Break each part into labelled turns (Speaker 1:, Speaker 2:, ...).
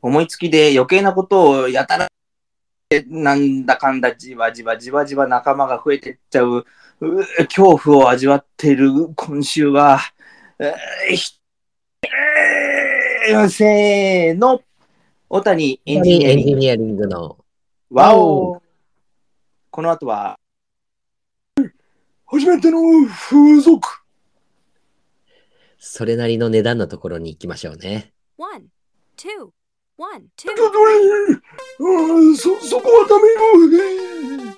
Speaker 1: 思いつきで余計なことをやたら、なんだかんだじわじわじわじわ仲間が増えてっちゃう、うー恐怖を味わっている今週は、えーひえーせーの、小谷エ
Speaker 2: エ
Speaker 1: ン
Speaker 2: ン
Speaker 1: ジニアリング
Speaker 2: ジニアリングの。
Speaker 1: わおこの後は、初めての風俗
Speaker 2: それなりの値段のところに行きましょうね。
Speaker 3: One, two, one, two.
Speaker 1: そ、そこはダメよ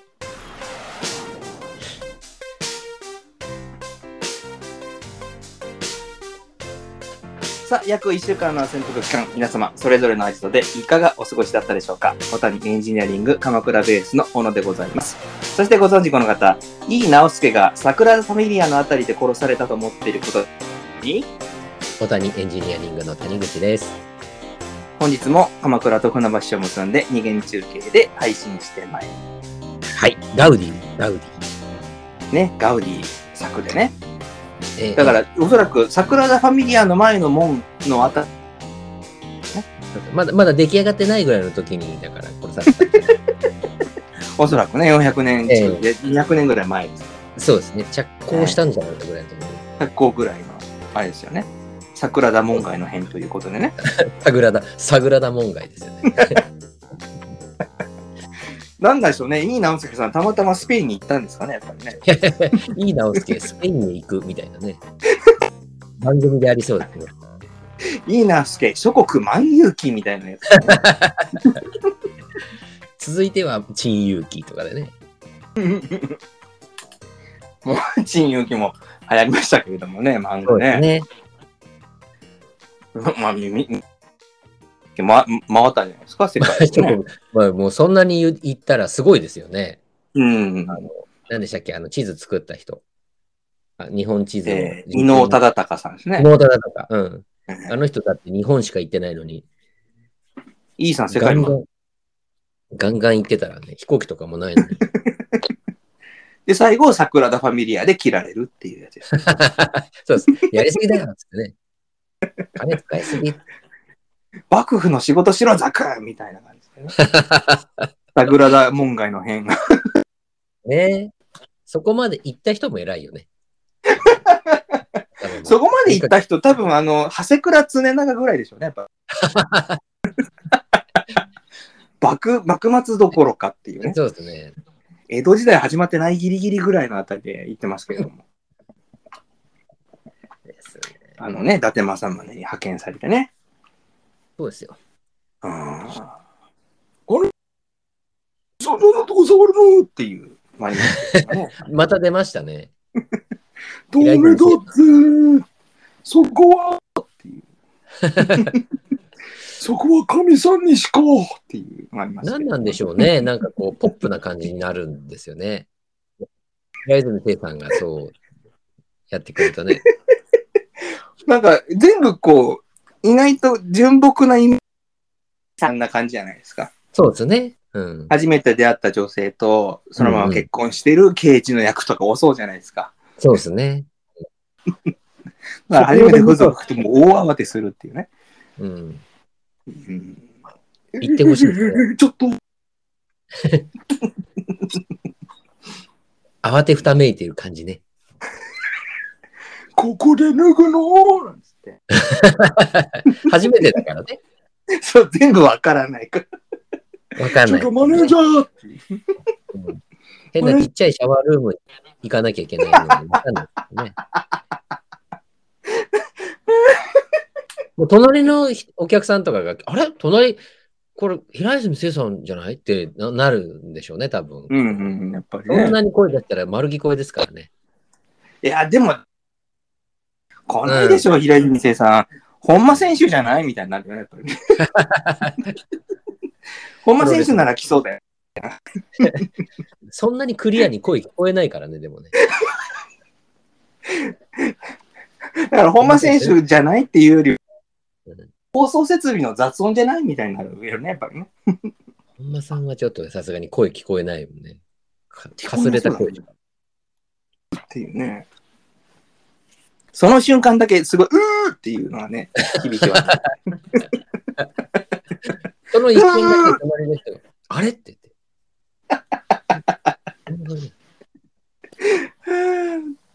Speaker 1: さあ、約1週間の潜伏期間、皆様、それぞれのアジトでいかがお過ごしだったでしょうか小谷エンジニアリング鎌倉ベースの小野でございます。そしてご存知この方、井伊直輔が桜田ファミリアのあたりで殺されたと思っていることに、
Speaker 2: 小谷エンジニアリングの谷口です。
Speaker 1: 本日も鎌倉と船橋を結んで、二限中継で配信してまいります
Speaker 2: はい、ガウディ、ガウデ
Speaker 1: ね、ガウディ作でね。
Speaker 2: ィ。えー
Speaker 1: だから、おそらく、桜田ファミリアの前の門のあた、
Speaker 2: まだまだ出来上がってないぐらいの時に、だから殺されたんじゃない。
Speaker 1: おそらくね、400年近くで、200年ぐらい前です。
Speaker 2: そうですね、着工したんじゃないかぐらいだと思う。
Speaker 1: 100校ぐらいの、あれですよね。桜田門外の変ということでね。
Speaker 2: サグラダ、サグラダ門外ですよね。
Speaker 1: なんだでしょうね、井伊直輔さん、たまたまスペインに行ったんですかね、やっぱりね。
Speaker 2: いい直輔、スペインに行くみたいなね。番組でありそうですね。
Speaker 1: 井伊直輔、諸国万有記みたいなやつ、ね。
Speaker 2: 続いては、陳勇気とかでね。
Speaker 1: もう、陳勇気も流行りましたけれどもね、漫
Speaker 2: そ
Speaker 1: 画
Speaker 2: うです
Speaker 1: ね。
Speaker 2: ね。
Speaker 1: まあ、み、み、ま、回ったんじゃないですか、世界
Speaker 2: ち
Speaker 1: で、
Speaker 2: ょ
Speaker 1: ね。
Speaker 2: っと、まあ、もうそんなに言ったらすごいですよね。
Speaker 1: うん。
Speaker 2: 何でしたっけあの、地図作った人。あ日本地図を。
Speaker 1: えー、伊能忠敬さんです
Speaker 2: 伊
Speaker 1: ね。
Speaker 2: 能忠敬。うん。
Speaker 1: うん
Speaker 2: あの人だって日本しか行ってないのに、
Speaker 1: イーさん世
Speaker 2: ガ
Speaker 1: 界
Speaker 2: ンガ
Speaker 1: も。
Speaker 2: ン、ガンガン行ってたらね、飛行機とかもないの に。
Speaker 1: で、最後、桜田ファミリアで切られるっていうやつです。
Speaker 2: そうです。やりすぎだよ、つってね。金使いすぎ。
Speaker 1: 幕府の仕事しろ、ザクみたいな感じでね。桜田門外の変が。
Speaker 2: ねそこまで行った人も偉い よね。
Speaker 1: そこまで行った人、多分、あの、長谷倉常長ぐらいでしょうね、やっぱ。幕幕末どころかっていうね。
Speaker 2: そうですね。
Speaker 1: 江戸時代始まってないギリギリぐらいのあたりで行ってますけれども。
Speaker 2: ですね
Speaker 1: あのね、伊達政宗に派遣されてね。
Speaker 2: そうですよ。
Speaker 1: うん。あれそんなとこ触るのっていう。まあ、いますけどね。
Speaker 2: また出ましたね。
Speaker 1: ダ
Speaker 2: メだ
Speaker 1: ぜそこはっていう。 そこは神さんにしかっていうのがあります
Speaker 2: 何なんで
Speaker 1: ょ
Speaker 2: しょう ね。なんかこう、ポップな感じになるんですよね。平泉聖さんがそうやってくれたね。
Speaker 1: うなんか全部こう、意外と純朴なイメージさんな感じじゃないですか。
Speaker 2: そうですね。うん。
Speaker 1: 初めて出会った女性と、そのまま結婚してる刑事の役とか多そうじゃないですか。
Speaker 2: そうですね。
Speaker 1: だから初めて風俗ってもう大慌てするっていうね。
Speaker 2: うん。
Speaker 1: うん
Speaker 2: 言ってほしいで す
Speaker 1: ちょっと、
Speaker 2: 慌てふためいている感じね。
Speaker 1: ここで脱ぐのなんつって。
Speaker 2: 初めてだからね。
Speaker 1: そう、全部わからないから。
Speaker 2: わかんない。
Speaker 1: ジャーって
Speaker 2: うん変なちっちゃいシャワールームに行かなきゃいけないのに、わかんない ね。もう隣のひお客さんとかが、あれ隣、これ、平泉聖さんじゃないってななるんでしょうね、多分。
Speaker 1: うんうん、やっぱり
Speaker 2: そん
Speaker 1: ね。
Speaker 2: なに声出したら丸聞こえですからね。
Speaker 1: いや、でも、こないでしょ、平泉聖さん。本間選手じゃないみたいになるよね、やっぱりね。 本間選手なら来そうだよ。
Speaker 2: そんなにクリアに声聞こえないからね、でもね。
Speaker 1: だから本間選手じゃないっていうより
Speaker 2: うん、
Speaker 1: 放送設備の雑音じゃないみたいになるよね、やっぱりね。
Speaker 2: 本間さんはちょっとさすがに声聞こえないもんね。かかすれた
Speaker 1: っ
Speaker 2: 声。
Speaker 1: ていうね。その瞬間だけ、すごい、うーっていうのはね、響きは。
Speaker 2: その一瞬だけ隣の人が、あれって 言って。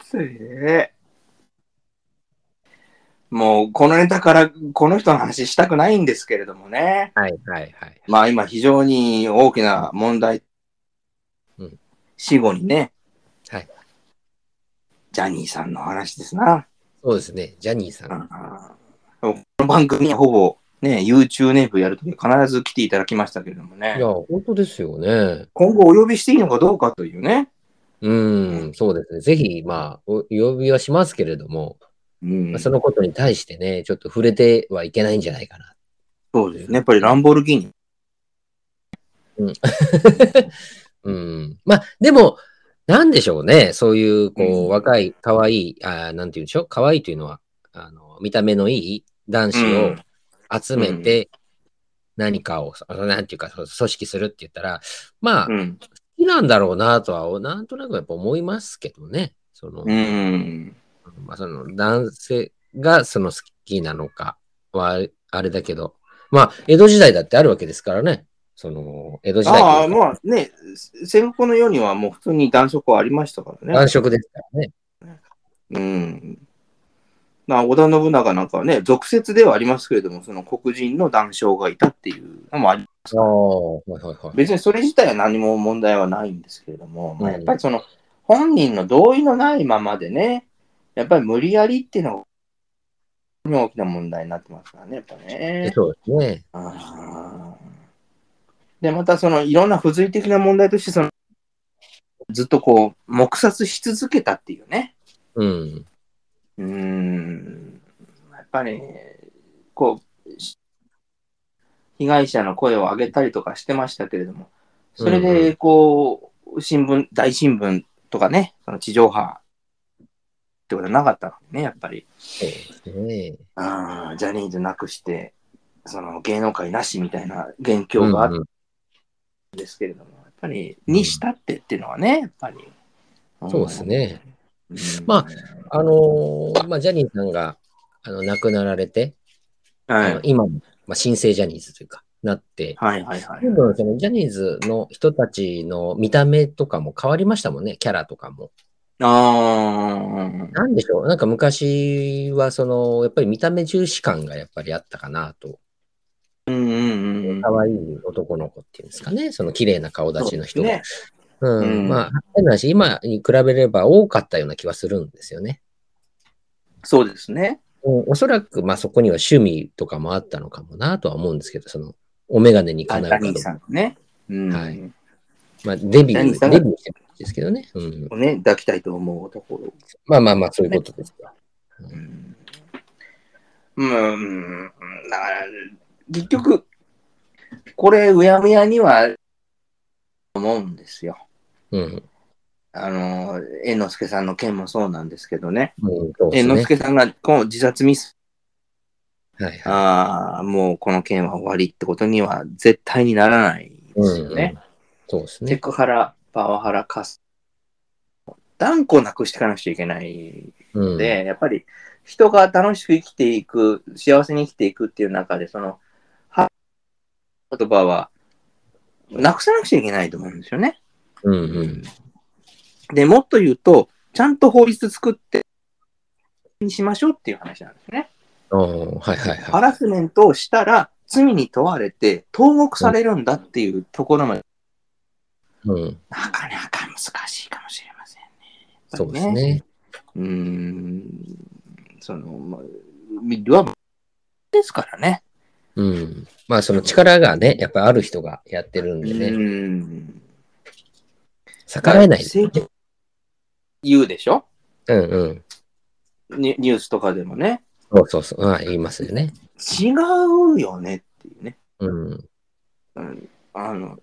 Speaker 1: つえ。もう、このネタから、この人の話したくないんですけれどもね。
Speaker 2: はいはいはい。
Speaker 1: まあ、今、非常に大きな問題。
Speaker 2: うん
Speaker 1: 死後にね。
Speaker 2: はい。
Speaker 1: ジャニーさんの話ですな。
Speaker 2: そうですね、ジャニーさ。
Speaker 1: うんんこの番組はほぼ、ね、YouTube ネーブやるとき必ず来ていただきましたけれども
Speaker 2: い
Speaker 1: ね
Speaker 2: や、。本当ですよね。
Speaker 1: 今後お呼びしていいのかどうかというね。
Speaker 2: うん、そうですね。ぜひ、まあ、お呼びはしますけれども、
Speaker 1: うん
Speaker 2: まあそのことに対してね、ちょっと触れてはいけないんじゃないかな。
Speaker 1: そうですね。やっぱりランボルギーニ。
Speaker 2: うん。まあ、でも、なんでしょうね。そういう、こ
Speaker 1: うん
Speaker 2: う、若い、可愛いあーなんて言うんでしょう。可愛いというのは、あの、見た目のいい男子を集めて、何かを、そのなんていうか、その組織するって言ったら、まあ、
Speaker 1: う
Speaker 2: 好
Speaker 1: ん。
Speaker 2: きなんだろうなとは、おなんとなくやっぱ思いますけどね。その、
Speaker 1: うん。
Speaker 2: まあ、その男性がその好きなのかはあれだけど、まあ、江戸時代だってあるわけですからね。その、江戸時代
Speaker 1: あ
Speaker 2: と
Speaker 1: あ、
Speaker 2: いうか
Speaker 1: まあね、戦後のようにはもう普通に男色はありましたから
Speaker 2: 男
Speaker 1: ね。
Speaker 2: 色ですからね。
Speaker 1: うん。な織田信長なんかはね、俗説ではありますけれども、その黒人の男性がいたっていうのもあります
Speaker 2: ああ、はいはいはい。
Speaker 1: 別にそれ自体は何も問題はないんですけれども、まあ、
Speaker 2: うん
Speaker 1: やっぱりその本人の同意のないままでね、やっぱり無理やりっていうのが大きな問題になってますからね、やっぱね。
Speaker 2: そうですね。
Speaker 1: あーで、またそのいろんな付随的な問題としてその、ずっとこう、黙殺し続けたっていうね。
Speaker 2: うん。
Speaker 1: うーん。やっぱり、こう、し被害者の声を上げたりとかしてましたけれども、それ
Speaker 2: うんう
Speaker 1: で、こう、新聞、大新聞とかね、その地上波ってことはなかったのでね、やっぱり。
Speaker 2: そうですね。
Speaker 1: あージャニーズなくして、その芸能界なしみたいな元凶があった
Speaker 2: うんうん
Speaker 1: んですけれども、やっぱり、にしたってっていうのはね、やっぱり。ん
Speaker 2: そうです。ね。
Speaker 1: うん
Speaker 2: まあのーまあ、ジャニーさんがあの亡くなられて、
Speaker 1: は
Speaker 2: あの
Speaker 1: い。
Speaker 2: 今も、まあ、新生ジャニーズというか、なって、
Speaker 1: はいはいはい
Speaker 2: どん。どんそのジャニーズの人たちの見た目とかも変わりましたもんね、キャラとかも。
Speaker 1: ああ。
Speaker 2: なんでしょうなんか昔は、その、やっぱり見た目重視感がやっぱりあったかなと。
Speaker 1: うんうんうん。
Speaker 2: 可愛い男の子っていうんですかね。その綺麗な顔立ちの人が。
Speaker 1: ね。
Speaker 2: う
Speaker 1: うん
Speaker 2: ん。まあ、変な話、今に比べれば多かったような気はするんですよね。
Speaker 1: そうですね。
Speaker 2: うんおそらく、まあそこには趣味とかもあったのかもなとは思うんですけど、その、お眼鏡に
Speaker 1: ジ
Speaker 2: かな
Speaker 1: ャ
Speaker 2: うか
Speaker 1: ニ
Speaker 2: ど
Speaker 1: ー
Speaker 2: うか
Speaker 1: さんのね。うん
Speaker 2: はいまあ、デビ
Speaker 1: ジャニー
Speaker 2: ュ
Speaker 1: さ
Speaker 2: ー、
Speaker 1: んが
Speaker 2: デビューしてるんですけどね。うん。
Speaker 1: ね、抱きたいと思う男。
Speaker 2: まあまあまあ、そういうことですよ。
Speaker 1: うん、うん、だから、結局、これ、うやむやには、思うんですよ。
Speaker 2: うん。
Speaker 1: あの、猿之助さんの件もそうなんですけどね。
Speaker 2: うん、そうです
Speaker 1: 猿之助
Speaker 2: ね。
Speaker 1: さんがこの自殺ミス、
Speaker 2: はいはい。
Speaker 1: ああ、もうこの件は終わりってことには絶対にならないですよね。
Speaker 2: そうです
Speaker 1: セ
Speaker 2: ね。
Speaker 1: クハラ、パワハラ、カス。断固なくしていかなくちゃいけない
Speaker 2: うん。
Speaker 1: で、やっぱり人が楽しく生きていく、幸せに生きていくっていう中で、その、は言葉は、なくさなくちゃいけないと思うんですよね。
Speaker 2: うんうん。
Speaker 1: で、もっと言うと、ちゃんと法律作って、にしましょうっていう話なんですね。
Speaker 2: あーはいはいはい。
Speaker 1: ハラスメントをしたら、罪に問われて、投獄されるんだっていうところまで、
Speaker 2: うん、
Speaker 1: なかなか難しいかもしれませんね。やっぱり
Speaker 2: そうですね。
Speaker 1: うーん、その、まあ、ミルは、ですからね。
Speaker 2: うん。まあ、その力がね、やっぱりある人がやってるんで
Speaker 1: う
Speaker 2: ね、
Speaker 1: ーん。
Speaker 2: 逆らえない。
Speaker 1: 政権言うでしょ
Speaker 2: うんうん。
Speaker 1: ニュニュースとかでもね。
Speaker 2: そうそうそう。まあ、言いますよね。
Speaker 1: 違うよねっていうね。
Speaker 2: うん。
Speaker 1: うん、あの、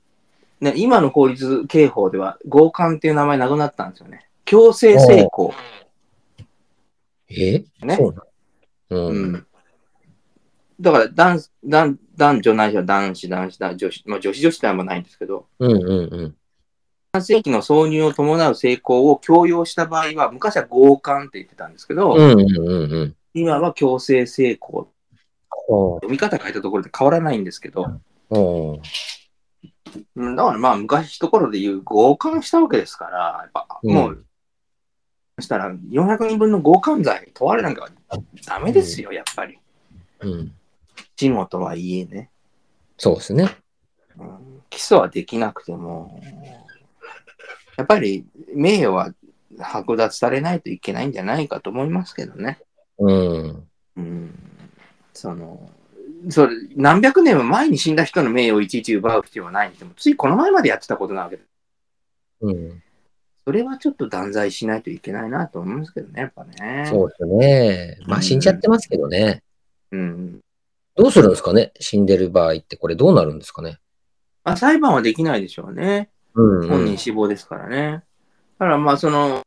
Speaker 1: ね、今の法律刑法では、強姦っていう名前なくなったんですよね。強制性交。
Speaker 2: え
Speaker 1: ね
Speaker 2: そうなのう。
Speaker 1: うんん。だから男、男、男女ないしは男子、男子、男女子、まあ女子女子ではあんまないんですけど、
Speaker 2: うんうんうん。
Speaker 1: 男性器の挿入を伴う性交を強要した場合は、昔は強姦って言ってたんですけど、
Speaker 2: うんうんうんうん。
Speaker 1: 今は強制性交。
Speaker 2: おー
Speaker 1: 読み方変えたところで変わらないんですけど、
Speaker 2: おー
Speaker 1: うんだからまあ昔一頃で言う合姦したわけですから、やっぱ
Speaker 2: うん
Speaker 1: もう、そしたら400人分の合姦罪に問われなきゃダメですよ、やっぱり。
Speaker 2: うん。
Speaker 1: 死後とはいえね、
Speaker 2: そうですね。
Speaker 1: うん起訴はできなくても、やっぱり名誉は剥奪されないといけないんじゃないかと思いますけどね。
Speaker 2: うん。
Speaker 1: うん、そのそれ何百年も前に死んだ人の名誉をいちいち奪う必要はないにしても、ついこの前までやってたことなわけで
Speaker 2: うん。
Speaker 1: それはちょっと断罪しないといけないなと思うんですけどね、やっぱね。
Speaker 2: そうですね。まあ死んじゃってますけどね。
Speaker 1: うん
Speaker 2: どうするんですかね死んでる場合ってこれどうなるんですかね
Speaker 1: まあ、裁判はできないでしょうね。
Speaker 2: うん
Speaker 1: 本人死亡ですからね。だからまあ、その、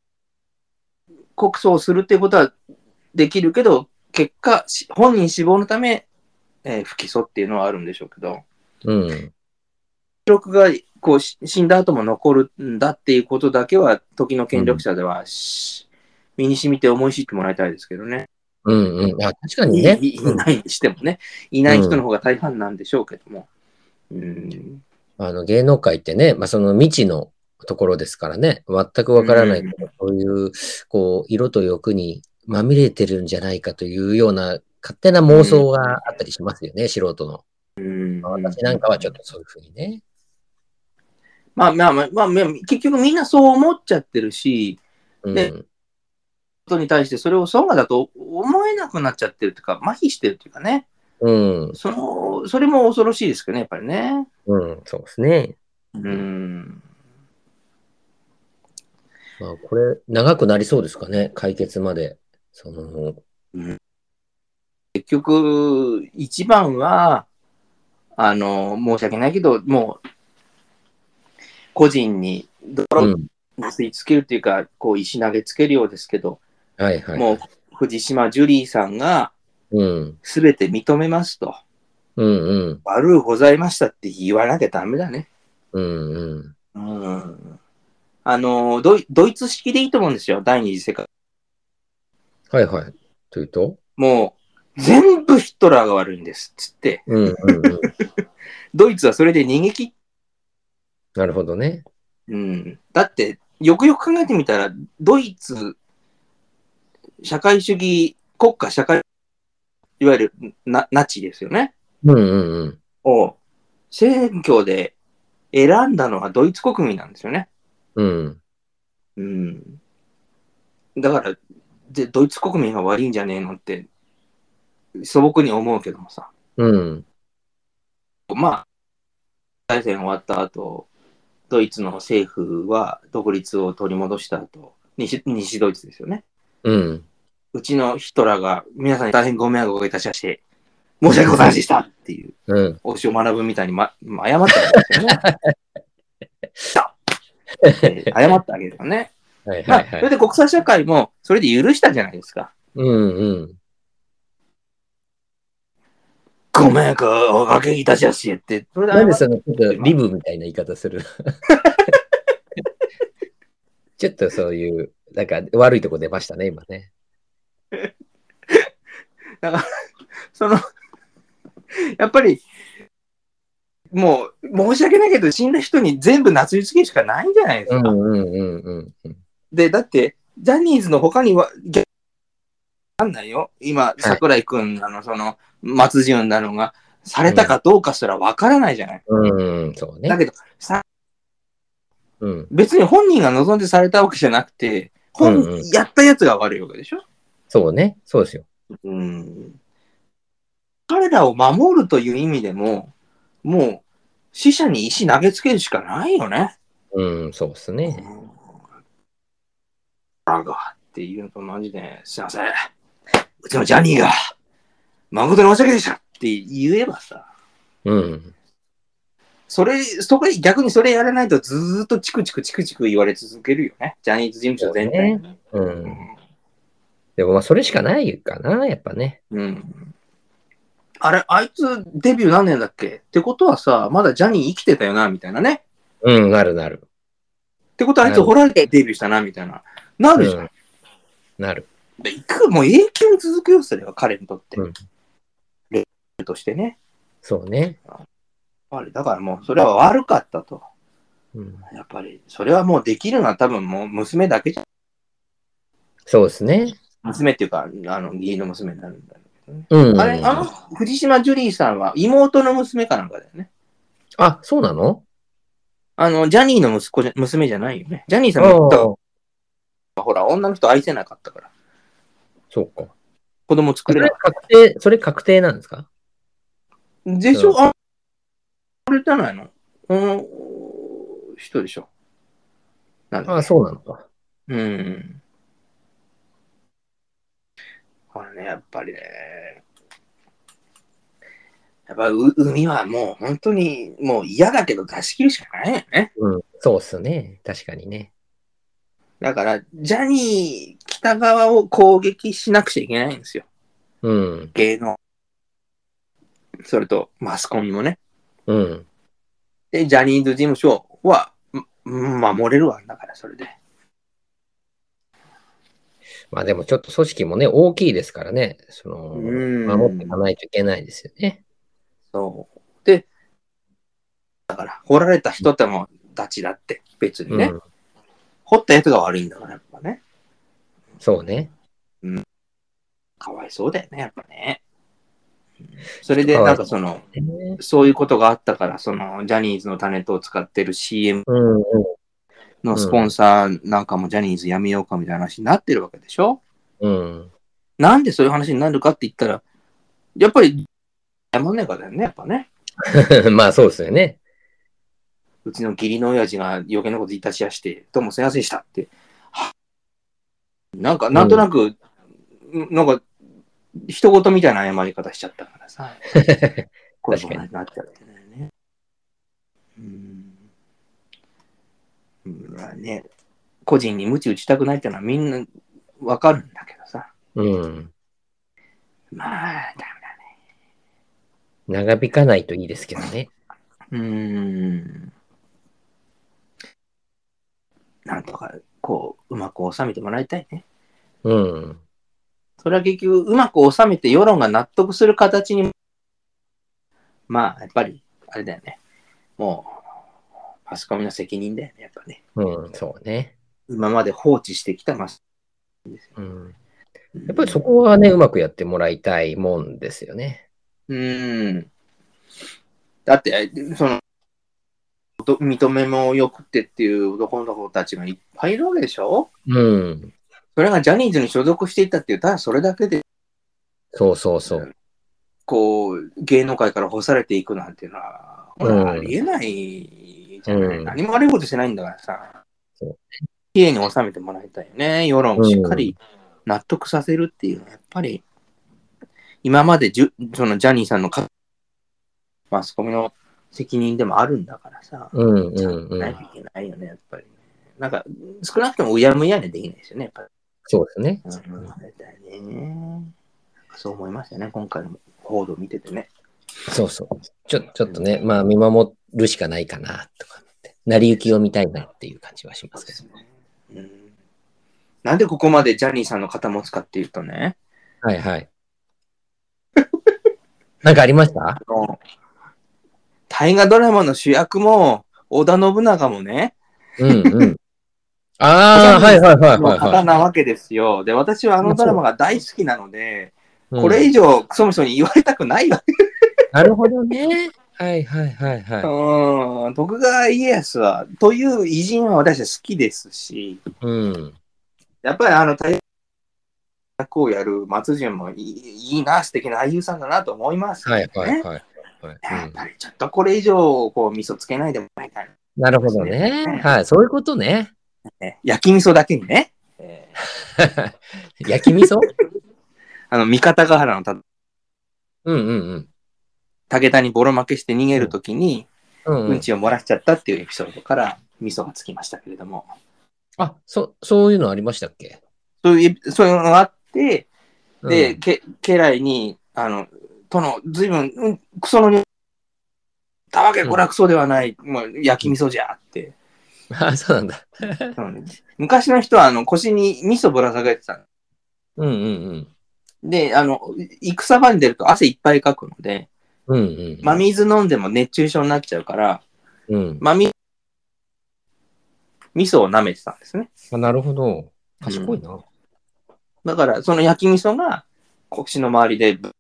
Speaker 1: 告訴をするっていうことはできるけど、結果、し本人死亡のため、えー不起訴っていうのはあるんでしょうけど、
Speaker 2: うん。
Speaker 1: 記録がこうし死んだ後も残るんだっていうことだけは、時の権力者では、し身に染みて思い知ってもらいたいですけどね。
Speaker 2: うんうん。あ確かに
Speaker 1: い
Speaker 2: ね。
Speaker 1: いいないにしてもね、いない人の方が大半なんでしょうけども。うん、
Speaker 2: あの芸能界ってね、まあ、その未知のところですからね、全くわからないけど、そういう、こう、色と欲にまみれてるんじゃないかというような勝手な妄想があったりしますよね、素人の。
Speaker 1: うん、
Speaker 2: 私なんかはちょっとそういうふうにね。
Speaker 1: まあまあまあ、まあ、まあ結局みんなそう思っちゃってるし、
Speaker 2: うん。
Speaker 1: ねことに対してそれをそうだと思えなくなっちゃってるというか、麻痺してるというかね、
Speaker 2: うん。
Speaker 1: そのそれも恐ろしいですけどね、やっぱりね。
Speaker 2: うん。そうですね。
Speaker 1: うん、
Speaker 2: まあ、これ、長くなりそうですかね、解決まで。その、
Speaker 1: 結局、一番は、あの、申し訳ないけど、もう、個人に
Speaker 2: う
Speaker 1: 泥を
Speaker 2: ん。
Speaker 1: 吸いつけるというか、こう石投げつけるようですけど、
Speaker 2: はいはい。
Speaker 1: もう藤島ジュリーさんが
Speaker 2: うん。
Speaker 1: 全て認めますと、
Speaker 2: うんうん。
Speaker 1: 悪うございましたって言わなきゃダメだね。
Speaker 2: うんうん。
Speaker 1: うん。あの、ドイドイツ式でいいと思うんですよ、第二次世界。
Speaker 2: はいはい。というと
Speaker 1: もう、全部ヒトラーが悪いんですっつって、
Speaker 2: うんうんうん。
Speaker 1: ドイツはそれで逃げ切っ
Speaker 2: なるほどね。
Speaker 1: うん。だって、よくよく考えてみたら、ドイツ、社会主義、国家社会、いわゆるナナチですよね。
Speaker 2: うんうんうん。
Speaker 1: を選挙で選んだのはドイツ国民なんですよね。
Speaker 2: うん。
Speaker 1: うん。だから、でドイツ国民が悪いんじゃねえのって素朴に思うけどもさ。
Speaker 2: うん。
Speaker 1: まあ、大戦終わった後、ドイツの政府は独立を取り戻した後、西西ドイツですよね。
Speaker 2: うん。
Speaker 1: うちのヒトラーが皆さんに大変ご迷惑をおかけいたしまして、申し訳ございませんでしたっていう。
Speaker 2: うん。
Speaker 1: 推しを学ぶみたいに、ま、ま謝ったわけですよね。さ あ謝ったわけですよね。
Speaker 2: はいは
Speaker 1: まあ、
Speaker 2: い
Speaker 1: そ
Speaker 2: は
Speaker 1: れ
Speaker 2: い。
Speaker 1: で国際社会もそれで許したじゃないですか。
Speaker 2: うんうん。
Speaker 1: ご迷惑をおかけいたしやしって。それで
Speaker 2: なんで
Speaker 1: 謝っ
Speaker 2: その、ちょっとリブみたいな言い方する ちょっとそういう、なんか悪いとこ出ましたね、今ね。
Speaker 1: その やっぱり、もう申し訳ないけど、死んだ人に全部夏りつけるしかないんじゃないです
Speaker 2: う
Speaker 1: か。
Speaker 2: んうんうんうんうん。
Speaker 1: で、だって、ジャニーズの他には、逆わかんないよ。今、桜井くんなの、その、松潤なのが、されたかどうかすらわからないじゃない。
Speaker 2: うんうん、そう
Speaker 1: だ
Speaker 2: ね。
Speaker 1: けどさ、
Speaker 2: うん。
Speaker 1: 別に本人が望んでされたわけじゃなくて、本、
Speaker 2: うんうん
Speaker 1: やったやつが悪いわけでしょ
Speaker 2: そうね。そうですよ。
Speaker 1: うん。彼らを守るという意味でも、もう、死者に石投げつけるしかないよね。
Speaker 2: うん、そうですね。
Speaker 1: あが、っていうのと同じで、すいません。うちのジャニーが、誠に申し訳でしたって言えばさ、
Speaker 2: うん。
Speaker 1: それ、そこに逆にそれやらないとずーっとチクチクチクチク言われ続けるよね。ジャニーズ事務所全体にね。
Speaker 2: うん。でもまあ、それしかないかな、やっぱね。
Speaker 1: うん。あれ、あいつデビュー何年だっけってことはさ、まだジャニー生きてたよな、みたいなね。
Speaker 2: うん、なるなる。
Speaker 1: ってことはあいつ掘られてデビューしたな、みたいな。なるじゃん。
Speaker 2: うんなる。
Speaker 1: でいくもう永久に続くよ、それは彼にとって。
Speaker 2: うん
Speaker 1: レベルとしてね。
Speaker 2: そうね。
Speaker 1: ぱり、だからもう、それは悪かったと。
Speaker 2: うん
Speaker 1: やっぱり、それはもうできるのは多分もう娘だけじゃ、
Speaker 2: そうですね。
Speaker 1: 娘っていうか、あの、義理の娘になるんだけどね。
Speaker 2: うん。
Speaker 1: あれ、あの、藤島ジュリーさんは妹の娘かなんかだよね。
Speaker 2: あそうなの
Speaker 1: あの、ジャニーの息子じゃ、娘じゃないよね。ジャニーさん
Speaker 2: あ
Speaker 1: も、だか
Speaker 2: あ、
Speaker 1: らほら、女の人愛せなかったから。
Speaker 2: そうか。
Speaker 1: 子供作
Speaker 2: そ
Speaker 1: れな
Speaker 2: れ
Speaker 1: かっ
Speaker 2: 確定、それ確定なんですか
Speaker 1: た。でしょあ、あれじゃないのこの人でしょ。なんだ
Speaker 2: あそうなのか。
Speaker 1: うん。これね、やっぱりね。やっぱう海はもう本当にもう嫌だけど出し切るしかないよね。
Speaker 2: うん。そうっすね。確かにね。
Speaker 1: だから、ジャニー北側を攻撃しなくちゃいけないんですよ。
Speaker 2: うん。
Speaker 1: 芸能。それと、マスコミもね。
Speaker 2: うん。
Speaker 1: で、ジャニーズ事務所は、ん守れるわ、だから、それで。
Speaker 2: まあでもちょっと組織もね、大きいですからね。その、
Speaker 1: うん
Speaker 2: 守っていかないといけないですよね。
Speaker 1: そう。で、だから、掘られた人ってもうたちだって、別にね。
Speaker 2: うん。
Speaker 1: 掘ったやつが悪いんだから、やっぱね。
Speaker 2: そうね。
Speaker 1: かわいそうだよね、やっぱね。それで、
Speaker 2: かわ
Speaker 1: ないんかその、
Speaker 2: ね
Speaker 1: そういうことがあったから、その、ジャニーズのタネットを使ってる CM
Speaker 2: うん、うん。
Speaker 1: のスポンサーなんかもジャニーズやめようかみたいな話になってるわけでしょ
Speaker 2: うん。
Speaker 1: なんでそういう話になるかって言ったら、やっぱり、やまんねえからだよね、やっぱね。
Speaker 2: まあそうですよね。
Speaker 1: うちの義理の親父が余計なこと言い出しやして、どうもすいませんでしたって。はなんか、なんとなく、なんか、人事みたいな謝り方しちゃったからさ。こういうことになっちゃってないね。うん。まあね、個人に無知打ちたくないってのはみんなわかるんだけどさ。
Speaker 2: うん。
Speaker 1: まあ、だ
Speaker 2: 長引かないといいですけどね。
Speaker 1: うーんなんとか、こう、うまく収めてもらいたいね。
Speaker 2: うん。
Speaker 1: それは結局、うまく収めて世論が納得する形に、まあ、やっぱり、あれだよね。もう、マスコミの責任だよね、やっぱね。
Speaker 2: うん、そうね。
Speaker 1: 今まで放置してきたマス
Speaker 2: うん。やっぱりそこはね、うまくやってもらいたいもんですよね。
Speaker 1: うーん。だって、その、ど認めもよくてっていう男の子たちがいっぱいいるわけでしょ
Speaker 2: うん。
Speaker 1: それがジャニーズに所属していたっていう、ただそれだけで、
Speaker 2: そうそうそう。
Speaker 1: こう、芸能界から干されていくなんていうのは、ほ
Speaker 2: うん
Speaker 1: ら、ありえないじゃない、
Speaker 2: うん
Speaker 1: 何も悪いことしてないんだからさ
Speaker 2: そう、
Speaker 1: 綺麗に収めてもらいたいよね。世論をしっかり納得させるっていうのは、やっぱり、今までじゅそのジャニーさんのかマスコミの責任でもあるんだからさ、
Speaker 2: うんうんう
Speaker 1: ない
Speaker 2: ん。
Speaker 1: といけないよね、やっぱり、ね。なんか、少なくともうやむやにできないですよね、やっぱり。
Speaker 2: そうですね。
Speaker 1: うん、だね。そう思いましたね、今回の報道見ててね。
Speaker 2: そうそう。ちょちょっとね、まあ見守るしかないかな、とかって。成り行きを見たいなっていう感じはしますけど。
Speaker 1: うんなんでここまでジャニーさんの肩持つかっていうとね、
Speaker 2: はいはい。 なんかありました
Speaker 1: あの大河ドラマの主役も、織田信長もね、
Speaker 2: うん うん。ああ、はいはいはい
Speaker 1: も
Speaker 2: は
Speaker 1: う
Speaker 2: い、は
Speaker 1: 方
Speaker 2: い。
Speaker 1: なわけですよ。で、私はあのドラマが大好きなので、
Speaker 2: うん
Speaker 1: これ以上、クソムソに言われたくないわけ。
Speaker 2: なるほどね。はいはいはいは
Speaker 1: うん、徳川家康は、という偉人は私は好きですし、
Speaker 2: い。うん。
Speaker 1: やっぱりあの、大役をやる松潤もいいいいな、素敵な俳優さんだなと思いますけど
Speaker 2: は
Speaker 1: ね、
Speaker 2: いはいはい。はい
Speaker 1: や
Speaker 2: う
Speaker 1: っ
Speaker 2: ん
Speaker 1: ぱりちょっとこれ以上、こう、味噌つけないでもらいたい。
Speaker 2: なるほどね。はい、そういうことね。
Speaker 1: ね焼き味噌だけにね、えー
Speaker 2: 焼き味噌
Speaker 1: あの、三方ヶ原のた
Speaker 2: うんうん
Speaker 1: 武田にボロ負けして逃げるときに、
Speaker 2: うん。うん
Speaker 1: う
Speaker 2: うんん、
Speaker 1: ちを漏らしちゃったっていうエピソードから、味噌がつきましたけれども、
Speaker 2: あそ、そういうのありましたっけ
Speaker 1: そういうエ、そういうのがあって、で、
Speaker 2: うん
Speaker 1: け家来に、あの、殿、ずいぶん、うん、クソのに、たわけ、これはクソではない、もう焼き味噌じゃって、
Speaker 2: あ、そうなんだ。
Speaker 1: うん昔の人はあの腰に味噌ぶら下げてたの
Speaker 2: うんうん
Speaker 1: で、あの、戦場に出ると汗いっぱいかくので、
Speaker 2: うん。うんうん。
Speaker 1: 真水飲んでも熱中症になっちゃうから、
Speaker 2: うん。
Speaker 1: 真水、味噌を舐めてたんですね。
Speaker 2: あなるほど。賢いな。
Speaker 1: だから、その焼き味噌が、腰の周りで、ぶ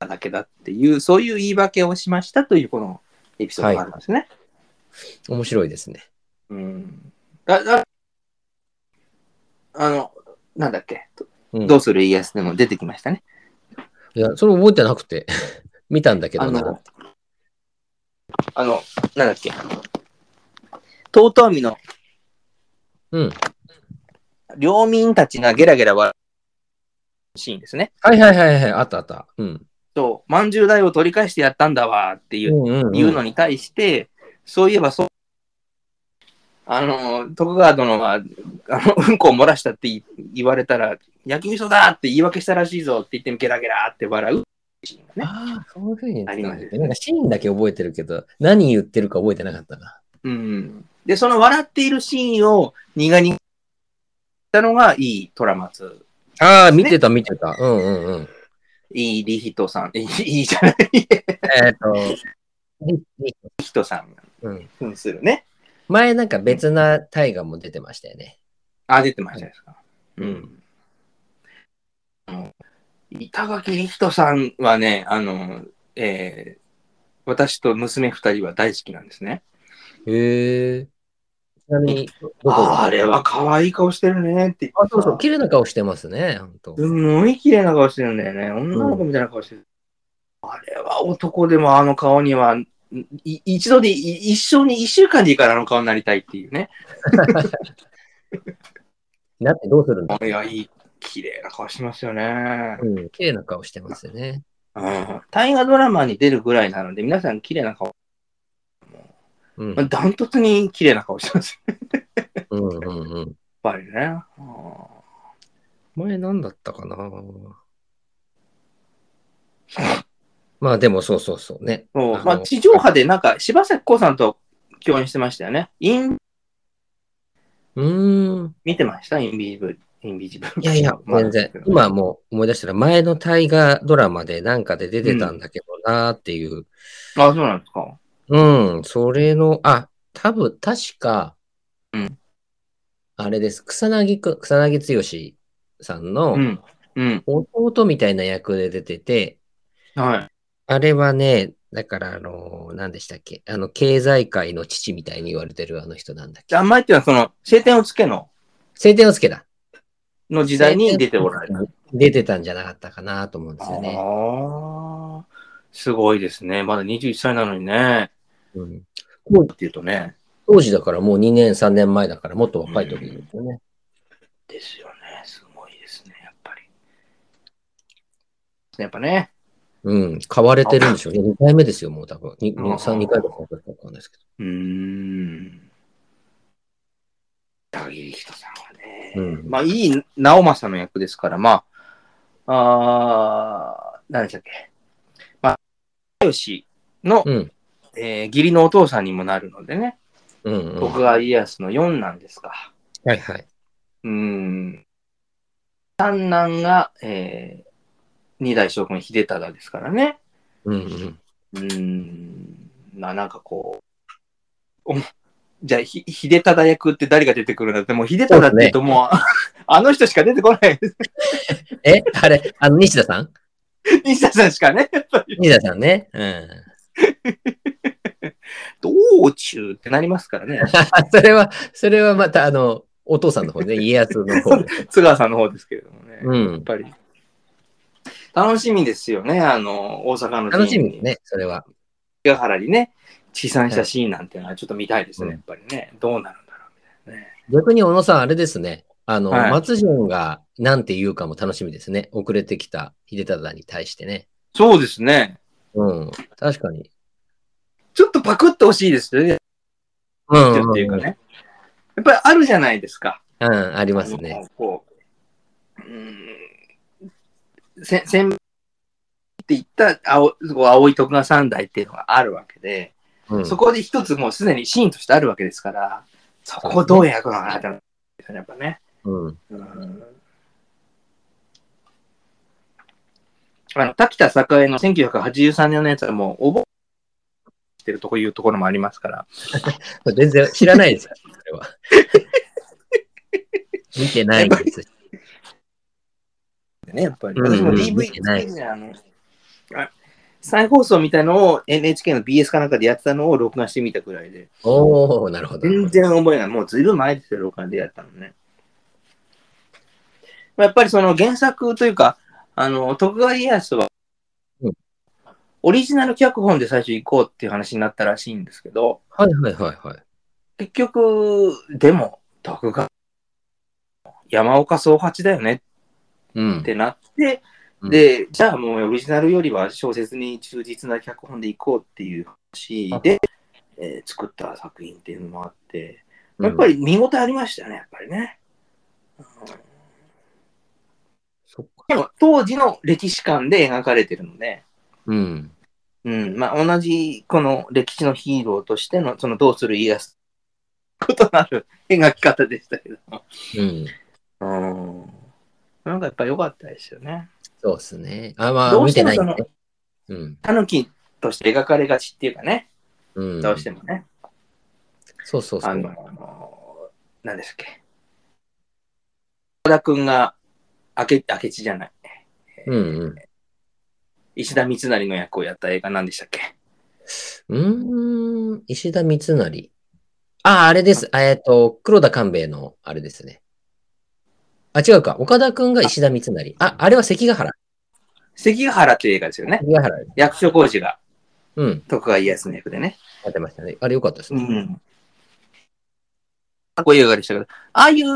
Speaker 1: だけだっていう、そういう言い訳をしましたという、このエピソードがあるんですね。
Speaker 2: 面白いですね。
Speaker 1: うん。だ、だ、あの、なんだっけ、
Speaker 2: うん
Speaker 1: どうする家康でも出てきましたね。
Speaker 2: いや、それ覚えてなくて。 見たんだけ
Speaker 1: あ
Speaker 2: どな。
Speaker 1: の、あの、なんだっけ、遠江の
Speaker 2: うん。
Speaker 1: 領民たちがゲラゲラ笑うシーンですね。
Speaker 2: はいはいはいはい。あったあった。うん。
Speaker 1: そう、まんじゅう台を取り返してやったんだわっていう
Speaker 2: うんうんうん
Speaker 1: いうのに対して、そういえばそう、あの、徳川殿は、あの、うんこを漏らしたってい言われたら、焼き味噌だって言い訳したらしいぞって言って、ゲラゲラって笑うシーンがね。
Speaker 2: ああ、そういうふうに言ってたんだ
Speaker 1: あり
Speaker 2: っ
Speaker 1: ま
Speaker 2: け
Speaker 1: す
Speaker 2: なんかシーンだけ覚えてるけど、何言ってるか覚えてなかったな。
Speaker 1: うん。で、その笑っているシーンを苦にしたのがいい虎松。
Speaker 2: ああ、見てた見てた。うんうんうん。
Speaker 1: いいリヒトさん。いいいいじゃない。リ
Speaker 2: えっと、
Speaker 1: ヒトさんが
Speaker 2: うん、
Speaker 1: 扮するね。
Speaker 2: 前なんか別な大河も出てましたよね。
Speaker 1: あ、出てましたですか。
Speaker 2: うん
Speaker 1: うん。あの板垣理人さんはね、あの、えー私と娘二人は大好きなんですね。
Speaker 2: へえ。ちなみに、どこ
Speaker 1: あれは可愛い顔してるねって言って
Speaker 2: あ、そうそう、綺麗な顔してますね、ほんと。
Speaker 1: すごい綺麗な顔してるんだよね。女の子みたいな顔してる。あれは男でもあの顔には、い一度でい、一生に一週間でいいからあの顔になりたいっていうね。
Speaker 2: なってどうするんだ
Speaker 1: いや、いい、綺麗な顔してますよね。
Speaker 2: うん、綺麗な顔してますよね。
Speaker 1: うん大河ドラマに出るぐらいなので、皆さん綺麗な顔、
Speaker 2: うん。
Speaker 1: まあ、ダントツに綺麗な顔してます。やっ
Speaker 2: うんうんうん。
Speaker 1: ぱりね。うん
Speaker 2: 前何だったかなまあでもそうそうそうね。
Speaker 1: そう
Speaker 2: あの
Speaker 1: まあ、地上波でなんか、柴咲コウさんと共演してましたよね。イン、
Speaker 2: うーん。
Speaker 1: 見てましたインビジブル。インビジブル。
Speaker 2: いやいや、
Speaker 1: まあ
Speaker 2: 全然。今もう思い出したら前の大河ドラマでなんかで出てたんだけどなーっていう。
Speaker 1: あ、そうなんですか。
Speaker 2: うん、それの、あ、多分、確か、
Speaker 1: うん
Speaker 2: あれです。草薙く、草薙剛さん
Speaker 1: う
Speaker 2: の
Speaker 1: ん。うん。
Speaker 2: 弟みたいな役で出てて、
Speaker 1: はい。
Speaker 2: あれはね、だから、あのー、何でしたっけあの、経済界の父みたいに言われてるあの人なんだっけ
Speaker 1: あんまりっていうのは、その、晴天をつけの、
Speaker 2: 晴天の助だ。
Speaker 1: の時代に出ておられた。
Speaker 2: 出てたんじゃなかったかなと思うんですよね。
Speaker 1: ああ。すごいですね。まだ21歳なのにね。
Speaker 2: うん、
Speaker 1: っていうとね。
Speaker 2: 当時だからもう2年、3年前だからもっと若い時ですよね。
Speaker 1: ですよね。すごいですね。やっぱり。やっぱね。
Speaker 2: うん、買われてるんでしょうね。2回目ですよ、もう多分。2,
Speaker 1: うん
Speaker 2: 3、2回だったか分かんないですけど。
Speaker 1: うーん。高木人さんはね、
Speaker 2: うん
Speaker 1: まあ、いい直政の役ですから、まあ、あー何でしたっけ、まあ、よしの、
Speaker 2: うん。
Speaker 1: えー義理のお父さんにもなるのでね、
Speaker 2: うん、うん。
Speaker 1: 徳川家康の四男ですか。
Speaker 2: はいはい。
Speaker 1: うーん。三男が、えー二代将軍秀忠ですからね。
Speaker 2: うんうん。
Speaker 1: うーん、ななんかこう、おもじゃあ、ひ秀忠役って誰が出てくるんだって、もう秀忠って言うともう、あ の人しか出てこない。
Speaker 2: え、 あれ、あの、西田さん
Speaker 1: 西田さんしかね。
Speaker 2: 西田さんね。うん。
Speaker 1: 道中ってなりますからね。
Speaker 2: あそれは、それはまた、あの、お父さんの方ね、家康の方 で。
Speaker 1: 津川さんの方ですけれどもね。やっ
Speaker 2: うん。
Speaker 1: ぱり。楽しみですよね、あの、大阪の
Speaker 2: 楽しみです。ね、それは。
Speaker 1: 木ヶ原にね、地産したシーンなんていうのはちょっと見たいですね、
Speaker 2: はい
Speaker 1: やっぱりね。どうなるんだろうみたいなね。
Speaker 2: 逆に小野さん、あれですね。あの、
Speaker 1: はい
Speaker 2: 松潤がなんて言うかも楽しみですね。遅れてきた秀忠に対してね。
Speaker 1: そうですね。
Speaker 2: うん。確かに。
Speaker 1: ちょっとパクってほしいですよね、
Speaker 2: う
Speaker 1: っ
Speaker 2: んうん、
Speaker 1: ていうかね。やっぱりあるじゃないですか。
Speaker 2: うん、あり
Speaker 1: い
Speaker 2: ますね。。
Speaker 1: こう、うん、せ、せん、って言った青、こう青い徳川三代っていうのがあるわけで、
Speaker 2: うん、
Speaker 1: そこで一つもうすでにシーンとしてあるわけですから、そこをどう描くのかなって思うんですよね、やっぱね。
Speaker 2: うん。
Speaker 1: うんあの、滝田栄の1983年のやつはもう、覚えてるとこいうところもありますから。
Speaker 2: 全然知らないですよ、それは。 見てないんです。
Speaker 1: ね、やっぱり。
Speaker 2: うん
Speaker 1: 私も
Speaker 2: うん
Speaker 1: DV
Speaker 2: 見てない
Speaker 1: で、あの、あ再放送みたいのを NHK の BS かなんかでやってたのを録画してみたくらいで、
Speaker 2: おおなるほど。
Speaker 1: 全然覚えない。もうずいぶん前ですよ、録画でやったのね。まあやっぱりその原作というか、あの、徳川家康は
Speaker 2: うん、
Speaker 1: オリジナル脚本で最初行こうっていう話になったらしいんですけど、
Speaker 2: はいはいはいはい。
Speaker 1: 結局、でも、徳川、山岡総八だよね
Speaker 2: うん
Speaker 1: っ。てなって、
Speaker 2: うん
Speaker 1: で、じゃあもうオリジナルよりは小説に忠実な脚本でいこうっていう話で、えー作った作品っていうのもあって、やっぱ
Speaker 2: り。
Speaker 1: り見応えありましたね、やっぱりね。うん
Speaker 2: そっか。
Speaker 1: でも当時の歴史観で描かれてるので、
Speaker 2: うん。
Speaker 1: うんまあ、同じこの歴史のヒーローとしての、そのどうする家康ことなる描き方でしたけど。
Speaker 2: うん。
Speaker 1: うん。なんかやっぱ良かったですよね。
Speaker 2: そうですね。あ、ま
Speaker 1: ど
Speaker 2: あ、
Speaker 1: う
Speaker 2: 見
Speaker 1: して
Speaker 2: て
Speaker 1: も
Speaker 2: ない
Speaker 1: そ
Speaker 2: ん
Speaker 1: の
Speaker 2: でね。うん。
Speaker 1: タヌキとして描かれがちっていうかね、
Speaker 2: うん。
Speaker 1: どうしてもね。
Speaker 2: そうそうそ
Speaker 1: あの
Speaker 2: う。、
Speaker 1: 何ですっけ。小田君が、明け明智じゃない。
Speaker 2: うんうん。
Speaker 1: 石田三成の役をやった映画なんでしたっけ
Speaker 2: うーん、石田三成。あ、あれです。えっ、と、黒田官兵衛の、あれですね。あ、違うか。岡田くんが石田三成。あ、あれは関ヶ原。
Speaker 1: 関ヶ原っていう映画ですよね。
Speaker 2: 関ヶ原。
Speaker 1: 役所広司が
Speaker 2: うん。
Speaker 1: 徳川家康の役でね。
Speaker 2: やってましたね。あれよかったです
Speaker 1: う
Speaker 2: ね。
Speaker 1: ん。かっこいい映画でしたけど、ああいう、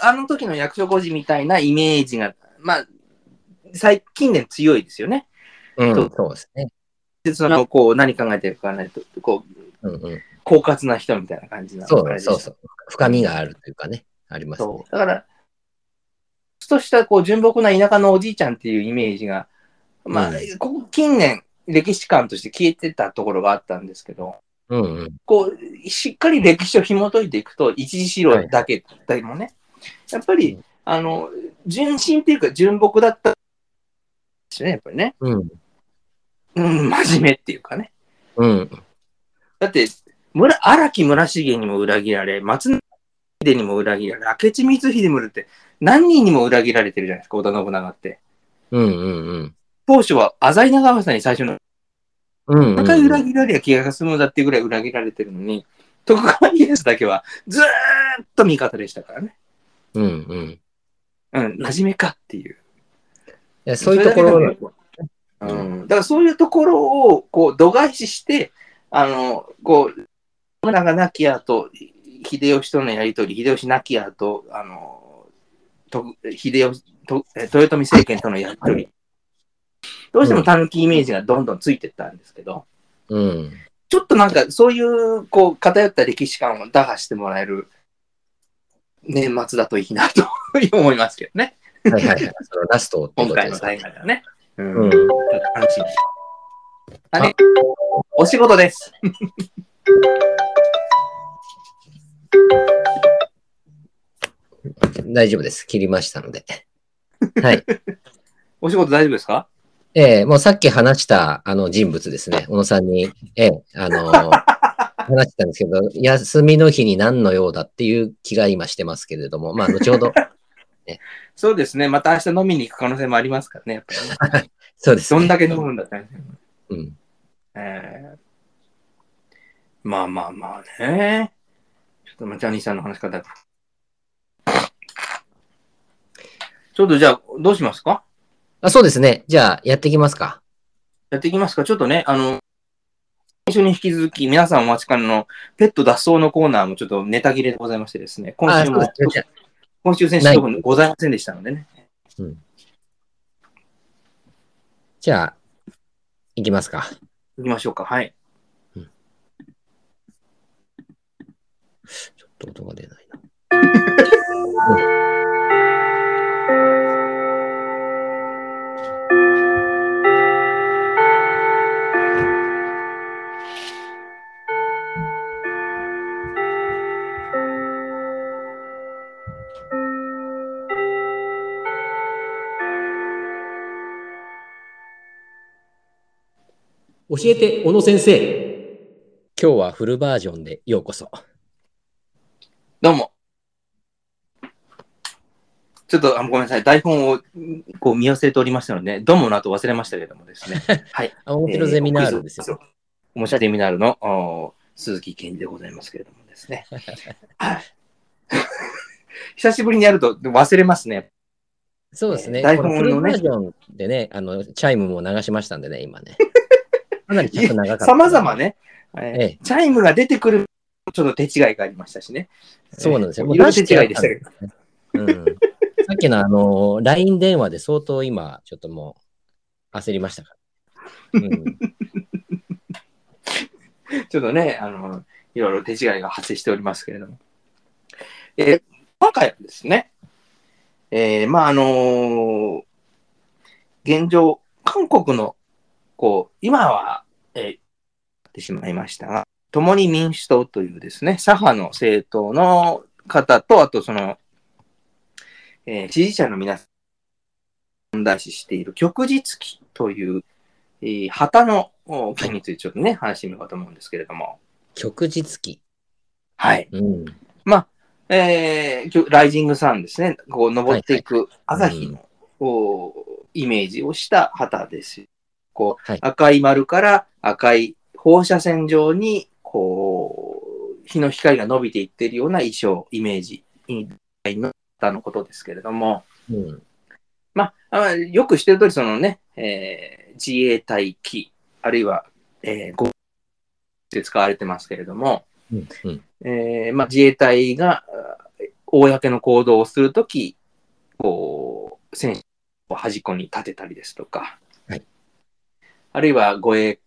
Speaker 1: あの時の役所広司みたいなイメージが、まあ、最近年強いですよね。
Speaker 2: うん、
Speaker 1: そう
Speaker 2: そうですね。
Speaker 1: で、その、こう、何考えてるかわからないと、こう、
Speaker 2: うんうん。
Speaker 1: 狡猾な人みたいな感じな
Speaker 2: そ
Speaker 1: あれ
Speaker 2: う
Speaker 1: でし
Speaker 2: そう
Speaker 1: た
Speaker 2: そう。深みがあるというかね。ありますね。
Speaker 1: そう。だから、ふとしたこう純朴な田舎のおじいちゃんっていうイメージが、まあ、
Speaker 2: うん
Speaker 1: ここ近年、歴史観として消えてたところがあったんですけど、
Speaker 2: うんうん。
Speaker 1: こう、しっかり歴史を紐解いていくと、一次資料だけでもね、やっぱり、
Speaker 2: う
Speaker 1: あの、純真っていうか純朴だったんですよね、やっぱりね。
Speaker 2: うん。
Speaker 1: うん、真面目っていうかね。
Speaker 2: うん。
Speaker 1: だって、村荒木村重にも裏切られ、松永秀にも裏切られ、明智光秀も裏切られて、何人にも裏切られてるじゃないですか、織田信長って。
Speaker 2: うんうんうん。
Speaker 1: 当初は浅井長政に最初の、
Speaker 2: うんうん。
Speaker 1: 何回裏切られや気が済むんだっていうぐらい裏切られてるのに、徳川家康だけはずーっと味方でしたからね。
Speaker 2: うんうん。い
Speaker 1: うん、真面目かっていう。
Speaker 2: やそういうところ
Speaker 1: それだ
Speaker 2: が
Speaker 1: けでもうん、だからそういうところをこう度外視して、あの、こう、信長亡き後、秀吉とのやりとり、秀吉亡き後、あの、と秀吉と、え豊臣政権とのやりとり、どうしても狸イメージがどんどんついてったんですけど、
Speaker 2: うん。
Speaker 1: ちょっとなんかそういうこう偏った歴史観を打破してもらえる年末だといいなと思いますけどね、
Speaker 2: はいはい はい。そのラストっていう
Speaker 1: 今回
Speaker 2: ことで
Speaker 1: の
Speaker 2: すか
Speaker 1: 大会はね。うん
Speaker 2: うん。
Speaker 1: 安心。あれお仕事です。
Speaker 2: 大丈夫です。切りましたので。はい。
Speaker 1: お仕事大丈夫ですか
Speaker 2: ええもうさっき話した、あの、人物ですね。小野さんに、ええ あの話したんですけど、休みの日に何の用だっていう気が今してますけれども、まあ、後 ほど、
Speaker 1: そうですね。また明日飲みに行く可能性もありますからね。やっぱりね
Speaker 2: そうです、
Speaker 1: ど
Speaker 2: ね。
Speaker 1: んだけ飲むんだって、ね
Speaker 2: うん。
Speaker 1: えーまあまあまあね。ちょっとまあジャニーさんの話し方。ちょっとじゃあ、どうしますか
Speaker 2: あ、そうですね。じゃあ、やっていきますか。
Speaker 1: やっていきますかちょっとね、あの、一緒に引き続き、皆さんお待ちかねのペット脱走のコーナーもちょっとネタ切れでございましてですね、今
Speaker 2: あ、
Speaker 1: 週
Speaker 2: そう
Speaker 1: も
Speaker 2: で、すね。じゃあ
Speaker 1: 今週選手特にございませんでしたのでね。
Speaker 2: じゃあ、いきますか。
Speaker 1: 行きましょうか。はい。
Speaker 2: ちょっと音が出ないな。
Speaker 4: 教えて、小野先生。
Speaker 2: 今日はフルバージョンでようこそ。
Speaker 1: どうも。ちょっとあごめんなさい、台本をんこう見忘れておりましたので、どうもの後忘れましたけれどもです ね。はい。
Speaker 2: 青白ゼミナールですよ。
Speaker 1: よ。おもしゃゼミナールのお鈴木健二でございますけれどもですね。はい。 久しぶりにやると忘れますね。
Speaker 2: そうですね。
Speaker 1: えー台
Speaker 2: こ
Speaker 1: 本
Speaker 2: のフル
Speaker 1: の
Speaker 2: バ
Speaker 1: ね
Speaker 2: ージョンでね、あの、チャイムも流しましたんでね、今ね。かなりちょっと長かった。
Speaker 1: さまざま。ね、えー
Speaker 2: ええ
Speaker 1: チャイムが出てくる、ちょっと手違いがありましたしね。
Speaker 2: そうなんですよ。
Speaker 1: えーいろいろ手違いでしたけど。
Speaker 2: うん。さっきのあの、LINE 電話で相当今、ちょっともう、焦りましたから。うん。
Speaker 1: ちょっとね、あの、いろいろ手違いが発生しておりますけれども。えー、今回はですね、えーまあ、あのー現状、韓国の、こう、今は、えー、ってしまいましたが、共に民主党というですね、左派の政党の方と、あとその、えー支持者の皆さん、問題視している旭日記という、えー旗のお件についてちょっとね、話してみようかと思うんですけれども。
Speaker 2: 旭日記。
Speaker 1: はい。
Speaker 2: うん。
Speaker 1: えーきょ、ライジングサンですね。こう、登っていく
Speaker 2: はいは
Speaker 1: 朝
Speaker 2: い
Speaker 1: 日の、こうイメージをした旗です。こう、
Speaker 2: はい
Speaker 1: 赤い丸から赤い放射線状に、こう、日の光が伸びていってるような衣装、イメージの旗のことですけれども、
Speaker 2: うん。
Speaker 1: まあ、あよく知ってる通り、そのね、えー自衛隊機、あるいは、えー、ごって使われてますけれども、
Speaker 2: うん。うん。
Speaker 1: えーまあ、自衛隊があー公の行動をするとき、こう、戦車を端っこに立てたりですとか、
Speaker 2: はい
Speaker 1: あるいは護衛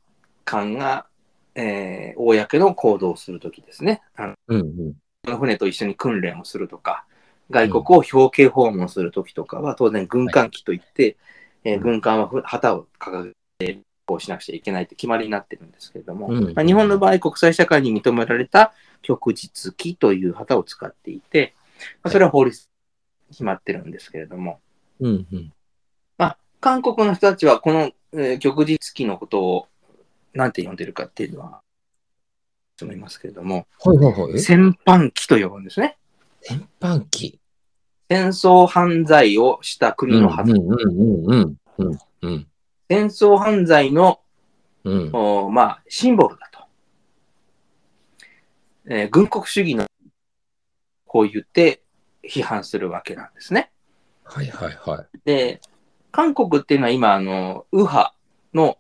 Speaker 1: 艦が、えー公の行動をするときですね、あ
Speaker 2: うん。うん。
Speaker 1: の船と一緒に訓練をするとか、外国を表敬訪問するときとかは、当然軍艦機といって、えー軍艦はふ旗を掲げて、こうしなくちゃいけないって決まりになってるんですけれども、
Speaker 2: うん
Speaker 1: まあ、日本の場合、国際社会に認められた旭日記という旗を使っていて、まあ、それは法律に決まってるんですけれども、
Speaker 2: うん。うん。
Speaker 1: 韓国の人たちはこの、えー、旭日記のことをなんて呼んでるかっていうのは、と思いますけれども、
Speaker 2: ほいほいほい。
Speaker 1: 戦犯記と呼ぶんですね。
Speaker 2: 天板記。
Speaker 1: 戦争犯罪をした
Speaker 2: うん。う
Speaker 1: 国
Speaker 2: ん。
Speaker 1: の
Speaker 2: う
Speaker 1: 旗。
Speaker 2: ん。うん。うん。うん。
Speaker 1: 戦争犯罪の、
Speaker 2: うん。
Speaker 1: おーまあ、シンボルだと。えー軍国主義の、こう言って批判するわけなんですね。
Speaker 2: はいはいは
Speaker 1: で、韓国っていうのは今、あの、右派の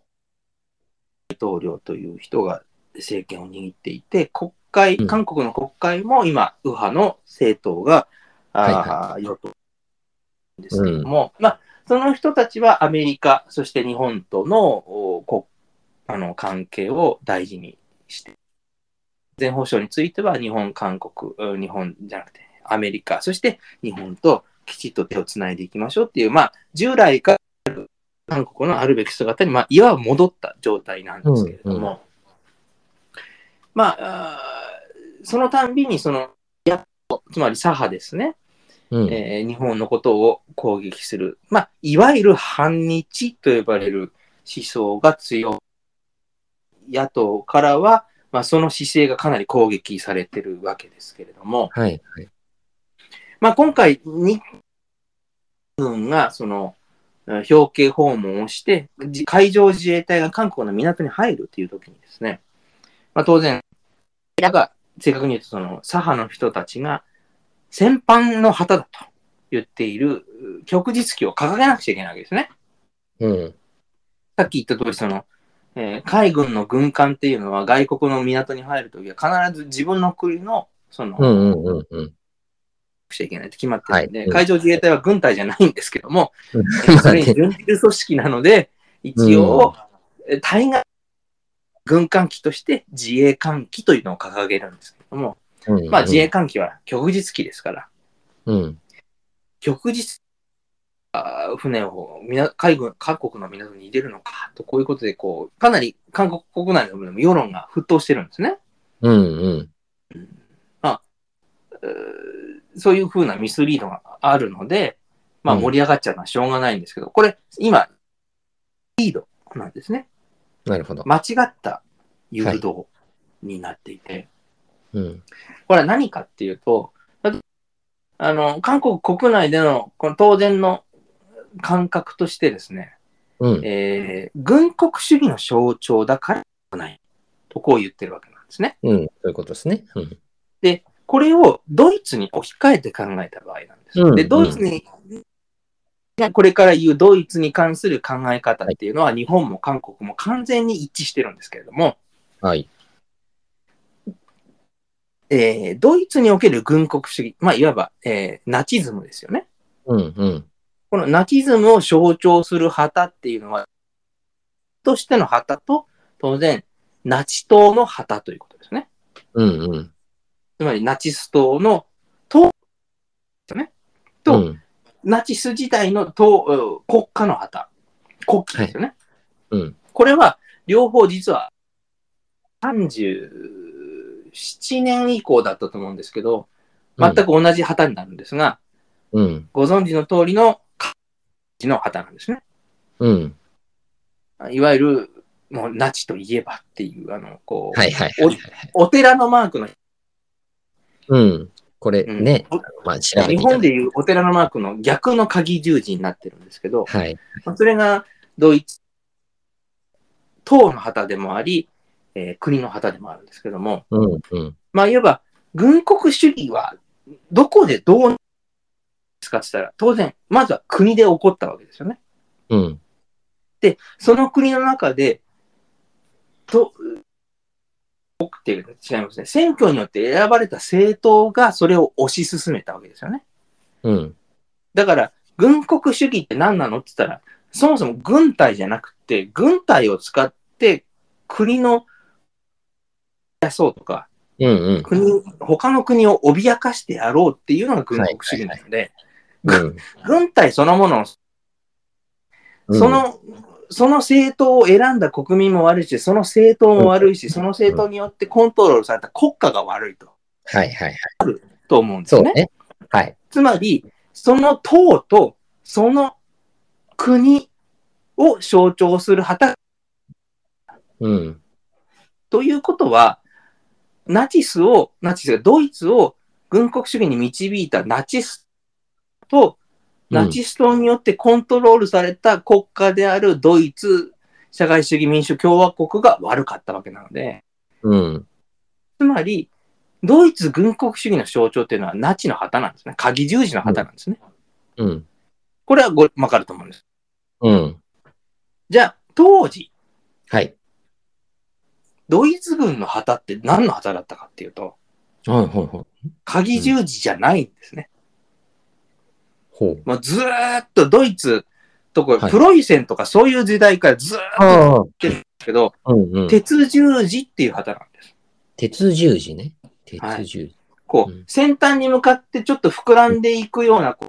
Speaker 1: 大統領という人が政権を握っていて、国会、
Speaker 2: うん
Speaker 1: 韓国の国会も今、右派の政党が、
Speaker 2: はい
Speaker 1: あー与党ですけども、まあ、その人たちはアメリカ、そして日本とのお国あの関係を大事にして、全保障については日本、韓国、うん日本じゃなくてアメリカ、そして日本ときちっと手をつないでいきましょうっていう、まあ、従来から韓国のあるべき姿に、まあ、いわば戻った状態なんですけれども、
Speaker 2: うんう
Speaker 1: まああー、そのたんびにその、やっとつまり左派ですね、
Speaker 2: い。うん。
Speaker 1: えー日本のことを攻撃する、まあ、いわゆる反日と呼ばれる思想が強い野党からは、まあ、その姿勢がかなり攻撃されてるわけですけれども、
Speaker 2: はいはい。
Speaker 1: まあ、今回、日軍がそのえー表敬訪問をして、じ海上自衛隊が韓国の港に入るという時にですね、まあ、当然、だが正確に言うとその左派の人たちが戦犯の旗だと言っているう旭日旗を掲げなくちゃいけないわけですね。
Speaker 2: うん。
Speaker 1: さっき言った通り、その、えー海軍の軍艦っていうのは外国の港に入るときは必ず自分の国のその、
Speaker 2: うんうんうんうん。
Speaker 1: なくちゃいけないって決まってるんで、
Speaker 2: はいうん
Speaker 1: 海上自衛隊は軍隊じゃないんですけども、
Speaker 2: うん
Speaker 1: えーそれに準じる組織なので、一応、えー対外軍艦機として自衛艦機というのを掲げるんですけども、
Speaker 2: うん
Speaker 1: まあ自衛艦機は旭日機ですから、
Speaker 2: うん。
Speaker 1: 旭日あー船をみな海軍、韓国の港に入れるのかと、こういうことで、こう、かなり韓国国内の世論が沸騰してるんですね。
Speaker 2: うんうん。
Speaker 1: うーそういうふうなミスリードがあるので、まあ
Speaker 2: うん
Speaker 1: 盛り上がっちゃうのはしょうがないんですけど、これ、今、リードなんですね。
Speaker 2: なるほど。
Speaker 1: 間違った誘導になっていて、
Speaker 2: うん。
Speaker 1: これは何かっていうと、だあの、韓国国内での、この当然の感覚としてですね、
Speaker 2: うん。
Speaker 1: えー軍国主義の象徴だからないとこう言ってるわけなんですね。
Speaker 2: うん。そういうことですね。うん。
Speaker 1: これをドイツに置き換えて考えた場合なんです。
Speaker 2: うん
Speaker 1: で、ドイツに、これから言うドイツに関する考え方っていうのは、日本も韓国も完全に一致してるんですけれども、
Speaker 2: はい。
Speaker 1: えードイツにおける軍国主義、まあ、いわば、えーナチズムですよね。
Speaker 2: うん。うん。
Speaker 1: このナチズムを象徴する旗っていうのは、としての旗と、当然、ナチ党の旗ということですね。
Speaker 2: うん。うん。
Speaker 1: つまり、ナチス党の党ですよね。と
Speaker 2: うん。
Speaker 1: ナチス自体の党、うん国家の旗、国旗ですよね。
Speaker 2: うん。
Speaker 1: これは、両方実は、37年以降だったと思うんですけど、全く同じ旗になるんですが、
Speaker 2: うん。
Speaker 1: ご存知の通りの、の旗なんですね。
Speaker 2: うん。
Speaker 1: いわゆる、もう、ナチといえばっていう、あの、こう、
Speaker 2: はいはいはいはい。
Speaker 1: お寺のマークの、
Speaker 2: うん。これ
Speaker 1: うん
Speaker 2: ね、まあ調べて
Speaker 1: 日
Speaker 2: いただ
Speaker 1: 本
Speaker 2: い
Speaker 1: で
Speaker 2: て。
Speaker 1: いうお寺のマークの逆の鍵十字になってるんですけど、
Speaker 2: はい。
Speaker 1: まあそれがドイツ、党の旗でもあり、えー国の旗でもあるんですけども、
Speaker 2: うん。うん。
Speaker 1: まあ、いわば、軍国主義はどこでどうですかって言ったら、当然、まずは国で起こったわけですよね。
Speaker 2: うん。
Speaker 1: その国の中で、と、起きてる違いますね。選挙によって選ばれた政党がそれを推し進めたわけですよね。
Speaker 2: うん。
Speaker 1: だから、軍国主義って何なのって言ったら、そもそも軍隊じゃなくて、軍隊を使って国の、やそうとか、
Speaker 2: うん。うん。
Speaker 1: 国、他の国を脅かしてやろうっていうのが軍国主義なので、
Speaker 2: うん
Speaker 1: 軍隊そのものを、
Speaker 2: うん
Speaker 1: そ、の、その政党を選んだ国民も悪いし、その政党も悪いし、その政党によってコントロールされた国家が悪いと、
Speaker 2: はいはいはい。
Speaker 1: と思うんです
Speaker 2: そう
Speaker 1: よね。
Speaker 2: ね。はい。
Speaker 1: つまり、その党とその国を象徴する旗
Speaker 2: うん。
Speaker 1: ということは、ナチスを、ナチスがドイツを軍国主義に導いたナチスと、ナチス党によってコントロールされた国家であるドイツ社会主義民主共和国が悪かったわけなので、
Speaker 2: うん。
Speaker 1: つまり、ドイツ軍国主義の象徴というのはナチの旗なんですね。鍵十字の旗なんですね。
Speaker 2: うん。
Speaker 1: これはご、わかると思うんです。
Speaker 2: うん。
Speaker 1: じゃあ、当時、
Speaker 2: はい。
Speaker 1: ドイツ軍の旗って何の旗だったかっていうと、
Speaker 2: はいはいはい。
Speaker 1: 鍵十字じゃないんですね。
Speaker 2: ほう。
Speaker 1: もうずーっとドイツとこ、
Speaker 2: はい
Speaker 1: プロイセンとかそういう時代からずーっと言っ
Speaker 2: ああ。
Speaker 1: てるんですけど、
Speaker 2: うんうん。
Speaker 1: 鉄十字っていう旗なんです。
Speaker 2: 鉄十字ね。鉄
Speaker 1: はい
Speaker 2: 十字。
Speaker 1: こう、
Speaker 2: うん
Speaker 1: 先端に向かってちょっと膨らんでいくような、こう、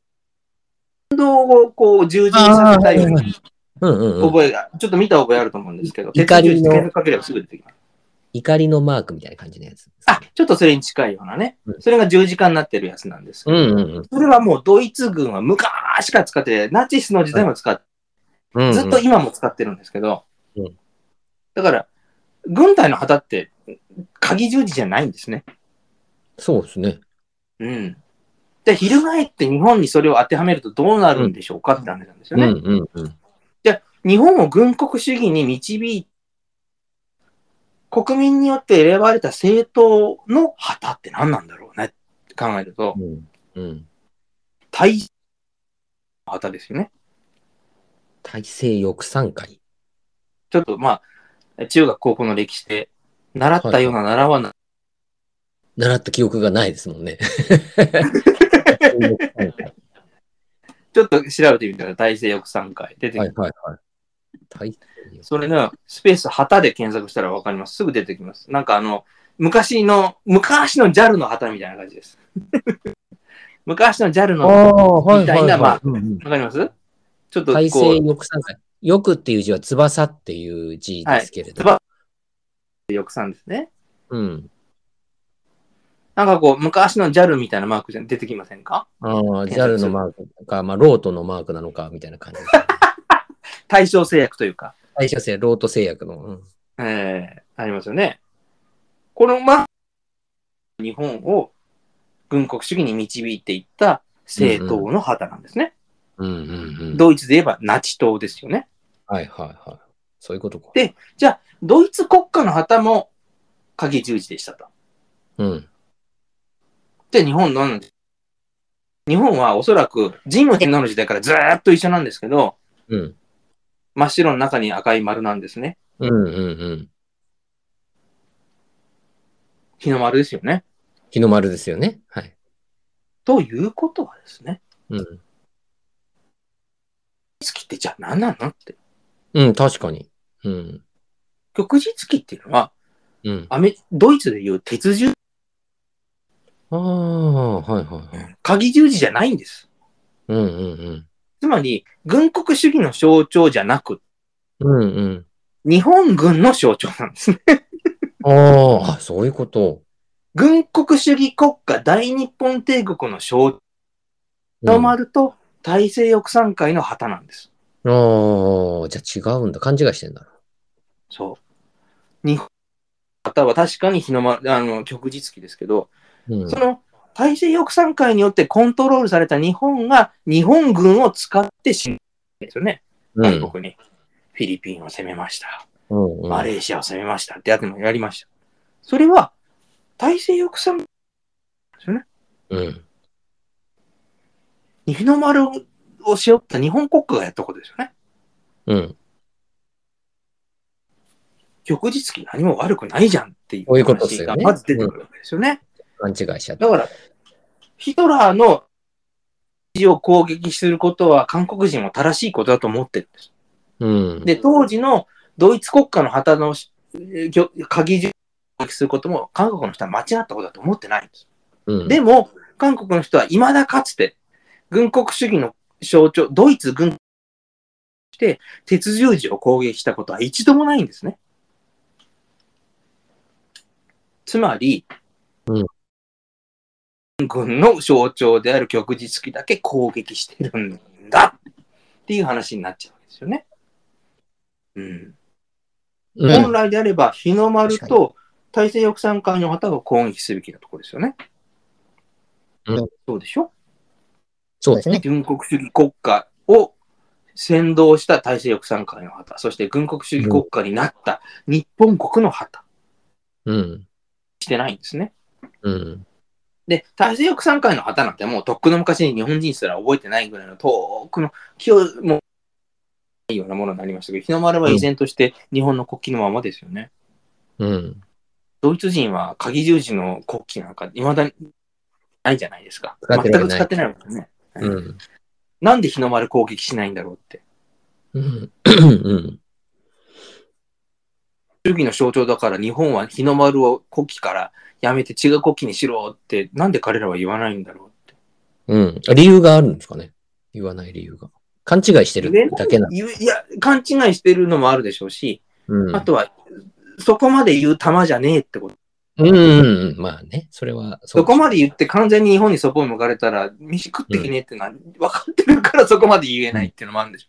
Speaker 1: 運動をこう十字にさせたような
Speaker 2: うんうんうん。
Speaker 1: 覚えが、ちょっと見た覚えあると思うんですけど、鉄
Speaker 2: 怒
Speaker 1: 十
Speaker 2: り
Speaker 1: 字
Speaker 2: の
Speaker 1: 検索かければすぐ出てきます。
Speaker 2: 怒りのマークみたいな感じのやつ。
Speaker 1: あ、ちょっとそれに近いようなね
Speaker 2: う。ん
Speaker 1: それが十字架になってるやつなんですけ
Speaker 2: う
Speaker 1: ど、
Speaker 2: んうん
Speaker 1: それはもうドイツ軍は昔から使ってて、ナチスの時代も使って、
Speaker 2: うん。
Speaker 1: ずっと今も使ってるんですけど、
Speaker 2: うん
Speaker 1: だから、軍隊の旗って、鍵十字じゃないんですね。
Speaker 2: そうですね。
Speaker 1: うん。で、翻って日本にそれを当てはめるとどうなるんでしょうかって話なんです
Speaker 2: う
Speaker 1: よ
Speaker 2: ん
Speaker 1: ね。
Speaker 2: うんうん。
Speaker 1: 日本を軍国主義に導い国民によって選ばれた政党の旗って何なんだろうねって考えると、
Speaker 2: うんうん。
Speaker 1: 大旗ですよね。
Speaker 2: 大西翼賛会。
Speaker 1: ちょっとまあ、中学高校の歴史で習ったような習わない。
Speaker 2: 習った記憶がないですもんね。
Speaker 1: ちょっと調べてみたら大西翼賛会出てきて
Speaker 2: はいはいはい。大西洋
Speaker 1: それね、スペース旗で検索したらわかります。すぐ出てきます。なんかあの、昔の、昔の JAL の旗みたいな感じです。 昔の JAL の、わ
Speaker 2: は
Speaker 1: は
Speaker 2: い
Speaker 1: いはいみたいなまあ
Speaker 2: うんうん
Speaker 1: かりますちょっと
Speaker 2: 大
Speaker 1: こ
Speaker 2: 西
Speaker 1: う、
Speaker 2: 翼賛会。翼っていう字は翼っていう字ですけれども。
Speaker 1: 翼翼さんですね。
Speaker 2: うん。
Speaker 1: なんかこう、昔の JAL みたいなマークじゃ出てきませんか
Speaker 2: ああ、JAL のマークか、まあ、ロートのマークなのか、みたいな感じですね。
Speaker 1: 対象制約というか。
Speaker 2: 最終生、ロート製薬の。うん
Speaker 1: ええありますよね。この、まあ、日本を軍国主義に導いていった政党の旗なんですね。
Speaker 2: うんうんうん。
Speaker 1: ドイツで言えばナチ党ですよね。
Speaker 2: はいはいはい。そういうことか。
Speaker 1: でじゃあ、ドイツ国家の旗も鍵十字でしたと。
Speaker 2: うん。
Speaker 1: で、日本の、日本はおそらく神武天皇の時代からずーっと一緒なんですけど、
Speaker 2: うん。
Speaker 1: 真っ白の中に赤い丸なんですね。
Speaker 2: うんうんうん。
Speaker 1: 日の丸ですよね。
Speaker 2: 日の丸ですよね。はい。
Speaker 1: ということはですね、
Speaker 2: うん。
Speaker 1: 月ってじゃあ何なのって。
Speaker 2: うん、確かに。うん。
Speaker 1: 旭日記っていうのは、
Speaker 2: うん。
Speaker 1: アメドイツでいう鉄十字、
Speaker 2: ああ、はいはいはい。
Speaker 1: 鍵十字じゃないんです。
Speaker 2: うんうん
Speaker 1: つまり、軍国主義の象徴じゃなく、
Speaker 2: うん。うんうん。
Speaker 1: 日本軍の象徴なんですね。
Speaker 2: ああ、そういうこと。
Speaker 1: 軍国主義国家大日本帝国の象徴
Speaker 2: うん
Speaker 1: とまると、大西洋山海の旗なんです。
Speaker 2: ああ、じゃあ違うんだ。勘違いしてんだ。
Speaker 1: そう。日本の旗は確かに日の丸、あの、旭日記ですけど、
Speaker 2: うん
Speaker 1: そ。の大西洋山海によってコントロールされた日本が日本軍を使って侵略したんですよね。
Speaker 2: う
Speaker 1: 韓
Speaker 2: ん
Speaker 1: 国に。フィリピンを攻めました。
Speaker 2: うんうん
Speaker 1: マレーシアを攻めましたってやつもやりました。それは、大西洋山
Speaker 2: うん。
Speaker 1: 海、日の丸を背負った日本国家がやったことですよね。
Speaker 2: うん。
Speaker 1: 旭日記何も悪くないじゃんっていう
Speaker 2: そういうことですよ
Speaker 1: 話
Speaker 2: ね
Speaker 1: がまず出てくるわけですよね。
Speaker 2: 勘違いしちゃった。
Speaker 1: だから、ヒトラーの地を攻撃することは韓国人も正しいことだと思ってるんです。
Speaker 2: うん。
Speaker 1: で、当時のドイツ国家の旗のえーぎょ鍵銃を攻撃することも韓国の人は間違ったことだと思ってないんです。
Speaker 2: うん、
Speaker 1: でも、韓国の人は未だかつて軍国主義の象徴、ドイツ軍として鉄十字を攻撃したことは一度もないんですね。つまり、
Speaker 2: うん
Speaker 1: 軍の象徴である旭日記だけ攻撃してるんだっていう話になっちゃうわけですよね。うん、
Speaker 2: うん、
Speaker 1: 本来であれば日の丸
Speaker 2: 確か
Speaker 1: と大西洋山海の旗を攻撃すべきなところですよね。
Speaker 2: うん
Speaker 1: そうでしょ
Speaker 2: そうですね。
Speaker 1: 軍国主義国家を先導した大西洋山海の旗、そして軍国主義国家になった日本国の旗、
Speaker 2: うん。
Speaker 1: してないんですね。
Speaker 2: うん。
Speaker 1: で、大西洋山海の旗なんてもうとっくの昔に日本人すら覚えてないぐらいの遠くの記憶もないようなものになりましたけど、日の丸は依然として日本の国旗のままですよね。
Speaker 2: うん。
Speaker 1: ドイツ人は鍵十字の国旗なんか未だにないじゃないですか。
Speaker 2: 使っ
Speaker 1: 全
Speaker 2: てる
Speaker 1: く
Speaker 2: わけない
Speaker 1: 使ってないわけですね。
Speaker 2: うん。
Speaker 1: なんで日の丸攻撃しないんだろうって。
Speaker 2: うん。うん。
Speaker 1: 主義の象徴だから日本は日の丸を国旗からやめて違う国旗にしろってなんで彼らは言わないんだろうっ
Speaker 2: うん。理由があるんですかね。言わない理由が。勘違いして
Speaker 1: て。
Speaker 2: るだけなの。
Speaker 1: 言ういや、勘違いしてるのもあるでしょうし、
Speaker 2: うん。
Speaker 1: あとは、そこまで言う玉じゃねえってこと。
Speaker 2: うんうんうん。まあね。それは、
Speaker 1: そこま
Speaker 2: で。
Speaker 1: で言って完全に日本にそっぽい向かれたら、飯食ってきねえってな、分かってるからそこまで言えないっていうのもあるんでしょ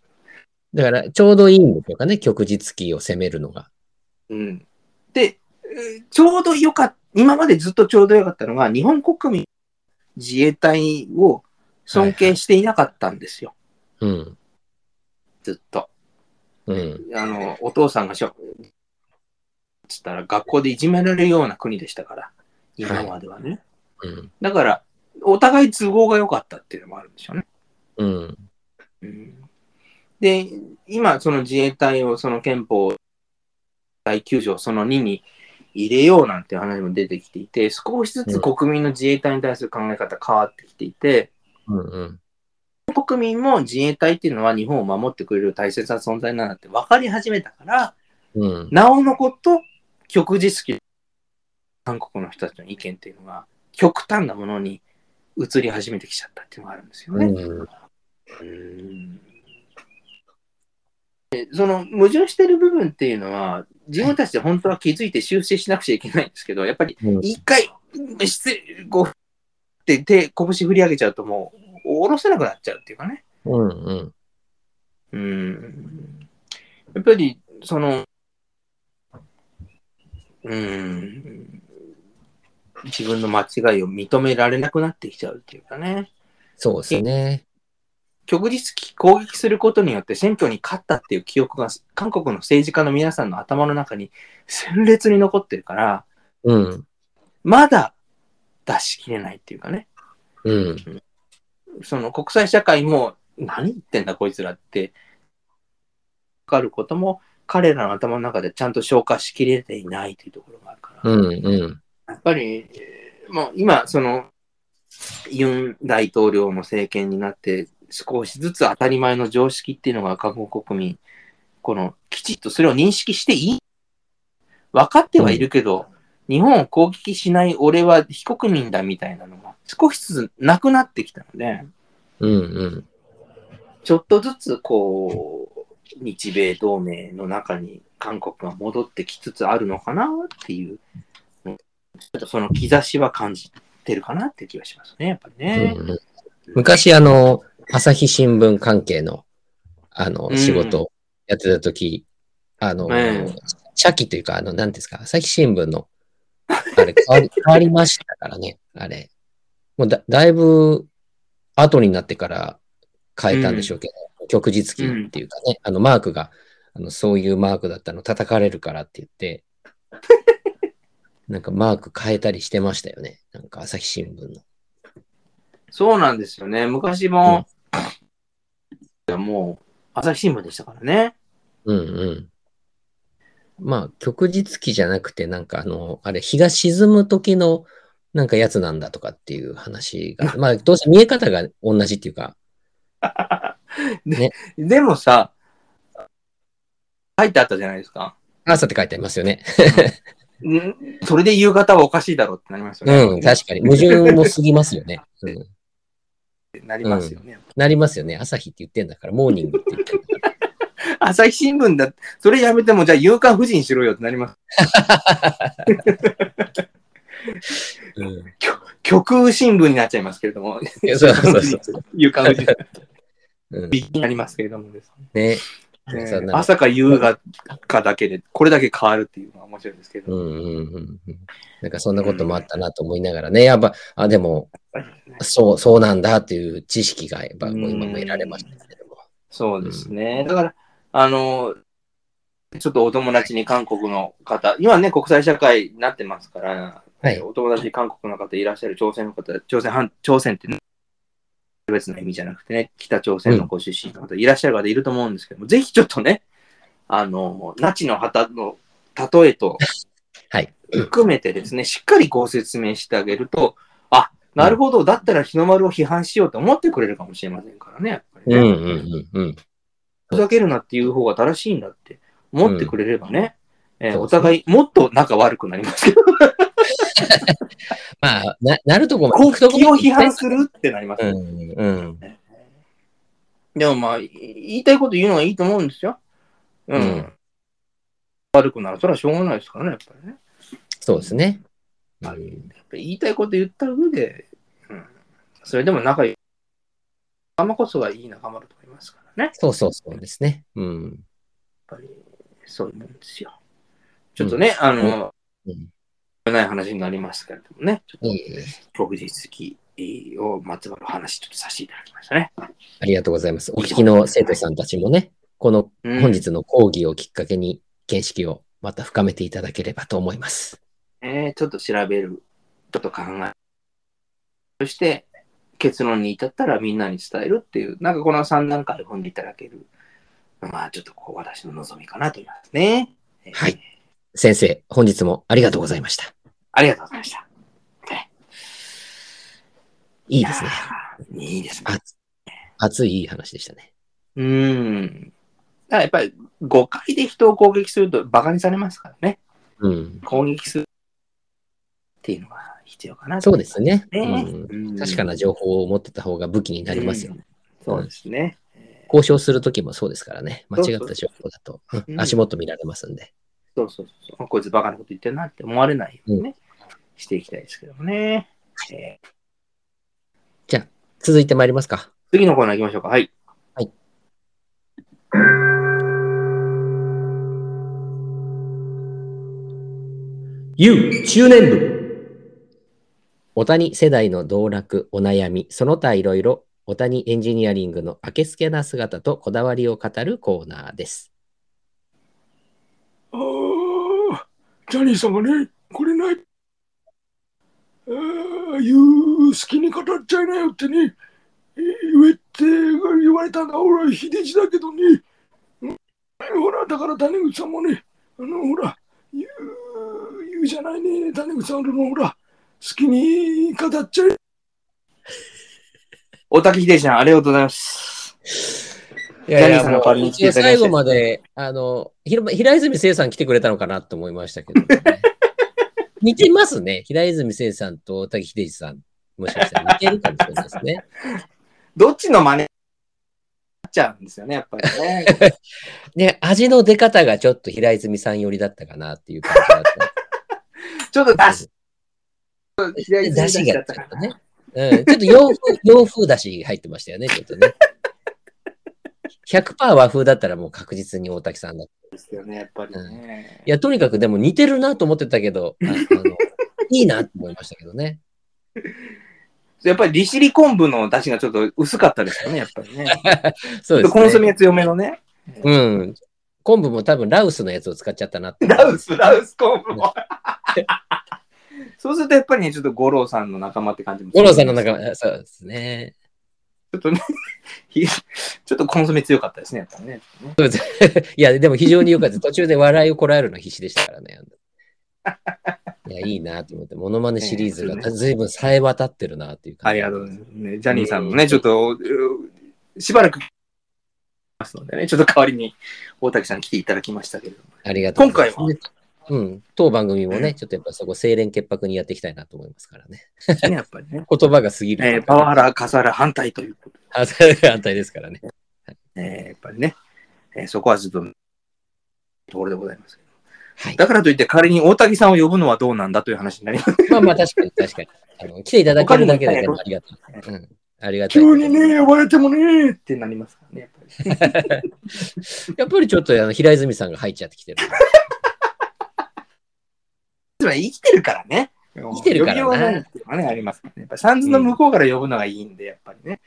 Speaker 2: だから、ちょうどいいんですよかね。旭日記を攻めるのが。
Speaker 1: う。うん。で、えーちょうどよかった、今までずっとちょうどよかったのが、日本国民自衛隊を尊敬していなかったんですよ、
Speaker 2: うん。
Speaker 1: ずっと。
Speaker 2: うん。
Speaker 1: あの、お父さんがしょ、つったら学校でいじめられるような国でしたから、今まではね。
Speaker 2: うん。
Speaker 1: だから、お互い都合が良かったっていうのもあるんでしょうね。
Speaker 2: うん。
Speaker 1: うんで、今、その自衛隊をその憲法第9条その2に入れようなんて話も出てきていて、少しずつ国民の自衛隊に対する考え方変わってきていて、
Speaker 2: うん。うん。
Speaker 1: 国民も自衛隊っていうのは日本を守ってくれる大切な存在なんだって分かり始めたから、
Speaker 2: うん。
Speaker 1: なおのこと、旭日記、韓国の人たちの意見っていうのが、極端なものに移り始めてきちゃったっていうのがあるんですよ
Speaker 2: う
Speaker 1: ね。
Speaker 2: ん。
Speaker 1: うんでその矛盾してる部分っていうのは、自分たちで本当は気づいて修正しなくちゃいけないんですけど、やっぱり
Speaker 2: うん
Speaker 1: 一回、失礼、こう、って手、拳振り上げちゃうともう、下ろせなくなっちゃうっていうかね。
Speaker 2: うん。
Speaker 1: うんやっぱりその、うん、自分の間違いを認められなくなってきちゃうっていうかね。
Speaker 2: そうですね。
Speaker 1: 極日攻撃することによって選挙に勝ったっていう記憶が韓国の政治家の皆さんの頭の中に鮮烈に残ってるから、
Speaker 2: うん。
Speaker 1: まだ出し切れないっていうかね。
Speaker 2: うん。
Speaker 1: その国際社会も何言ってんだこいつらって、わかることも彼らの頭の中でちゃんと消化しきれていないというところがあるから、
Speaker 2: うん。うん。
Speaker 1: やっぱり、えーもう今、その、ユン大統領の政権になって、少しずつ当たり前の常識っていうのが韓国国民、この、きちっとそれを認識していい分かってはいるけど、日本を攻撃しない俺は非国民だみたいなのが少しずつなくなってきたので、
Speaker 2: うん。うん。
Speaker 1: ちょっとずつこう、日米同盟の中に韓国が戻ってきつつあるのかなっていう、うんちょっとその兆しは感じてるかなって気がしますね、やっぱりね。
Speaker 2: うんうん昔、あの、朝日新聞関係の、あの
Speaker 1: う、ん
Speaker 2: 仕事をやってた時、あの、
Speaker 1: ええ
Speaker 2: 社記というか、あの、何ですか、朝日新聞の、あれ、変わり、変 わりましたからね、あれ。もうだ、だいぶ、後になってから変えたんでしょうけど、旭日記っていうかね、あの、マークが、あの、そういうマークだったの、叩かれるからって言 って、なんかマーク変えたりしてましたよね。なんか朝日新聞の。
Speaker 1: そうなんですよね。昔も、もう、朝日新聞でしたからね。
Speaker 2: うんうん。まあ、旭日記じゃなくて、なんかあの、あれ、日が沈む時の、なんかやつなんだとかっていう話が、まあ、どうせ見え方が同じっていうか、
Speaker 1: でもさ、書いてあったじゃないですか。
Speaker 2: 朝って書いてありますよね。
Speaker 1: んそれで夕方はおかしいだろうってなりますよね。
Speaker 2: うん、確かに。矛盾も過ぎますよね。うん、
Speaker 1: なりますよね。
Speaker 2: なりますよね。朝日って言ってんだから、モーニングって言ってんだか
Speaker 1: 朝日新聞だ、それやめても、じゃあ、夕刊婦人しろよってなります。
Speaker 2: ら。うん
Speaker 1: 極右新聞になっちゃいますけれど も、
Speaker 2: いや、そうそうそう。
Speaker 1: 夕刊婦人
Speaker 2: うん、
Speaker 1: になりますけれども ですね、
Speaker 2: ね。
Speaker 1: え
Speaker 2: そうなん
Speaker 1: ー
Speaker 2: か
Speaker 1: 朝か夕がかだけで、これだけ変わるっていうのは面白いですけ
Speaker 2: う
Speaker 1: ど、
Speaker 2: んうんうんうん。なんかそんなこともあったなと思いながらね、やっぱ、あ、でも、そう、そうなんだっていう知識が、やっぱこう今も得られましたけども。
Speaker 1: そうですね。だから、あの、ちょっとお友達に韓国の方、今ね、国際社会になってますから、
Speaker 2: はい
Speaker 1: お友達に韓国の方いらっしゃる朝鮮の方、朝鮮半、朝鮮って、ね、別の意味じゃなくてね、北朝鮮のご出身の方いらっしゃる方いると思うんですけども、ぜひちょっとね、あの、那智の旗の例えと
Speaker 2: はい。
Speaker 1: 含めてですね、しっかりご説明してあげると、あ、なるほど、だったら日の丸を批判しようと思ってくれるかもしれませんからね、やっぱり
Speaker 2: う
Speaker 1: ね
Speaker 2: んうんうんうん。
Speaker 1: ふざけるなっていう方が正しいんだって思ってくれればね、えー
Speaker 2: そう
Speaker 1: お
Speaker 2: ですね
Speaker 1: 互いもっと仲悪くなりますけど、
Speaker 2: まあ、ななるとこまで
Speaker 1: 国
Speaker 2: 行くとこ
Speaker 1: 旗を
Speaker 2: まで
Speaker 1: 批
Speaker 2: 行きたい
Speaker 1: 判するってなります、
Speaker 2: うんうん。
Speaker 1: でもまあ、い言いたいこと言うのはいいと思うんですよ。うん。
Speaker 2: うん
Speaker 1: 悪くなら、それはしょうがないですからね、やっぱりね。
Speaker 2: そうですね。
Speaker 1: は
Speaker 2: うん
Speaker 1: やっぱり言いたいこと言った上で、うん、それでも仲良い。仲間こそがいい仲間だと思いますからね。
Speaker 2: そうそうそうですね。うん。
Speaker 1: やっぱり、そういうもんですよ。ちょっとね、あの、
Speaker 2: うん
Speaker 1: 危ない話になりますけれどもね、ちょっと
Speaker 2: いえいえ
Speaker 1: 僕日記をまつわる話ちょっとさせていただきましたね。
Speaker 2: ありがとうございます。お聞きの生徒さんたちもね、この
Speaker 1: うん
Speaker 2: 本日の講義をきっかけに、見識をまた深めていただければと思います。
Speaker 1: えーちょっと調べる、ちょっと考え、そして結論に至ったらみんなに伝えるっていう、なんかこの3段階踏んでいただける、まあちょっとこう私の望みかなと思いますね。えー
Speaker 2: はい。先生、本日もありがとうございました。
Speaker 1: ありがとうございました。
Speaker 2: いいですね。
Speaker 1: いやーいいですね。
Speaker 2: あ熱いいい話でしたね。
Speaker 1: うん。だからやっぱり誤解で人を攻撃すると馬鹿にされますからね。
Speaker 2: うん。
Speaker 1: 攻撃するっていうのが必要かなと
Speaker 2: そう
Speaker 1: 思い
Speaker 2: で
Speaker 1: ます
Speaker 2: ね。う
Speaker 1: ね
Speaker 2: ん、
Speaker 1: うん
Speaker 2: 確かな情報を持ってた方が武器になりますよ。
Speaker 1: うんそうですね。
Speaker 2: 交渉するときもそうですからね。間
Speaker 1: そう
Speaker 2: 違
Speaker 1: そう
Speaker 2: った情報だと、うん
Speaker 1: うん
Speaker 2: 足元見られますんで。
Speaker 1: そうそうそう。こいつバカなこと言ってるなって思われないようにね、していきたいですけどもね。えー
Speaker 2: 続いてまいりますか。
Speaker 1: 次のコーナー行きましょうか。はい。
Speaker 4: U 中年部
Speaker 2: おたに世代の道楽、お悩み、その他いろいろ、おたにエンジニアリングの明けすけな姿とこだわりを語るコーナーです。
Speaker 1: ああ、ジャニーさんがね、これない。ああ、言う、好きに語っちゃいなよってね、え言えって言われたんだ。俺は秀じだけどね、うんほら、だから谷口さんもね、あの、ほら、言う、言うじゃないね、谷口さんのほら、好きに語っちゃい。大竹秀さん、ありがとうございます。
Speaker 2: い
Speaker 1: やいやジャニーさんの代わりに来ていただきまして
Speaker 2: 最後まで、あの、ひろ平泉聖さん来てくれたのかなと思いましたけど、 ね。似てますね。平泉聖さんと滝秀治さん。もしかしたら似てるかもしれないですね。
Speaker 1: どっちの真似になっちゃうんですよね、やっぱりね。
Speaker 2: で、味の出方がちょっと平泉さん寄りだったかなっていう感じだった。
Speaker 1: ちょっと出し、左
Speaker 2: だ
Speaker 1: 出
Speaker 2: し
Speaker 1: し
Speaker 2: が
Speaker 1: が
Speaker 2: ちょっとね。うん、ちょっと洋 風、洋風だし入ってましたよね、ちょっとね。100%和風だったらもう確実に大滝さんだ。い
Speaker 1: ですよね、やっぱりね。
Speaker 2: や、とにかくでも似てるなと思ってたけど、ああのいいなと思いましたけどね。
Speaker 1: やっぱり利尻昆布の出汁がちょっと薄かったですよね、やっぱりね。
Speaker 2: そうです
Speaker 1: コンソメ
Speaker 2: ね。
Speaker 1: が強めのね。
Speaker 2: うん。昆布も多分ラウスのやつを使っちゃったなって。
Speaker 1: ラウス、ラウス昆布も。 そうするとやっぱりね、ちょっと五郎さんの仲間って感じもす
Speaker 2: 五
Speaker 1: る
Speaker 2: 郎さんの仲間、そうですね。
Speaker 1: ちょっとね、ひ ちょっとコンソメ強かったですね、やっぱりね。
Speaker 2: いや、でも非常に良かった。途中で笑いをこらえるの必死でしたか らね。いや、いいなと思って、モノマネシリーズが随分さえ渡ってるなっていう感
Speaker 1: あ
Speaker 2: じ。
Speaker 1: りがとうございます。ね、ジャニーさんもね、ちょっと、うしばらく、ますのでね、ちょっと代わりに大竹さん来ていただきましたけれども。
Speaker 2: ありがとうございます。
Speaker 1: 今
Speaker 2: 回は。うん。当番組もね、ちょっとやっぱそこ、清廉潔白にやっていきたいなと思いますからね。
Speaker 1: ね、やっぱり ね。
Speaker 2: 言葉が過ぎる。
Speaker 1: えーパワハラ、カスハラ反対ということ
Speaker 2: あそれが反対ですからね。
Speaker 1: で、えーやっぱりね、えーそこはちょっと、ところでございますけど。
Speaker 2: はい
Speaker 1: だからといって、仮に大滝さんを呼ぶのはどうなんだという話になります。
Speaker 2: まあまあ、確かに確かに。あの来ていただけるだけだけど、ありがとう。うん。ありがたい。
Speaker 1: ね、呼ばれてもね、ってなりますからね、やっぱり。
Speaker 2: やっぱりちょっとあの平泉さんが入っちゃってきてる。
Speaker 1: つまり生きてるからね。生
Speaker 2: きてるからな
Speaker 1: 呼びようがないっていうのはね、ありますからね。やっぱり、サンズの向こうから呼ぶのがいいんで、やっぱりね。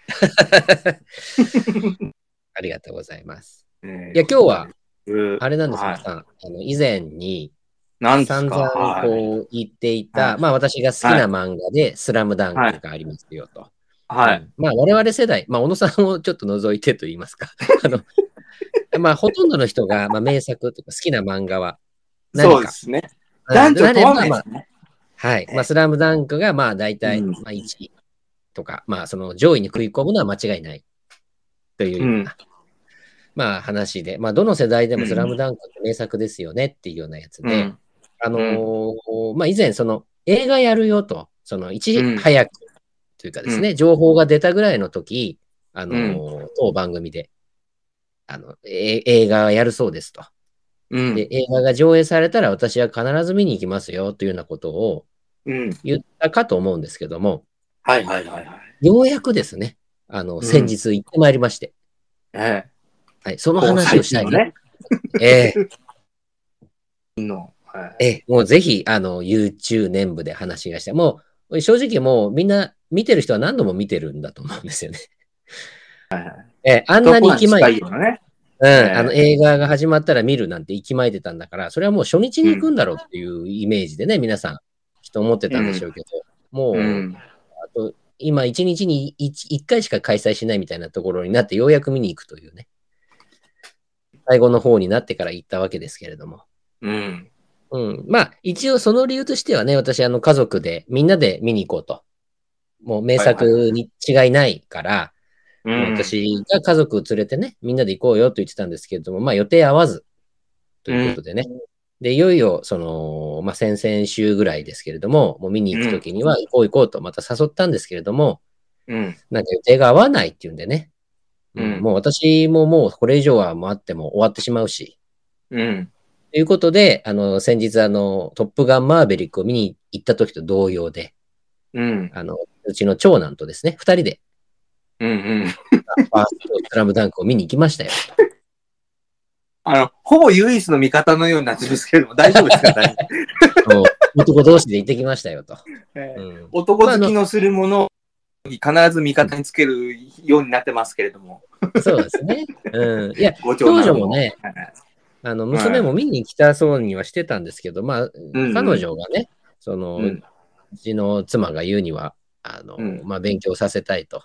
Speaker 2: ありがとうございます。
Speaker 1: えー
Speaker 2: いや、今日は、
Speaker 1: うん
Speaker 2: あれなんですよ、
Speaker 1: はい
Speaker 2: さんあの以前に
Speaker 1: なんですか
Speaker 2: 散々
Speaker 1: はい
Speaker 2: こう言っていた、
Speaker 1: はい
Speaker 2: まあ私が好きな漫画で、スラムダンクがありますよと。
Speaker 1: は
Speaker 2: う
Speaker 1: い。
Speaker 2: んまあ我々世代、まあ小野さんをちょっと除いてと言いますか。 あのまあほとんどの人が、まあ、名作とか好きな漫画は何か。
Speaker 1: そうですね。男女問わない
Speaker 2: ま
Speaker 1: で
Speaker 2: あ
Speaker 1: すね。
Speaker 2: はい。まあスラムダンクがまあ大体、
Speaker 1: うん
Speaker 2: まあ1位とか、まあその上位に食い込むのは間違いないというような
Speaker 1: うん
Speaker 2: まあ話で、まあどの世代でも
Speaker 1: うん
Speaker 2: スラムダンクって名作ですよねっていうようなやつ
Speaker 1: う
Speaker 2: で、
Speaker 1: ん
Speaker 2: あのーまあ以前、その映画やるよと、そのいち早くというかですね、情報が出たぐらいの時、あのー当番組で、あの、え映画やるそうですと。
Speaker 1: うん
Speaker 2: で、映画が上映されたら私は必ず見に行きますよというようなことを
Speaker 1: うん。
Speaker 2: 言ったかと思うんですけども、
Speaker 1: はいはいはいはい。
Speaker 2: ようやくですね、あの、
Speaker 1: ん
Speaker 2: 先日行ってまいりまして、
Speaker 1: え
Speaker 2: はい、そ
Speaker 1: え
Speaker 2: の話をしたい
Speaker 1: こ
Speaker 2: な
Speaker 1: う最近のね。
Speaker 2: え
Speaker 1: の。はい
Speaker 2: えええもうぜひ、あの、YouTube 年部で話がして、もう、正直もうみんな見てる人は何度も見てるんだと思うんですよね。ええあんなに息巻いて、
Speaker 1: どこが近いよね
Speaker 2: うん、
Speaker 1: え
Speaker 2: あの映画が始まったら見るなんて息巻いてたんだから、それはもう初日に行くんだろうっていうイメージでね、皆さん、きっと思ってたんでしょうけど、もう、
Speaker 1: うん。
Speaker 2: あと今一日に 1, 回しか開催しないみたいなところになって、ようやく見に行くというね。最後の方になってから行ったわけですけれども。
Speaker 1: うん。
Speaker 2: うん。まあ、一応その理由としてはね、私、あの、家族で、みんなで見に行こうと。もう名作に違いないから、もう私が家族連れてね、みんなで行こうよと言ってたんですけれども、まあ予定合わず、ということでね。で、いよいよ、その、まあ先々週ぐらいですけれども、もう見に行くときには行こう行こうとまた誘ったんですけれども、
Speaker 1: うん。
Speaker 2: なんか予定が合わないっていうんでね。
Speaker 1: うん
Speaker 2: もう私ももうこれ以上はもうあっても終わってしまうし、
Speaker 1: うん。
Speaker 2: ということで、あの、先日、あの、トップガンマーベリックを見に行った時と同様で、
Speaker 1: うん。
Speaker 2: あの、うちの長男とですね、二人で、
Speaker 1: うん。
Speaker 2: ファーストスラムダンクを見に行きましたよ。
Speaker 1: あの、ほぼ唯一の味方のようになってますけれども、大丈夫ですか大丈夫
Speaker 2: あの男同士で行ってきましたよと。
Speaker 1: え
Speaker 2: う
Speaker 1: ー
Speaker 2: ん
Speaker 1: 男好きのするものを必ず味方につけるようになってますけれども、
Speaker 2: そうですね。うん。いや、
Speaker 1: ご長
Speaker 2: 長
Speaker 1: 男
Speaker 2: 女もね、
Speaker 1: はいはい
Speaker 2: あの、娘も見に来たそうにはしてたんですけど、まあ、
Speaker 1: うん
Speaker 2: 彼女がね、その、
Speaker 1: う
Speaker 2: うんちの妻が言うには、あの、
Speaker 1: うん
Speaker 2: まあ、勉強させたいと。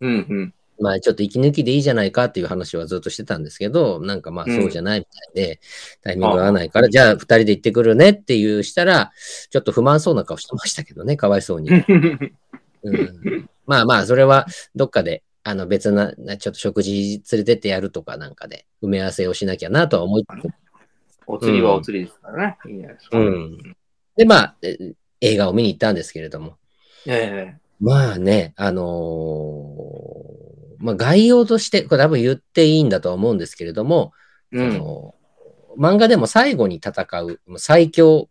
Speaker 1: うんうん
Speaker 2: まあ、ちょっと息抜きでいいじゃないかっていう話はずっとしてたんですけど、なんかまあ、そうじゃないみたいで、タイミングが合わないから、じゃあ、二人で行ってくるねっていうしたら、ちょっと不満そうな顔してましたけどね、かわいそうに。うんまあまあ、それはどっかで、あの別な、なちょっと食事連れてってやるとかなんかで、埋め合わせをしなきゃなとは思いつつ、
Speaker 1: お釣りはお釣りですからね。いいんじゃないですか
Speaker 2: うんで、まあ、え映画を見に行ったんですけれども、
Speaker 1: え
Speaker 2: まあね、あのーまあ概要として、これ多分言っていいんだとは思うんですけれども、
Speaker 1: えうん
Speaker 2: その漫画でも最後に戦う、もう最強、
Speaker 1: うん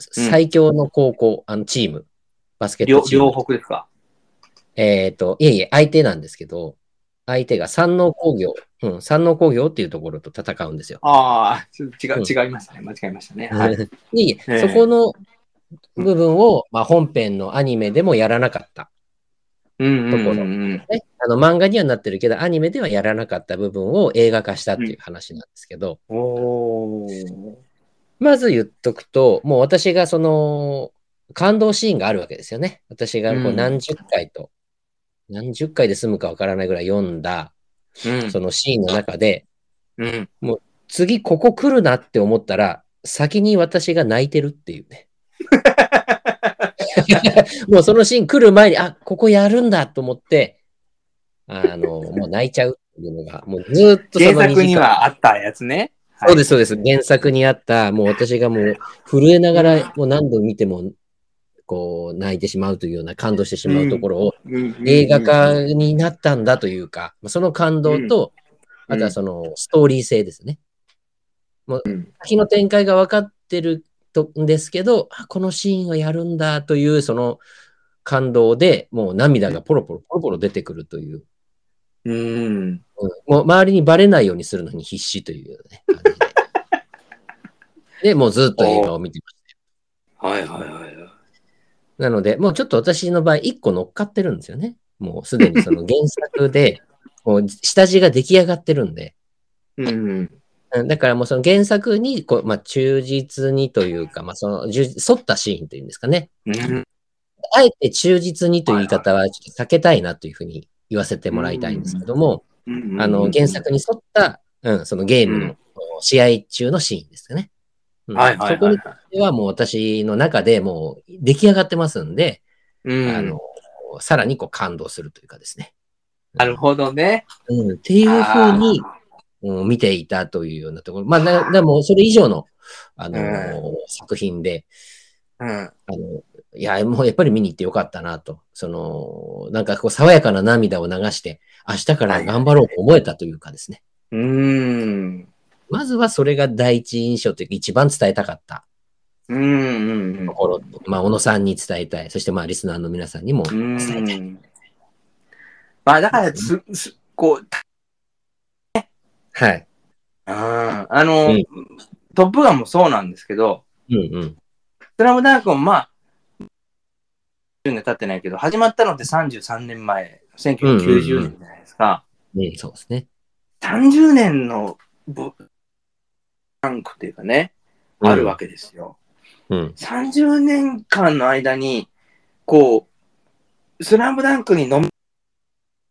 Speaker 2: 最強の高校、あのチーム、バスケッ
Speaker 1: 両
Speaker 2: トチーム
Speaker 1: 両。北ですか。
Speaker 2: えっ、と、いえいえ、相手なんですけど、相手が山王工業、うん、山王工業っていうところと戦うんですよ。
Speaker 1: ああ、ちょっと違
Speaker 2: う
Speaker 1: うん違いましたね。間違えましたね。はい
Speaker 2: いえいえ、
Speaker 1: ええ
Speaker 2: そこの部分を、まあ、本編のアニメでもやらなかった。
Speaker 1: うんうん
Speaker 2: と
Speaker 1: う
Speaker 2: こ
Speaker 1: ん
Speaker 2: ろ
Speaker 1: うん
Speaker 2: ね、あの漫画にはなってるけど、アニメではやらなかった部分を映画化したっていう話なんですけど、
Speaker 1: おー
Speaker 2: まず言っとくと、もう私がその、感動シーンがあるわけですよね。私がこ
Speaker 1: う
Speaker 2: うん何十回と、何十回で済むかわからないぐらい読んだ、
Speaker 1: うん
Speaker 2: そのシーンの中で、
Speaker 1: うん
Speaker 2: 次ここ来るなって思ったら、先に私が泣いてるっていう ね。もうそのシーン来る前に、あ、ここやるんだと思って、あの、もう泣いちゃうっていうのが、もうずっとそ
Speaker 1: 原
Speaker 2: の2
Speaker 1: 作
Speaker 2: 時
Speaker 1: に
Speaker 2: 間。
Speaker 1: はあったやつね。。
Speaker 2: そうですす、そうです。原作にあった、もう私がもう震えながら、もう何度見ても、こう、泣いてしまうというような、感動してしまうところを、映画化になったんだというか、その感動と、
Speaker 1: うん
Speaker 2: あとはそのストーリー性ですね。もう
Speaker 1: うん
Speaker 2: 先の展開が分かってるとんですけど、あこのシーンをやるんだというその感動でもう涙がポロポロポロポロ出てくるという、
Speaker 1: うん。
Speaker 2: うんもう周りにバレないようにするのに必死というね。感じでで、もうずっと映画を見てまし
Speaker 1: はいはいはいはい。
Speaker 2: た。なので、もうちょっと私の場合、一個乗っかってるんですよね。もうすでにその原作で、 もう下地が出来上がってるんで。
Speaker 1: うん。
Speaker 2: うんだからもうその原作にこう、まあ、忠実にというか、まあ、そのじゅ沿ったシーンというんですかね。
Speaker 1: うん
Speaker 2: あえて忠実にという言い方はちょっと避けたいなというふうに言わせてもらいたいんですけども、
Speaker 1: うん
Speaker 2: あの原。作に沿った、うん、そのゲームの、
Speaker 1: うん
Speaker 2: 試合中のシーンですよね。うん
Speaker 1: はいはい
Speaker 2: そこ
Speaker 1: は
Speaker 2: に
Speaker 1: い
Speaker 2: 関。してはもう私の中でもう出来上がってますんで、
Speaker 1: うん
Speaker 2: あのさらにこう感動するというかですね。
Speaker 1: なるほどね。
Speaker 2: うん、っていうふうにうん、見ていたというようなところ。まあ、なでも、それ以上の、あのー作品で、
Speaker 1: あー。
Speaker 2: あの、いや、もうやっぱり見に行ってよかったなと。その、なんかこう、爽やかな涙を流して、明日から頑張ろうと思えたというかですね。
Speaker 1: うん。
Speaker 2: まずはそれが第一印象というか、一番伝えたかった
Speaker 1: うん。うん。うん
Speaker 2: ところ。まあ、小野さんに伝えたい。そして、まあ、リスナーの皆さんにも
Speaker 1: う
Speaker 2: 伝えたい。
Speaker 1: ん。まあだからつ、すこう、
Speaker 2: はい。
Speaker 1: あーあの、
Speaker 2: うん
Speaker 1: トップガンもそうなんですけど、
Speaker 2: うんうん。
Speaker 1: スラムダンクもまあ、10年経ってないけど、始まったのって33年前、1990年じゃないですか。
Speaker 2: うん、そうですね。
Speaker 1: 30年のブランクっていうかね、あるわけですよ。
Speaker 2: うん。
Speaker 1: 30年間の間に、こう、スラムダンクに飲む人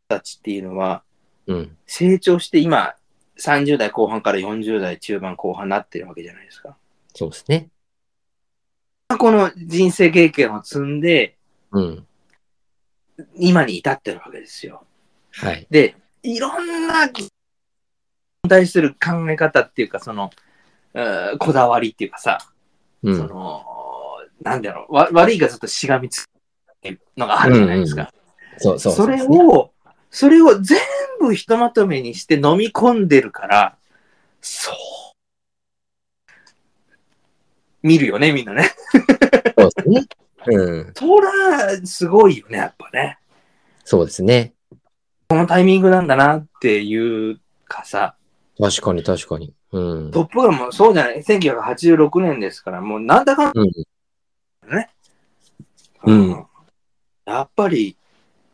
Speaker 1: たちっていうのは、
Speaker 2: うん。
Speaker 1: 成長して今、30代後半から40代中盤後半になってるわけじゃないですか。
Speaker 2: そうですね。
Speaker 1: この人生経験を積んで、
Speaker 2: うん。
Speaker 1: 今に至ってるわけですよ。
Speaker 2: はい。
Speaker 1: で、いろんな、対する考え方っていうか、その、えーこだわりっていうかさ、
Speaker 2: う
Speaker 1: そ
Speaker 2: ん。
Speaker 1: の、なんだろう、わ悪いがちょっとしがみつくのがあるじゃないですか。
Speaker 2: そうそう
Speaker 1: そうれ
Speaker 2: ですね
Speaker 1: を、それを全部ひとまとめにして飲み込んでるから、そう。見るよね、みんなね。
Speaker 2: そうですね。うん。
Speaker 1: そら、すごいよね、やっぱね。
Speaker 2: そうですね。
Speaker 1: このタイミングなんだなっていうかさ、
Speaker 2: 確かに確かに。うん。
Speaker 1: トップガンもそうじゃない、1986年ですから、もうなんだかんだ
Speaker 2: うん。うん
Speaker 1: やっぱり、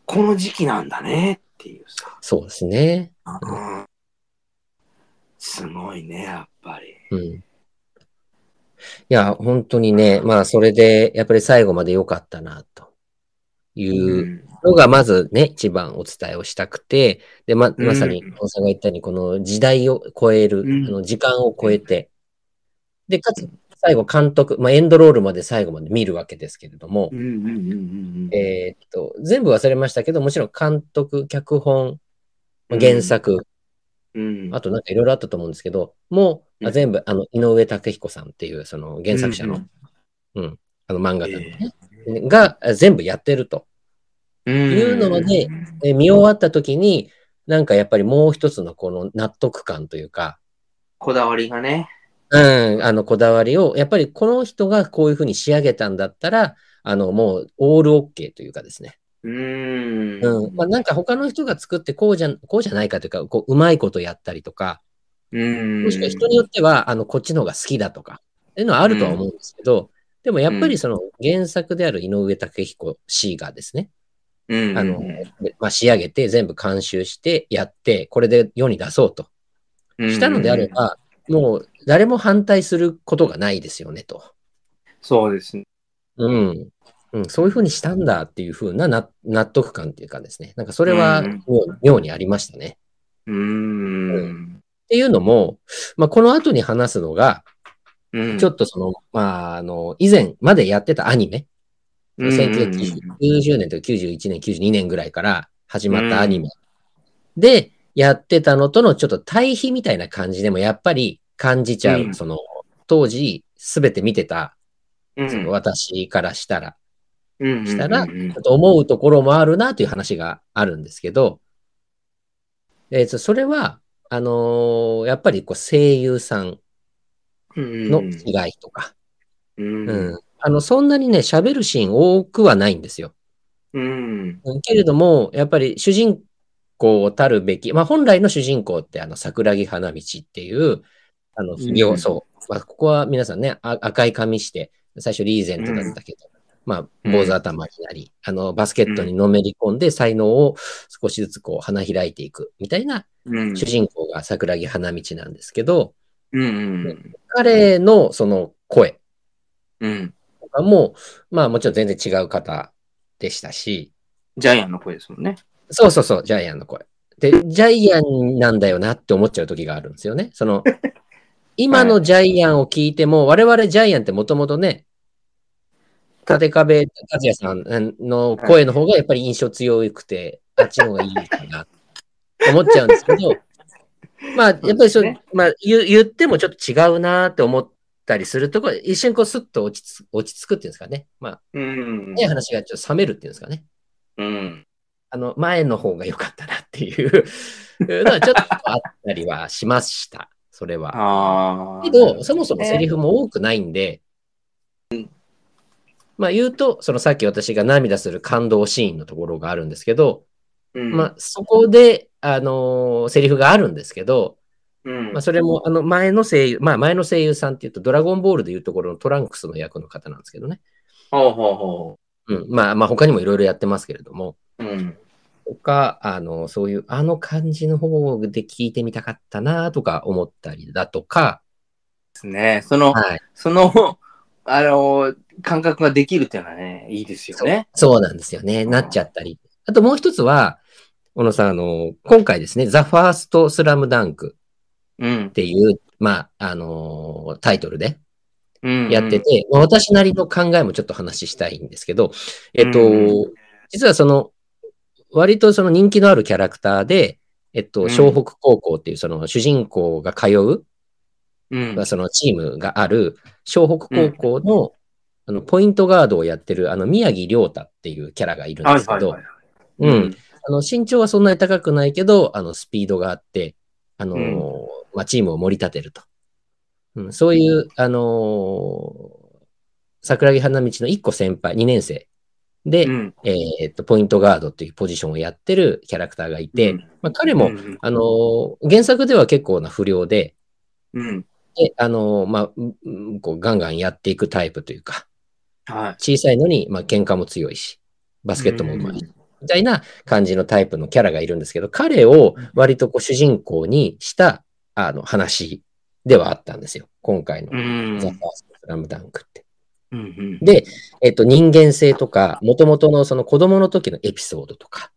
Speaker 1: この時期なんだねっていうさ。
Speaker 2: そうですね。
Speaker 1: うんすごいね、やっぱり。
Speaker 2: うん。いや、本当にね、まあ、それで、やっぱり最後まで良かったな、というのが、まずね、一番お伝えをしたくて、で、ま、まさに、
Speaker 1: うん
Speaker 2: 小野さんが言ったように、この時代を超える、
Speaker 1: うん
Speaker 2: あの時間を超えて、で、かつ、最後、監督、まあ、エンドロールまで最後まで見るわけですけれども、
Speaker 1: うんうんうんうんうん
Speaker 2: えーっと、全部忘れましたけど、もちろん監督、脚本、まあ原作、
Speaker 1: うん
Speaker 2: あとなんかいろいろあったと思うんですけど、もう、あ
Speaker 1: うん
Speaker 2: 全部、あの、井上武彦さんっていう、その原作者の、
Speaker 1: うん
Speaker 2: あの漫画家の
Speaker 1: え
Speaker 2: があ全部やってると。
Speaker 1: うん
Speaker 2: いうのでで見終わった時に、なんかやっぱりもう一つのこの納得感というか、
Speaker 1: こだわりがね。
Speaker 2: うん、あのこだわりを、やっぱりこの人がこういうふうに仕上げたんだったら、あの、もうオールオッケーというかですね。
Speaker 1: うん。
Speaker 2: うん。まあ、なんか他の人が作ってこうじゃ、こうじゃないかというか、こう、うまいことやったりとか、
Speaker 1: うん
Speaker 2: もしくは人によっては、あの、こっちの方が好きだとか、っていうのはあるとは思うんですけど、でもやっぱりその原作である井上武彦氏がですね、
Speaker 1: うん
Speaker 2: あの、でまあ、仕上げて全部監修してやって、これで世に出そうと
Speaker 1: うん
Speaker 2: したのであれば、もう誰も反対することがないですよねと。
Speaker 1: そうですね。
Speaker 2: うん。うん、そういうふうにしたんだっていうふうなな納得感っていうかですね。なんかそれは
Speaker 1: うん
Speaker 2: もう妙にありましたね。
Speaker 1: うん。
Speaker 2: っていうのも、まあ、この後に話すのが、
Speaker 1: うん
Speaker 2: ちょっとその、まあ、あの、以前までやってたアニメ、1990年とか91年、92年ぐらいから始まったアニメでやってたのとのちょっと対比みたいな感じでもやっぱり感じちゃ
Speaker 1: う
Speaker 2: う。
Speaker 1: ん
Speaker 2: その、当時すべて見てた、
Speaker 1: うん
Speaker 2: その私からしたら、
Speaker 1: うん
Speaker 2: したら
Speaker 1: うんうん
Speaker 2: ちょっと思うところもあるなという話があるんですけど、えーとそれは、あのーやっぱりこう声優さん
Speaker 1: うん
Speaker 2: の被害とか、
Speaker 1: うん
Speaker 2: うんあの、そんなにね、喋るシーン多くはないんですよ。
Speaker 1: うん
Speaker 2: うんけれども、やっぱり主人公たるべき、まあ本来の主人公ってあの桜木花道っていう、あの、不良、
Speaker 1: うん
Speaker 2: そう。まあここは皆さんね、あ赤い髪して、最初リーゼントだったけど、まあ坊主頭になり、あの、バスケットにのめり込んで才能を少しずつこう花開いていくみたいな
Speaker 1: うん
Speaker 2: 主人公が桜木花道なんですけど、
Speaker 1: うん
Speaker 2: 彼のその声、
Speaker 1: うん
Speaker 2: とかも、まあもちろん全然違う方でしたし、
Speaker 1: ジャイアンの声ですもんね。
Speaker 2: そうそうそう、ジャイアンの声。で、ジャイアンなんだよなって思っちゃう時があるんですよね。その、今のジャイアンを聞いても、我々ジャイアンってもともとね、立壁和也さんの声の方がやっぱり印象強くて、あっちの方がいいかなって思っちゃうんですけど、まあ、やっぱりそう、
Speaker 1: そうです
Speaker 2: まあ言、言ってもちょっと違うなって思ったりするとこ一瞬こうスッと落ちつ落ち着くっていうんですかね。まあ、
Speaker 1: うん
Speaker 2: ね、話がちょっと冷めるっていうんですかね。
Speaker 1: うん
Speaker 2: あの、前の方が良かったなっていう のはちょっとあったりはしました。それは。
Speaker 1: ああ。
Speaker 2: けど、そもそもセリフも多くないんで、まあ言うと、そのさっき私が涙する感動シーンのところがあるんですけど、
Speaker 1: うん、
Speaker 2: まあそこで、あのーセリフがあるんですけど、
Speaker 1: うん、
Speaker 2: まあそれも、あの、前の声優、まあ前の声優さんっていうと、ドラゴンボールでいうところのトランクスの役の方なんですけどね。
Speaker 1: ほうほうほ
Speaker 2: うん。まあまあ他にもいろいろやってますけれども、
Speaker 1: う。うん。
Speaker 2: とか、あの、そういう、あの感じの方で聞いてみたかったなとか思ったりだとか、
Speaker 1: ですね。その、
Speaker 2: はい。
Speaker 1: その、あの、感覚ができるっていうのはね、いいですよね。
Speaker 2: そうなんですよね。
Speaker 1: うん
Speaker 2: なっちゃったり。あともう一つは、小野さん、あの、今回ですね、ザ・ファースト・スラムダンク
Speaker 1: うん
Speaker 2: っ。ていう、まあ、あのタイトルで
Speaker 1: うん
Speaker 2: やって、て、まあ私なりの考えもちょっと話したいんですけど、えっと、
Speaker 1: うん
Speaker 2: 実はその、割とその人気のあるキャラクターで、えっ
Speaker 1: う
Speaker 2: と、
Speaker 1: ん
Speaker 2: 湘北高校っていうその主人公が通う、
Speaker 1: うん
Speaker 2: まあ。そのチームがある、湘北高校の,、あのポイントガードをやってる、あの宮城亮太っていうキャラがいるんですけど、う。
Speaker 1: うん
Speaker 2: あの身長はそんなに高くないけど、あのスピードがあって、あのー
Speaker 1: うん
Speaker 2: まあ、チームを盛り立てると。うん、そういう、あのー桜木花道の1個先輩、2年生で、
Speaker 1: うん。
Speaker 2: えーっと、ポイントガードっていうポジションをやってるキャラクターがいて、
Speaker 1: うん
Speaker 2: まあ、彼も、
Speaker 1: うん
Speaker 2: あのー原作では結構な不良で、
Speaker 1: うん。
Speaker 2: で、あの、まあ、うんうんこうガンガンやっていくタイプというか、
Speaker 1: はい。
Speaker 2: 小さいのに、まあ、喧嘩も強いし、バスケットもうまいし、みたいな感じのタイプのキャラがいるんですけど、彼を割とこう主人公にした、あの、話ではあったんですよ。今回の
Speaker 1: う、ん。
Speaker 2: ザ・ファースト・スラムダンクって。
Speaker 1: うんうん
Speaker 2: で、えっと、人間性とか、元々のその子供の時のエピソードとか、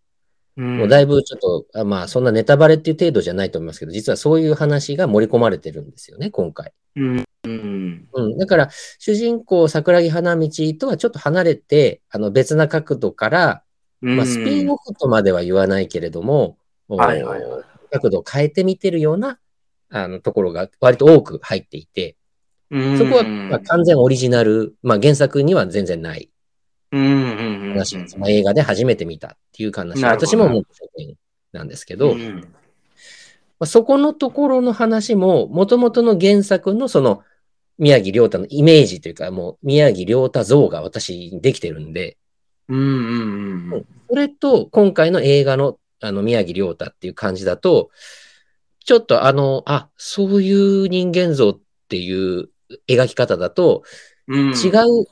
Speaker 1: うん
Speaker 2: もうだいぶちょっと、あまあ、そんなネタバレっていう程度じゃないと思いますけど、実はそういう話が盛り込まれてるんですよね、今回。
Speaker 1: うんうん
Speaker 2: うん、だから、主人公、桜木花道とはちょっと離れて、あの別な角度から、
Speaker 1: うん
Speaker 2: まあ、スピンオフとまでは言わないけれども、お
Speaker 1: はいはいはい
Speaker 2: 角度を変えてみてるようなあのところが割と多く入っていて、そこはまあ完全オリジナル、まあ、原作には全然ない話なんです。まあ、映画で初めて見たっていう話。
Speaker 1: なるほど
Speaker 2: 私ももう初見なんですけど、
Speaker 1: うん
Speaker 2: まあ、そこのところの話も、もともとの原作のその宮城亮太のイメージというか、もう宮城亮太像が私にできてるんで、
Speaker 1: うんうんうん
Speaker 2: それと今回の映画のあの宮城亮太っていう感じだと、ちょっとあの、あ、そういう人間像っていう描き方だと、
Speaker 1: うん
Speaker 2: 違う、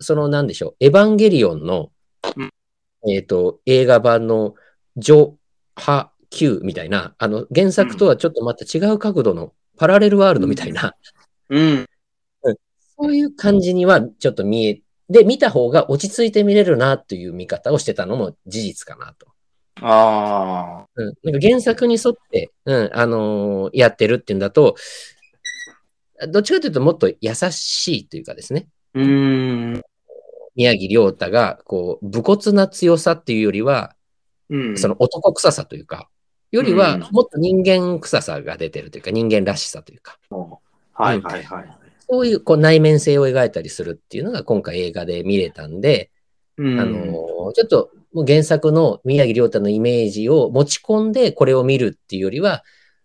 Speaker 2: そのなんでしょう、エヴァンゲリオンの
Speaker 1: うん、
Speaker 2: えっ、と、映画版のジョ・ハ・キューみたいな、あの、原作とはちょっとまた違う角度のパラレルワールドみたいな、
Speaker 1: うん。
Speaker 2: そういう感じにはちょっと見え、で、見た方が落ち着いて見れるなという見方をしてたのも事実かなと。
Speaker 1: ああ。
Speaker 2: うん、なんか原作に沿って、うん、あのーやってるっていうんだと、どっちかというともっと優しいというかですね、
Speaker 1: うん。
Speaker 2: 宮城亮太が、こう、武骨な強さっていうよりは、
Speaker 1: うん。
Speaker 2: その男臭さというか、より
Speaker 1: うん
Speaker 2: は、もっと人間臭さが出てるというか、人間らしさというか、
Speaker 1: はいはいはい。
Speaker 2: そういうこう内面性を描いたりするっていうのが今回映画で見れたんで、
Speaker 1: うん
Speaker 2: あのー、ちょっともう原作の宮城亮太のイメージを持ち込んでこれを見るっていうよりは、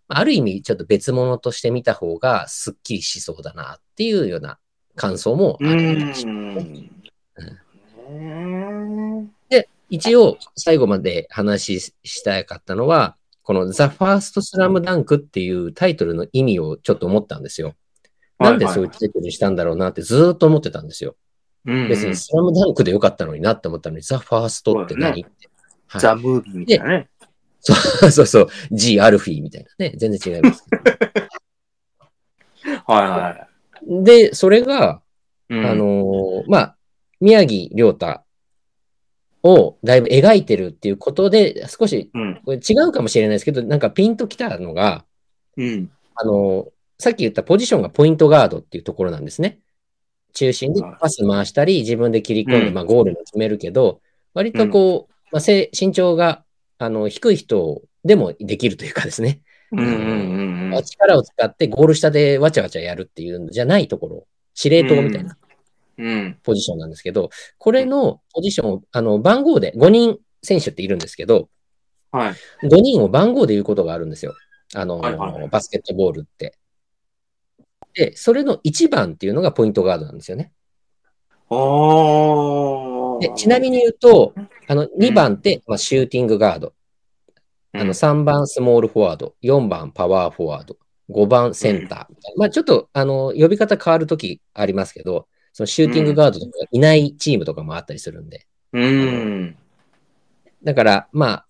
Speaker 2: ある意味ちょっと別物として見た方がすっきりしそうだなっていうような感想もあ
Speaker 1: う
Speaker 2: り
Speaker 1: ん
Speaker 2: ました。一応最後まで話ししたかったのは、この The First Slam Dunk っていうタイトルの意味をちょっと思ったんですよ。なんでそういうタイトルにしたんだろうなってずーっと思ってたんですよ。
Speaker 1: うん
Speaker 2: 別にスラムダンクでよかったのになって思ったのに、ザ・ファーストって何 って。はい
Speaker 1: ザ・ムービーみたいなね。
Speaker 2: そうそうそう、G ・アルフィーみたいなね、全然違いますけ
Speaker 1: はいはい。
Speaker 2: ど。で、それが、
Speaker 1: うん
Speaker 2: あの、ーまあ、宮城亮太をだいぶ描いてるっていうことで、少し
Speaker 1: うん。
Speaker 2: これ違うかもしれないですけど、なんかピンときたのが、
Speaker 1: うん。
Speaker 2: あのーさっき言ったポジションがポイントガードっていうところなんですね。中心でパス回したり、自分で切り込んで、
Speaker 1: うん
Speaker 2: まあ、ゴールも決めるけど、割とこう、まあ、せ身長があの低い人でもできるというかですね、
Speaker 1: うんうんうん。
Speaker 2: 力を使ってゴール下でわちゃわちゃやるっていうんじゃないところ、司令塔みたいな
Speaker 1: うん。
Speaker 2: ポジションなんですけど、これのポジションをあの番号で、5人選手っているんですけど、
Speaker 1: はい。
Speaker 2: 5人を番号で言うことがあるんですよ。あの、
Speaker 1: はいはいはい
Speaker 2: バスケットボールって。で、それの1番っていうのがポイントガードなんですよね。
Speaker 1: お
Speaker 2: でちなみに言うと、あの2番って、まあ、シューティングガード、あの3番スモールフォワード、4番パワーフォワード、5番センター。まあ、ちょっとあの呼び方変わるときありますけど、そのシューティングガードとかいないチームとかもあったりするんで。
Speaker 1: うん。
Speaker 2: だから、まあ、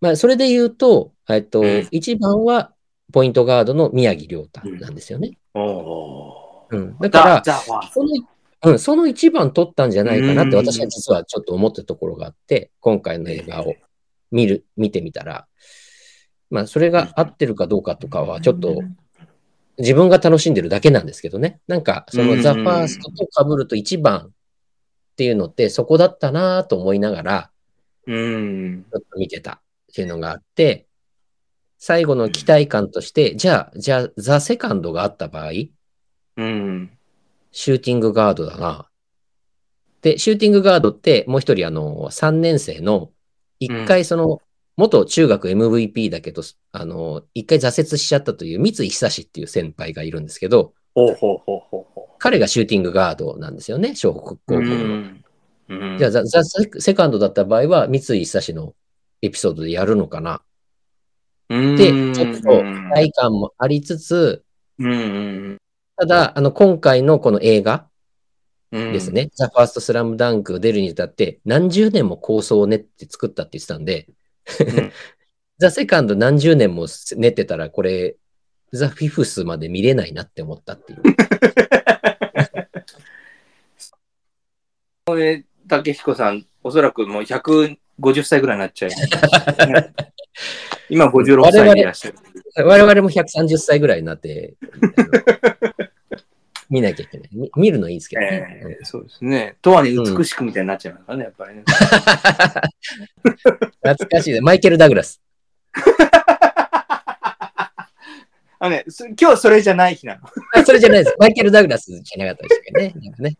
Speaker 2: まあ、それで言うと、えっと、
Speaker 1: うん
Speaker 2: 1番はポイントガードの宮城亮太なんですよね。
Speaker 1: おお。
Speaker 2: うん、だから、
Speaker 1: ザ・ファース
Speaker 2: その、うん、その一番取ったんじゃないかなっ
Speaker 1: うん
Speaker 2: て私は実はちょっと思ったところがあって、今回の映画を見る、見てみたら、まあそれが合ってるかどうかとかはちょっと自分が楽しんでるだけなんですけどね。なんかそ
Speaker 1: うん
Speaker 2: のザ・ファーストと被ると一番っていうのってそこだったなぁと思いながら
Speaker 1: うん。
Speaker 2: ちょっと見てたっていうのがあって、最後の期待感として、じゃあ、じゃあザ・セカンドがあった場合、
Speaker 1: うん。
Speaker 2: シューティングガードだな。で、シューティングガードって、もう一人、あの、3年生の、一回その、元中学 MVP だけど、あの、一回挫折しちゃったという三井久志っていう先輩がいるんですけど、
Speaker 1: ほうほうほうほうほ
Speaker 2: 彼がシューティングガードなんですよね、小北
Speaker 1: う。
Speaker 2: 高校の。じゃあ、
Speaker 1: ザ・
Speaker 2: ザ・ザセセカンドだった場合は、三井久志のエピソードでやるのかな。
Speaker 1: で
Speaker 2: 期待感もありつつ、
Speaker 1: うん。
Speaker 2: ただ、あの、今回のこの映画、ですね。ザ・ファースト・スラムダンクを出るに至って、何十年も構想を練って作ったって言ってたんで、
Speaker 1: ん
Speaker 2: ザ・セカンド何十年も練ってたら、これ、ザ・フィフスまで見れないなって思ったっていう。
Speaker 1: 竹彦さん、おそらくもう150歳ぐらいになっちゃいます。 今56歳でいらっしゃる。
Speaker 2: 我々も130歳ぐらいになって、あの見なきゃいけない。み見るのいいですけどね。
Speaker 1: ええそうですね。とはね、美しくみたいになっちゃいますからね、やっぱりね。
Speaker 2: 懐かしいね。マイケル・ダグラス。
Speaker 1: あのね、す今日それじゃない日なの。
Speaker 2: あそれじゃないです。マイケル・ダグラスじゃなかったでしたっけどね。なんかね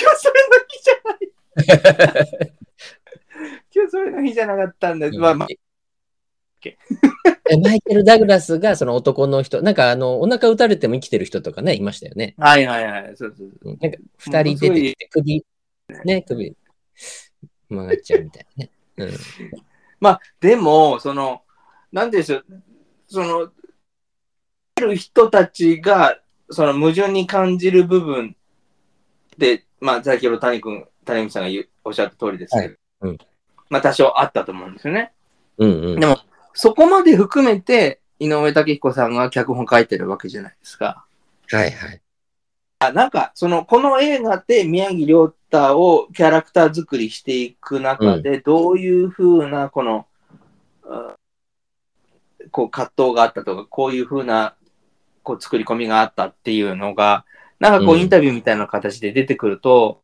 Speaker 1: 今日それの日じゃない。 今日それの日じゃなかったんです。まあ、まあ
Speaker 2: えマイケル・ダグラスがその男の人、なんかあの、お腹打たれても生きてる人とかね、いましたよね。
Speaker 1: はいはいはい。そうそう
Speaker 2: うんなんか二人出てきて、首、ね、首、曲がっちゃうみたいなね。うん、
Speaker 1: でも、その、なんていうんですよ、その、見る人たちが、その矛盾に感じる部分で、まあ、先ほど谷君、谷口さんが言うおっしゃった通りですけど、
Speaker 2: はいうん
Speaker 1: まあ、多少あったと思うんですよね。
Speaker 2: うんうん。
Speaker 1: でも、そこまで含めて、井上武彦さんが脚本書いてるわけじゃないですか。
Speaker 2: はいはい。
Speaker 1: あなんか、その、この映画で宮城亮太をキャラクター作りしていく中で、どういうふうな、この、あこう、葛藤があったとか、こういうふうな、こう、作り込みがあったっていうのが、なんかこ
Speaker 2: う
Speaker 1: う、
Speaker 2: ん
Speaker 1: インタビューみたいな形で出てくると、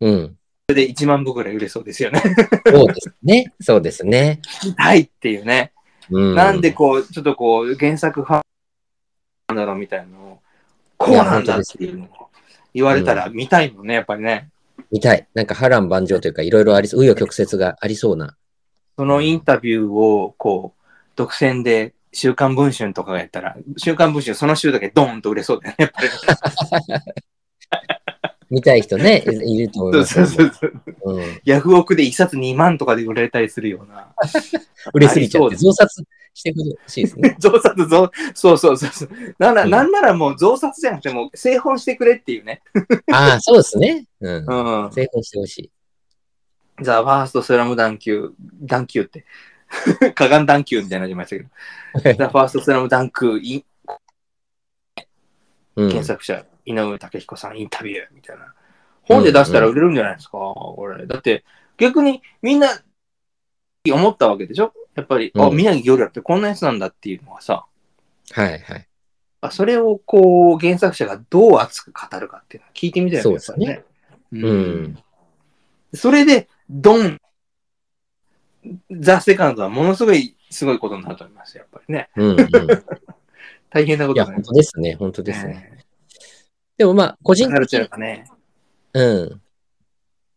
Speaker 2: うん。
Speaker 1: それで1万部ぐらい売れそうですよね。
Speaker 2: そうですね。そうですね。
Speaker 1: はいっていうね。
Speaker 2: う
Speaker 1: なんでこう、ちょっとこう、原作ファンなんだろうみたいなのを、こうなんだっていうのを言われたら見たいもんね、やっぱりね。
Speaker 2: 見たい。なんか波乱万丈というか、いろいろありそう、紆余曲折がありそうな。
Speaker 1: そのインタビューを、こう、独占で、週刊文春とかがやったら、週刊文春その週だけドーンと売れそうだよね、やっぱり。
Speaker 2: 見たい人ね、いいると思い
Speaker 1: そう
Speaker 2: ます
Speaker 1: そ
Speaker 2: よ
Speaker 1: うそうそう。
Speaker 2: うん。
Speaker 1: ヤフオクで一冊2万とかで売れたりするような。
Speaker 2: 売れすぎちゃっ
Speaker 1: ありそうで
Speaker 2: て、
Speaker 1: す
Speaker 2: 増刷してほしいですね。
Speaker 1: 増刷増、そうそうそうそう。なんなら、
Speaker 2: うん
Speaker 1: なんならもう増刷じゃなくて、もう製本してくれっていうね。
Speaker 2: ああ、そうですね。うん。
Speaker 1: うん。
Speaker 2: 成功してほしい。
Speaker 1: ザ・ファースト・スラム・ダンキュー、ダンキューって、 カガン・ダンキューみたいになりましたけど、ザ・ファースト・スラム・ダンク、イン
Speaker 2: うん、
Speaker 1: 検索者、井上武彦さん、インタビューみたいな。本で出したら売れるんじゃないですか、これ。だって、逆にみんな思ったわけでしょやっぱり、あ、
Speaker 2: うん
Speaker 1: 宮城夜也ってこんなやつなんだっていうのはさ、
Speaker 2: はいはい。
Speaker 1: あそれをこう、原作者がどう熱く語るかっていうのは聞いてみたいよね
Speaker 2: そうですね
Speaker 1: やっぱりね。
Speaker 2: うん。
Speaker 1: それで、ドン、ザ・セカンドはものすごい、すごいことになると思います、やっぱりね。
Speaker 2: うん、うん。
Speaker 1: 大変なこ
Speaker 2: いや、
Speaker 1: とになり
Speaker 2: 本当ですね。本当
Speaker 1: ま
Speaker 2: ですすね。
Speaker 1: ね。
Speaker 2: でもまあ、個人
Speaker 1: カル
Speaker 2: 的
Speaker 1: チャー
Speaker 2: な、
Speaker 1: がね、
Speaker 2: うん。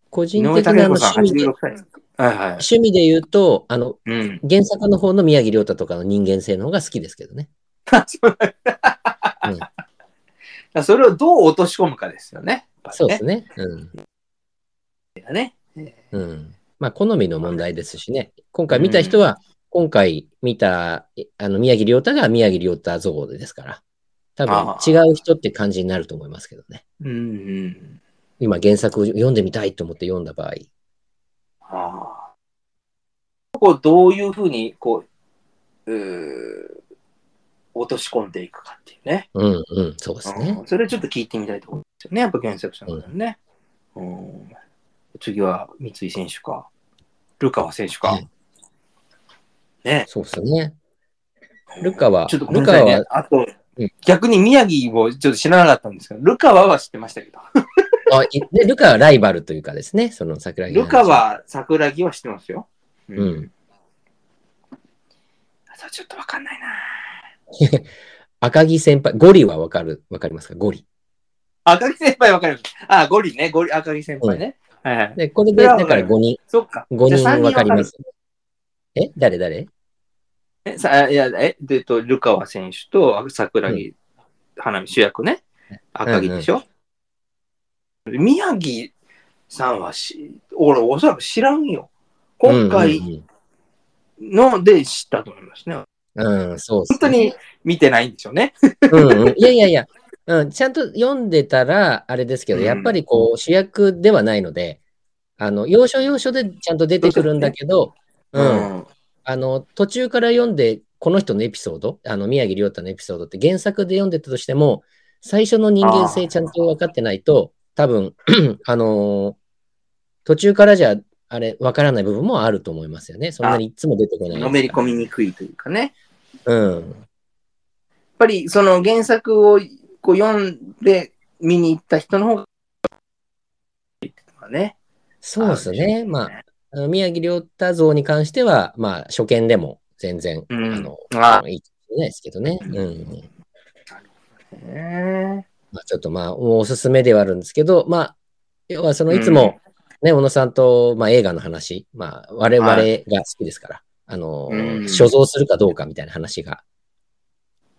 Speaker 2: 個人
Speaker 1: 井上
Speaker 2: 的
Speaker 1: 武
Speaker 2: なあの
Speaker 1: 彦さん
Speaker 2: 趣味で
Speaker 1: 86歳。はいはい。
Speaker 2: 趣味で言うと、あの、
Speaker 1: うん。
Speaker 2: 原作の方の宮城亮太とかの人間性の方が好きですけどね。
Speaker 1: そう
Speaker 2: うん
Speaker 1: だ それをどう落とし込むかですよね。やっぱり
Speaker 2: そうですね。うん。
Speaker 1: ね。
Speaker 2: うん。まあ、好みの問題ですしね。今回見た人は、今回見た、えあの、宮城亮太が宮城亮太像ですから、多
Speaker 1: あ
Speaker 2: 分
Speaker 1: ー
Speaker 2: 違う人って感じになると思いますけどね。
Speaker 1: うんうん。
Speaker 2: 今原作を読んでみたいと思って読んだ場合。
Speaker 1: ああ。こう、どういうふうに、こう、うー落とし込んでいくかっていうね。
Speaker 2: うんうん、そうですね
Speaker 1: う。んそれちょっと聞いてみたいところですよね。やっぱ原作者の方ね。うん次は三井選手か、ルカワ選手か。
Speaker 2: はい
Speaker 1: ね。
Speaker 2: そうですね。ルカは、
Speaker 1: ちょっとごめん
Speaker 2: ル
Speaker 1: なさ
Speaker 2: カ
Speaker 1: いね
Speaker 2: は、。
Speaker 1: あと、
Speaker 2: うん
Speaker 1: 逆に宮城をちょっと知らなかったんですけど、ルカワは知ってましたけど、
Speaker 2: あいでルカはライバルというかですね、その桜木の
Speaker 1: ルカ。
Speaker 2: 話
Speaker 1: は桜木は知ってますよ。う
Speaker 2: うん。
Speaker 1: あとちょっとわかんないな。
Speaker 2: 赤木先輩、ゴリはわかる、わかりますかゴリ。
Speaker 1: 赤木先輩わかります。あ、ゴリね、ゴリ、赤木先輩ね。はいはい。
Speaker 2: で、これ
Speaker 1: そ
Speaker 2: で、
Speaker 1: れは
Speaker 2: だ
Speaker 1: わか
Speaker 2: か
Speaker 1: る
Speaker 2: ら5人、
Speaker 1: そっか。。
Speaker 2: 五人わかりますす。え誰誰
Speaker 1: え、さ、いや、え、でえっと、ルカワ選手とあ桜木、花見主役ね。赤木でしょ、宮城さんはし、俺、おそらく知らんよ。今回
Speaker 2: うん
Speaker 1: ので知ったと思いますね。
Speaker 2: うんうん、うんそうっす
Speaker 1: 本当
Speaker 2: ね
Speaker 1: に見てないんでしょうね。
Speaker 2: うんうん。いやいやいや、うん、ちゃんと読んでたら、あれですけど、
Speaker 1: うん
Speaker 2: やっぱりこう、主役ではないので、あの、要所要所でちゃんと出てくるんだけど、うん、
Speaker 1: ん。
Speaker 2: あの、途中から読んで、この人のエピソード、あの、宮城亮太のエピソードって原作で読んでたとしても、最初の人間性ちゃんと分かってないと、多分、 あのー途中からじゃ、あれ、分からない部分もあると思いますよね。そんなにいつも出てこない。
Speaker 1: のめり込みにくいというかね。
Speaker 2: うん。
Speaker 1: やっぱりその原作をこう読んで見に行った人の方が、ね。
Speaker 2: そうです
Speaker 1: あるでし
Speaker 2: ね。
Speaker 1: ょう
Speaker 2: まあ、あの宮城亮太像に関しては、まあ、初見でも全然、
Speaker 1: うん
Speaker 2: あの、
Speaker 1: あ
Speaker 2: いいかもしれないですけどね。うん。
Speaker 1: ね
Speaker 2: まあ、ちょっとまあ、おすすめではあるんですけど、まあ、要はその、いつも、ね、小野さんと、まあ、映画の話、まあ、我々が
Speaker 1: は
Speaker 2: 好きですから、あの、
Speaker 1: うん
Speaker 2: 所蔵するかどうかみたいな話が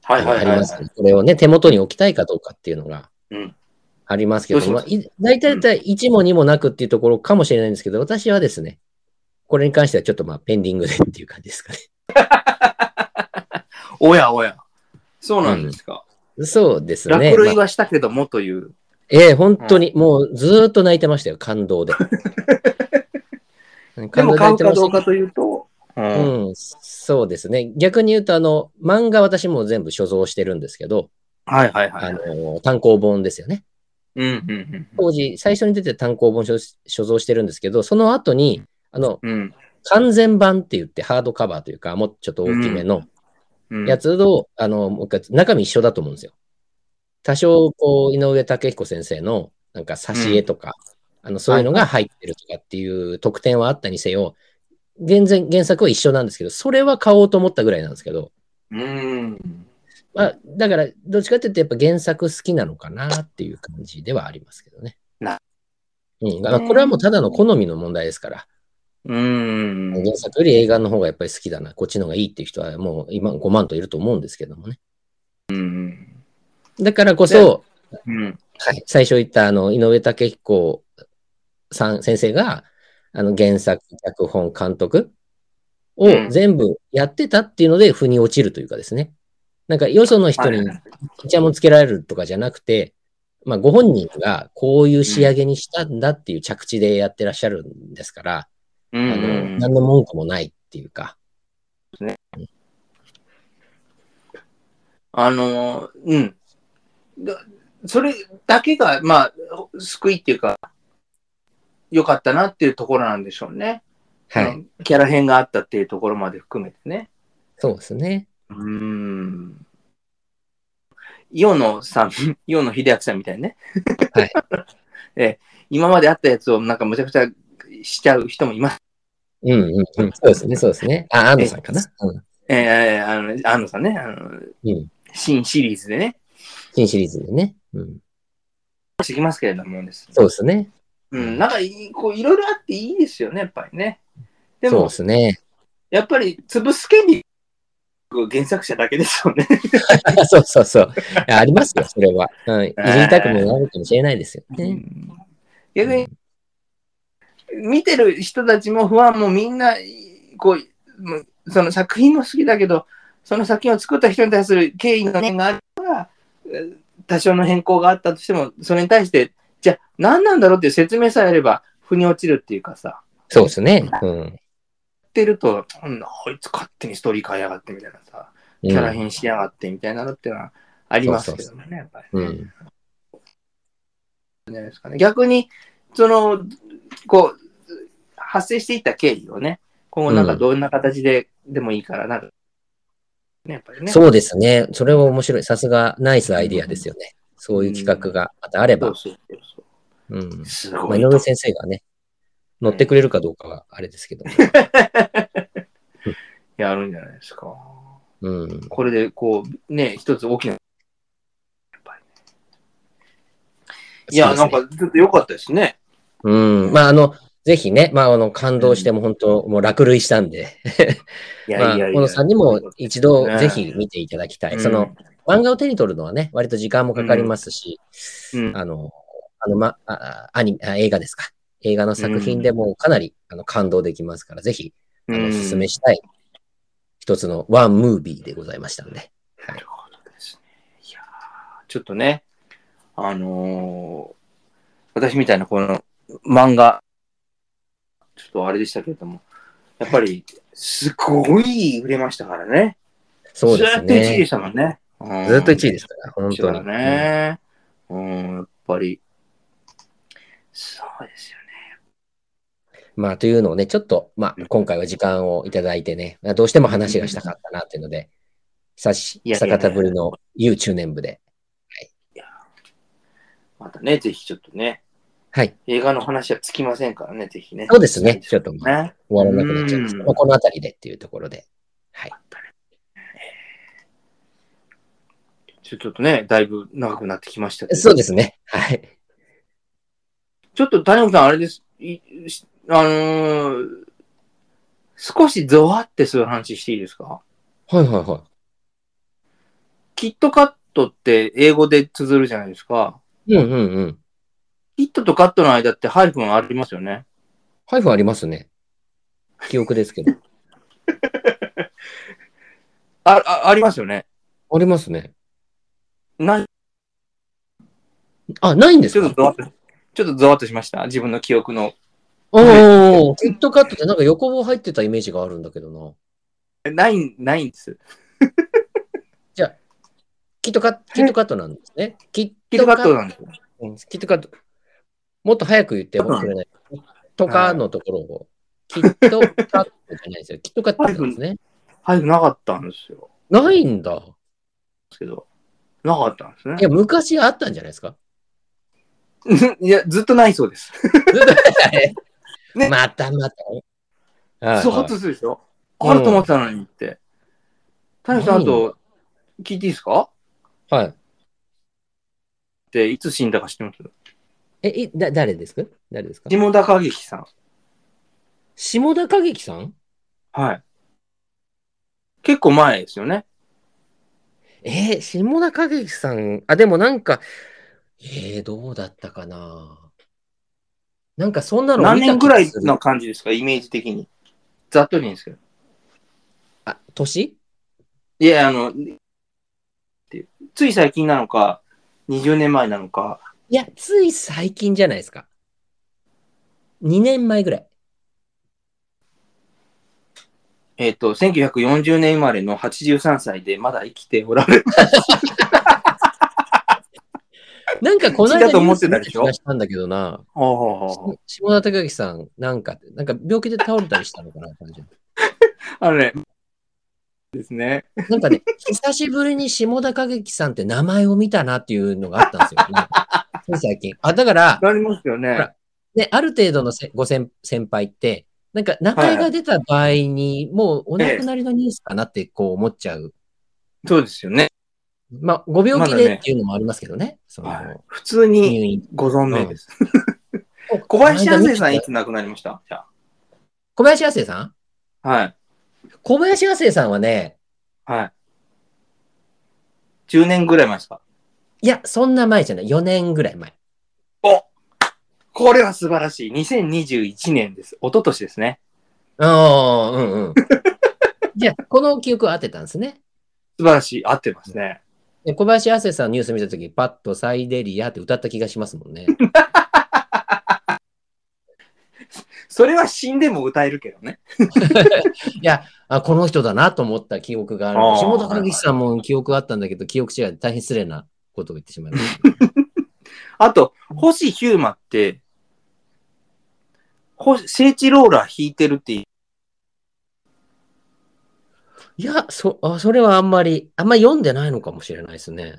Speaker 1: は
Speaker 2: あのありますけど、これをね、手元に置きたいかどうかっていうのが
Speaker 1: うん
Speaker 2: ありますけど、
Speaker 1: どうし
Speaker 2: ま
Speaker 1: ま
Speaker 2: あ
Speaker 1: す
Speaker 2: い大体だいたい1も2もなくっていうところかもしれないんですけど、私はですね、これに関してはちょっとまあペンディングでっていう感じですかね。
Speaker 1: おやおや。そうなんですか。
Speaker 2: そうですね。
Speaker 1: 落類
Speaker 2: まあ
Speaker 1: はしたけどもという。
Speaker 2: ええ本当に、もうずーっと泣いてましたよ、感動で。
Speaker 1: でも買うかどう
Speaker 2: か
Speaker 1: かというと、う。
Speaker 2: うんん、そうですね。逆に言うと、あの、漫画私も全部所蔵してるんですけど、
Speaker 1: はいはいは
Speaker 2: あ
Speaker 1: い。
Speaker 2: の、単行本ですよね。
Speaker 1: うんうん
Speaker 2: 当時、最初に出て単行本所所蔵してるんですけど、その後に、あの、
Speaker 1: うん。
Speaker 2: 完全版って言ってハードカバーというか、もうちょっと大きめの
Speaker 1: うん。
Speaker 2: やつを、あの、もう一回、中身一緒だと思うんですよ。多少、こう、井上武彦先生の、なんか、挿絵とか、あの、そういうのが入ってるとかっていう特典はあったにせよ、全然原作は一緒なんですけど、それは買おうと思ったぐらいなんですけど、
Speaker 1: うん。
Speaker 2: まあ、だから、どっちかっていうと、やっぱ原作好きなのかなっていう感じではありますけどね。
Speaker 1: な
Speaker 2: うん、だからこれはもうただの好みの問題ですから、
Speaker 1: うん。
Speaker 2: 原作より映画の方がやっぱり好きだな、こっちの方がいいっていう人はもう今5万といると思うんですけどもね。
Speaker 1: うん。
Speaker 2: だからこそ、
Speaker 1: うん。
Speaker 2: はい、最初言ったあの井上武彦さん先生があの原作、脚本、監督を
Speaker 1: うん
Speaker 2: 全部やってたっていうので、腑に落ちるというかですね。なんかよその人にいちゃもつけられるとかじゃなくて、まあ、ご本人がこういう仕上げにしたんだっていう着地でやってらっしゃるんですから、
Speaker 1: う
Speaker 2: あの
Speaker 1: ん。
Speaker 2: 何の文句もないっていうか。
Speaker 1: あの、うん。だそれだけが、まあ、救いっていうか、良かったなっていうところなんでしょうね。
Speaker 2: は
Speaker 1: あ
Speaker 2: い。
Speaker 1: のキャラ編があったっていうところまで含めてね。
Speaker 2: そうですね。
Speaker 1: うーん。イオノさん、 イオノ秀明さんみたいなね。
Speaker 2: はい。
Speaker 1: え、今まであったやつをなんかむちゃくちゃしちゃう人もいます。
Speaker 2: うんうんうん。そうですね、そうですね。あ、安藤さんかな。うん。
Speaker 1: えー、あの、安野さんね、あの、
Speaker 2: うん
Speaker 1: 新シリーズでね、
Speaker 2: 新シリーズでね。うん。
Speaker 1: してきますけれどもです。
Speaker 2: そうですね。
Speaker 1: うん、なんかいい、こう、いろいろあっていいですよね、やっぱりね。で
Speaker 2: そうで
Speaker 1: も、
Speaker 2: すね。
Speaker 1: やっぱり潰す権利、原作者だけですよね。
Speaker 2: そうそうそう。いやありますよ、それは。うん。いじりたくもなるかもしれないですよね。
Speaker 1: 逆に、見てる人たちも不安もみんな、こう、もうその作品も好きだけど、その作品を作った人に対する敬意の念があるから、えー多少の変更があったとしても、それに対して、じゃあ何なんだろうっていう説明さえあれば、腑に落ちるっていうかさ、
Speaker 2: そうですね。うん。
Speaker 1: やってると、うん、あいつ勝手にストーリー変えやがってみたいなさ、キャラ変しやがってみたいなのってのはありますけどね、やっぱり
Speaker 2: う
Speaker 1: ね。
Speaker 2: ん。うん
Speaker 1: じゃないですかね。逆に、その、こう、発生していった経緯をね、今後なんかどんな形で、でもいいから、なんか、ね、やっぱりね。
Speaker 2: そうですね。それは面白い。さすがナイスアイディアですよね。そういう企画がまたあれ
Speaker 1: そ
Speaker 2: ば
Speaker 1: う。そうそうそう
Speaker 2: うん。
Speaker 1: す
Speaker 2: まあ、
Speaker 1: ごい
Speaker 2: 井
Speaker 1: と。
Speaker 2: 上先生がね、乗ってくれるかどうかはあれですけど。
Speaker 1: やるんじゃないですか。
Speaker 2: うん。
Speaker 1: これで、こう、ね、一つ大きな。いや、
Speaker 2: そ
Speaker 1: な
Speaker 2: うんですね
Speaker 1: か、ちょっと良かったですね。
Speaker 2: うん。まあ、あの、ぜひね、まあ、あの、感動しても本当、もう落類したんで、
Speaker 1: い
Speaker 2: ま
Speaker 1: や
Speaker 2: あ、
Speaker 1: いやいや。
Speaker 2: 小野さんにも一度
Speaker 1: ね
Speaker 2: ぜひ見ていただきた
Speaker 1: う
Speaker 2: い。
Speaker 1: ん
Speaker 2: その、、漫画を手に取るのはね、割と時間もかかりますし、
Speaker 1: うん
Speaker 2: あの、あの、ま、ああアニメあ映画ですか。映画の作品でもかなり、あの感動できますから、ぜひ、あの、おすすめしたい、一つのワンムービーでございましたので。
Speaker 1: なるほどですね。いやーちょっとね、あのー私みたいなこの漫画、ちょっとあれでしたけれども、やっぱりすごい売れましたからね。
Speaker 2: そうです
Speaker 1: ずっと1位で
Speaker 2: ね
Speaker 1: し。たもんね。うん
Speaker 2: ずっと1位ですから、本
Speaker 1: そ
Speaker 2: 当
Speaker 1: うだ
Speaker 2: に。
Speaker 1: ね。うん、やっぱり。そうですよね。
Speaker 2: まあ、というのをね、ちょっと、まあ、今回は時間をいただいてね、どうしても話がしたかったなっていうので、久し、
Speaker 1: いやいや
Speaker 2: 久
Speaker 1: いや
Speaker 2: 方ぶりの U 中年部で。
Speaker 1: またね、ぜひちょっとね、
Speaker 2: はい。
Speaker 1: 映画の話はつきませんからね、ぜひね。
Speaker 2: そうですね。ちょっとまあ
Speaker 1: ね。
Speaker 2: 終わらなくなっちゃいます。
Speaker 1: うん
Speaker 2: まあこの辺りでっていうところで。はい。
Speaker 1: ちょちょっとね、だいぶ長くなってきましたけど。
Speaker 2: そうですね。はい。
Speaker 1: ちょっと、谷本さん、あれです。いしあのー少しゾワってする話していいですか
Speaker 2: はいはいは
Speaker 1: キットカットって英語で綴るじゃないですか。
Speaker 2: い。うんうんうん。
Speaker 1: キットとカットの間ってハイフンありますよね。
Speaker 2: ハイフンありますね。記憶で すけど。
Speaker 1: あ、あありますよね。
Speaker 2: ありますね。
Speaker 1: ない、
Speaker 2: あ、ないんです
Speaker 1: ちょっ
Speaker 2: か
Speaker 1: とゾワッと、ちょっとゾワッとしました。自分の記憶の。
Speaker 2: おー、キットカットってなんか横棒入ってたイメージがあるんだけどな。
Speaker 1: えない、ないんです。
Speaker 2: キットカット、キットカットなんですね。キッ
Speaker 1: キットカットなんですよ。
Speaker 2: うんキットカット。もっと早く言ってくれない。とかのところを、キットカットじゃないですよ。キットカットなんですね。
Speaker 1: ハイフンなかったんですよ。
Speaker 2: ないんだ。
Speaker 1: ですけど。なかったんですね
Speaker 2: い。や、昔あったんじゃないですか。
Speaker 1: いや、ずっとないそうです。ね
Speaker 2: またまた。はいはい
Speaker 1: ゾワッとするでしょ
Speaker 2: うん
Speaker 1: あると思ってたのにって。谷本さん、
Speaker 2: な
Speaker 1: あ
Speaker 2: いの
Speaker 1: と、聞いていいですか
Speaker 2: はい。
Speaker 1: って、いつ死んだか知ってます
Speaker 2: え、いだ誰ですか誰ですか
Speaker 1: 下田景樹さん。
Speaker 2: 下田景樹さん
Speaker 1: はい。結構前ですよね。
Speaker 2: えー下田景樹さん。あ、でもなんか、えー、どうだったかな。なんかそんなの
Speaker 1: 何
Speaker 2: 見た
Speaker 1: 年
Speaker 2: 気
Speaker 1: ぐ
Speaker 2: が
Speaker 1: らい
Speaker 2: する
Speaker 1: の感じですかイメージ的に。ざっとでいいんですけど。
Speaker 2: あ、年
Speaker 1: いや、あの、ってつい最近なのか、20年前なのか。
Speaker 2: いや、つい最近じゃないですか。2年前ぐらい。
Speaker 1: えっ、と、1940年生まれの83歳でまだ生きておられる。
Speaker 2: なんかこ
Speaker 1: う
Speaker 2: の
Speaker 1: ち
Speaker 2: 間
Speaker 1: だと思ってたでしょ
Speaker 2: ニュース見気がしたんだけどな。
Speaker 1: あ
Speaker 2: 下田景樹さん、なんか、なんか病気で倒れたりしたのかな感じ
Speaker 1: のね、ですね。
Speaker 2: なん かね、久しぶりに下田景樹さんって名前を見たなっていうのがあったんですよ、なんかつい最近。あ、だから、
Speaker 1: なりますよね。
Speaker 2: ほらね、ある程度のせご先先輩って、なんか名前が出た場合に、もうお亡くなりのニュースかなってこう思っちゃう。
Speaker 1: そうですよね。
Speaker 2: まあ、ご病気
Speaker 1: まだ
Speaker 2: で
Speaker 1: ね
Speaker 2: っていうのもありますけどね。その
Speaker 1: はい普通
Speaker 2: 入
Speaker 1: に
Speaker 2: 院
Speaker 1: ご存命です。小林安生さんいつ亡くなりましたじゃ
Speaker 2: 小林亜生さん
Speaker 1: あ。はい。
Speaker 2: 小林亜生さんはね、
Speaker 1: はい。10年ぐらい前ですか
Speaker 2: いや、そんな前じゃない。4年ぐらい前。
Speaker 1: おこれは素晴らしい。2021年です。一昨年ですね。
Speaker 2: ああ、うん うん。じゃあ、この記憶は合ってたんですね。
Speaker 1: 素晴らしい。合ってますね。
Speaker 2: で小林亜生さんのニュース見たとき、パッとサイデリアって歌った気がしますもんね。
Speaker 1: それは死んでも歌えるけどね。
Speaker 2: いやあ、この人だなと思った記憶がある
Speaker 1: あ。ー
Speaker 2: 下田景樹さんも記憶があったんだけど、記憶違いで大変失礼なことを言ってしまいました。
Speaker 1: あと、星ヒューマって、星聖地ローラー弾いてるっていう。
Speaker 2: いや、そあそれはあんまり、あんまり読んでないのかもしれないですね。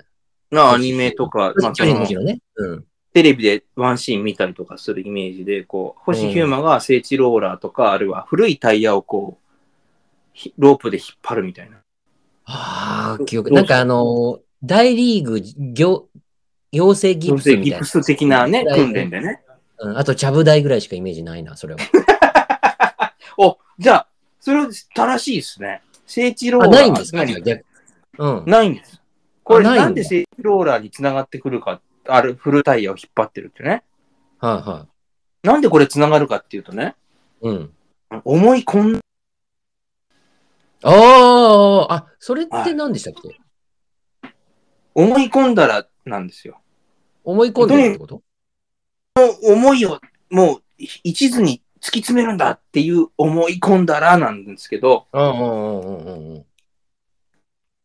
Speaker 1: なアニメとか、まあ、そ
Speaker 2: 巨人
Speaker 1: の
Speaker 2: の時のね。うん。
Speaker 1: テレビでワンシーン見たりとかするイメージで、こう、星ヒューマが聖地ローラーとか、あるいは古いタイヤをこう、ひロープで引っ張るみたいな。
Speaker 2: ああ、記
Speaker 1: ど
Speaker 2: 憶。
Speaker 1: う
Speaker 2: なんかあの、大リーグ行、行政ギ
Speaker 1: そ
Speaker 2: プ
Speaker 1: して
Speaker 2: スみ
Speaker 1: ギ
Speaker 2: たい
Speaker 1: プ
Speaker 2: な。
Speaker 1: ス的なね
Speaker 2: み、たいな
Speaker 1: 訓練でね。
Speaker 2: うん、あと、ちゃぶ台ぐらいしかイメージないな、それは。
Speaker 1: お、じゃあ、それ正しいですね。聖地ロー
Speaker 2: あ、
Speaker 1: ラー。
Speaker 2: ないんですか
Speaker 1: 何
Speaker 2: じゃあ逆うん。
Speaker 1: ないんです。これ
Speaker 2: あないんだ
Speaker 1: なんで聖地ローラーにつながってくるか、あるフルタイヤを引っ張ってるってね。
Speaker 2: はいは
Speaker 1: なんでこれつながるかっていうとね、
Speaker 2: い。うん。
Speaker 1: 思い込ん
Speaker 2: ああ、あ、それって何でしたっけ、
Speaker 1: 思い込んだらなんですよ。
Speaker 2: 思い込んでるってこと
Speaker 1: 思いをもう一途に突き詰めるんだっていう思い込んだらなんですけど、
Speaker 2: うんうんうんうんうん。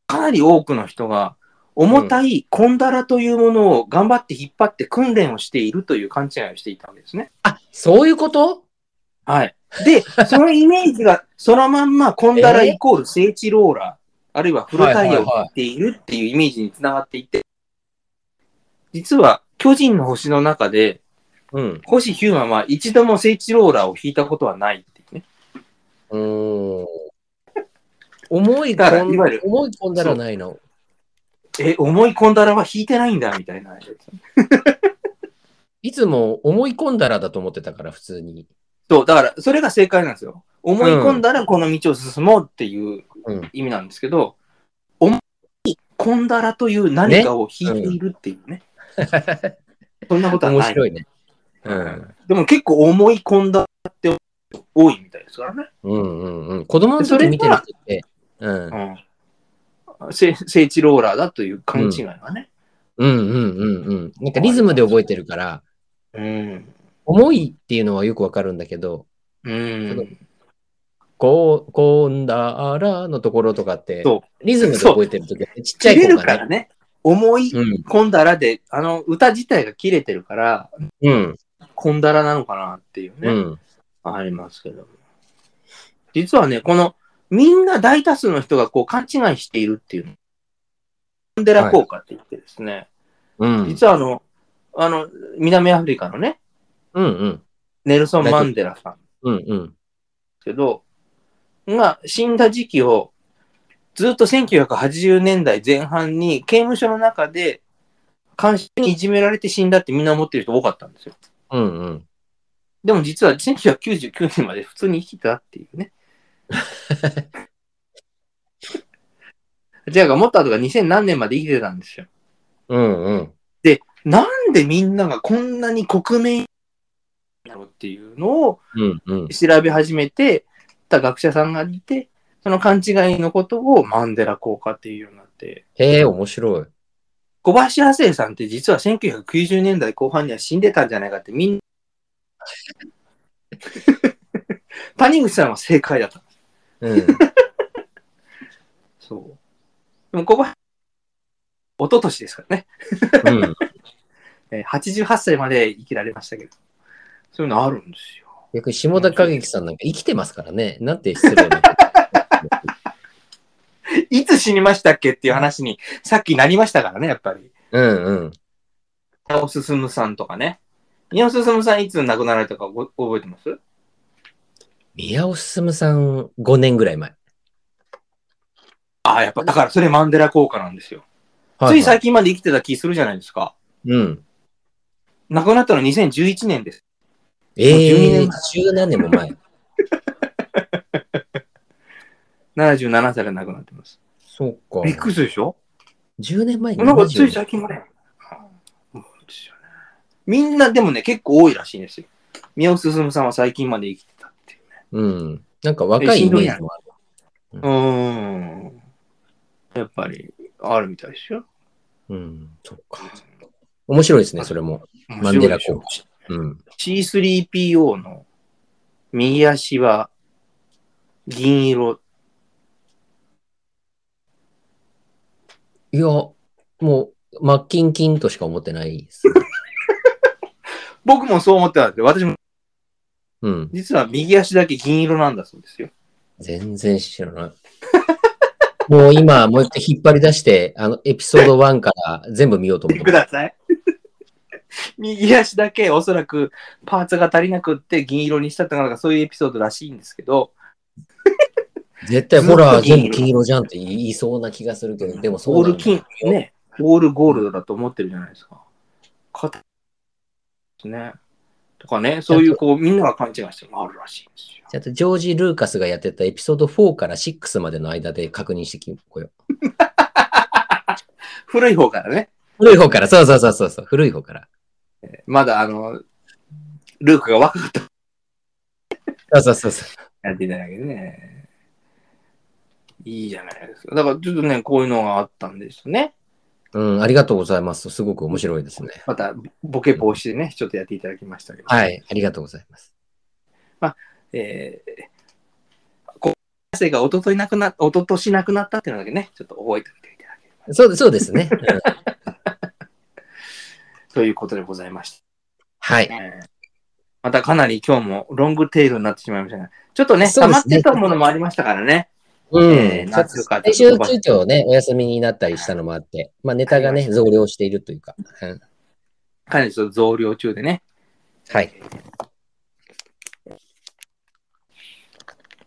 Speaker 1: かなり多くの人が重たいコンダラというものを頑張って引っ張って訓練をしているという勘違いをしていたんですね。
Speaker 2: あ、そういうこと
Speaker 1: はい。で、そのイメージがそのまんまコンダライコール聖地ローラー、あるいはフルタイヤを引っているっていうイメージにつながっていて、実は巨人の星の中で、
Speaker 2: うん。
Speaker 1: 星ヒューマンは一度も聖地ローラーを引いたことはないっていうね。
Speaker 2: うーん。思い
Speaker 1: だから
Speaker 2: 込
Speaker 1: いわゆ
Speaker 2: ん
Speaker 1: る
Speaker 2: 思い込んだらないの。
Speaker 1: え、思い込んだらは引いてないんだみたいな。
Speaker 2: いつも思い込んだらだと思ってたから、普通に。
Speaker 1: そう、だから、それが正解なんですよ。思い込んだらこの道を進もうっていう
Speaker 2: うん
Speaker 1: 意味なんですけど、思い込んだらという何かを引いているっていうね。そんなことは
Speaker 2: 面
Speaker 1: ない。
Speaker 2: 白いね。うん。
Speaker 1: でも結構思い込んだって多いみたいですからね。
Speaker 2: うんうんうん。子供の時見てる人って、うん。
Speaker 1: うん。せ聖地ローラーだという勘違いがね。
Speaker 2: うんうんうんうん。なんかリズムで覚えてるから、
Speaker 1: うん。
Speaker 2: 思いっていうのはよくわかるんだけど、
Speaker 1: うん。
Speaker 2: こう、こんだらのところとかって
Speaker 1: そ、
Speaker 2: リズムで覚えてるときはね、ちっちゃ
Speaker 1: 切
Speaker 2: い
Speaker 1: れ
Speaker 2: 子
Speaker 1: るか
Speaker 2: が
Speaker 1: ら
Speaker 2: ね。
Speaker 1: ね。思い
Speaker 2: うん。
Speaker 1: 込んだらで、あの、歌自体が切れてるから、
Speaker 2: うん。
Speaker 1: こんだらなのかなっていうね。
Speaker 2: うん。
Speaker 1: ありますけども。実はね、この、みんな大多数の人がこう勘違いしているっていう、マンデラ効果って言ってですね、
Speaker 2: うん。
Speaker 1: 実はあの、あの、南アフリカのね、
Speaker 2: うんうん。
Speaker 1: ネルソン・マンデラさん
Speaker 2: うんうん。
Speaker 1: けど、が死んだ時期を、ずっと1980年代前半に刑務所の中で、監視にいじめられて死んだってみんな思ってる人多かったんですよ。
Speaker 2: うんうん。
Speaker 1: でも実は1999年まで普通に生きてたっていうね。じゃあ、もっと後が2000何年まで生きてたんですよ。
Speaker 2: うんうん。
Speaker 1: なんでみんながこんなに国民なのっていうのを
Speaker 2: うんうん。
Speaker 1: 調べ始めてた学者さんがいて、その勘違いのことをマンデラ効果っていうようになって、
Speaker 2: へえ、面白い。
Speaker 1: 小林亜生さんって実は1990年代後半には死んでたんじゃないかってみんな。谷口さんは正解だった。
Speaker 2: うん。
Speaker 1: そう。でも小林、一昨年ですからね、
Speaker 2: うん。
Speaker 1: えー88歳まで生きられましたけど、そういうのあるんですよ。
Speaker 2: 逆に下田景樹さんなんか生きてますからね。なんて 失礼な。
Speaker 1: いつ死にましたっけっていう話にさっきなりましたからね、やっぱり。
Speaker 2: うんうん。
Speaker 1: 宮尾進さんとかね。宮尾進さんいつ亡くなられたかご覚えてます
Speaker 2: 宮尾進さん5年ぐらい前。
Speaker 1: ああ、やっぱ、だからそれマンデラ効果なんですよ。つい最近まで生きてた気するじゃないですか。
Speaker 2: うん。
Speaker 1: 亡くなったの2011年です。
Speaker 2: ええ
Speaker 1: 12年
Speaker 2: ー、十何年も前。
Speaker 1: 77歳で亡くなってます。
Speaker 2: そうか。
Speaker 1: びっくりするでしょ
Speaker 2: 10年前に
Speaker 1: なんかつい
Speaker 2: 70。
Speaker 1: 最近まで。うんですよねみんなでもね、結構多いらしいんですよ。宮尾進さんは最近まで生きてたっていうね。
Speaker 2: うん。なんか若いイメージもある。
Speaker 1: うーん。やっぱり、あるみたいですよ。
Speaker 2: うん。そっか。面白いですね、それも。マンデラ効
Speaker 1: 果。
Speaker 2: うん。
Speaker 1: C3PO の右足は銀色。
Speaker 2: いや、もう、マッキンキンとしか思ってないですね。
Speaker 1: 僕もそう思ってたんですよ。私も
Speaker 2: うん。
Speaker 1: 実は右足だけ銀色なんだそうですよ。
Speaker 2: 全然知らない。もう今、もう一回引っ張り出して、あの、エピソード1から全部見ようと思
Speaker 1: 見
Speaker 2: ってて
Speaker 1: く
Speaker 2: ます。
Speaker 1: ださい。 右足だけおそらくパーツが足りなくって銀色にしたとかなんかそういうエピソードらしいんですけど、
Speaker 2: 絶対、ほら、
Speaker 1: ずっと銀
Speaker 2: 全部
Speaker 1: 色
Speaker 2: 黄色じゃんって言いそうな気がするけど、でもそ
Speaker 1: オー
Speaker 2: うなん
Speaker 1: ル
Speaker 2: だ
Speaker 1: 金、ね、オールゴールドだと思ってるじゃないですか。硬いですね。とかね、そういうこう、みんなが勘違いしてるのがあるらしいんですよ。
Speaker 2: ちゃんとジョージ・ルーカスがやってたエピソード4から6までの間で確認してきこよう。
Speaker 1: 古い方からね、
Speaker 2: 古い方から、そうそうそうそうそう、古い方から。
Speaker 1: まだあの、ルークが若かった
Speaker 2: そうそうそうそう。
Speaker 1: やっていただけどね。いいじゃないですか。だからちょっとね、こういうのがあったんですね。
Speaker 2: うん、ありがとうございます。すごく面白いですね。
Speaker 1: また、ボケ防止でね、ちょっとやっていただきましたけど。
Speaker 2: はい、ありがとうございます。
Speaker 1: えー、こ先生が一昨日亡くな、一昨年亡くなったっていうのだけね、ちょっと覚えておいていただければ。
Speaker 2: そうでそうですね。 うん
Speaker 1: ということでございました。
Speaker 2: はい。
Speaker 1: えーまたかなり今日もロングテールになってしまいましたが、ちょっとね、
Speaker 2: そう
Speaker 1: 溜
Speaker 2: で
Speaker 1: まっ
Speaker 2: すね
Speaker 1: てたものもありましたからね。
Speaker 2: う
Speaker 1: えー
Speaker 2: ん。
Speaker 1: なんていうか
Speaker 2: 最
Speaker 1: ちょ
Speaker 2: 終
Speaker 1: っと
Speaker 2: 中長ね、お休みになったりしたのもあって、まあネタがね、増量しているというか。うん
Speaker 1: かなりちょっと増量中でね。
Speaker 2: はい。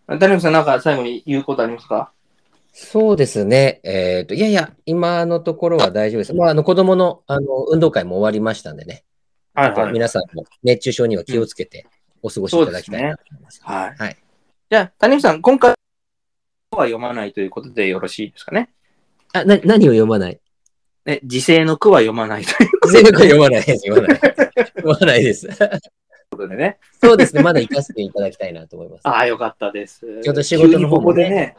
Speaker 1: ダニエルさん、なんか最後に言うことありますか
Speaker 2: そうですね。えっ、と、いやいや、今のところは大丈夫です。まあ、あの、子供の、あの、運動会も終わりましたんでね。
Speaker 1: はい
Speaker 2: 皆さんも熱中症には気をつけてお過ごしいただきたいなと思います。
Speaker 1: はい。
Speaker 2: はい
Speaker 1: じゃあ、谷口さん、今回は読まないということでよろしいですかね。
Speaker 2: あ、な、何を読まない
Speaker 1: ね、時世の句は読まないという
Speaker 2: 全力読まないです。読まない。読まないです。
Speaker 1: ことでね。
Speaker 2: そうですね。まだ行かせていただきたいなと思います。
Speaker 1: ああ、よかったです。
Speaker 2: ちょっと仕事の方もね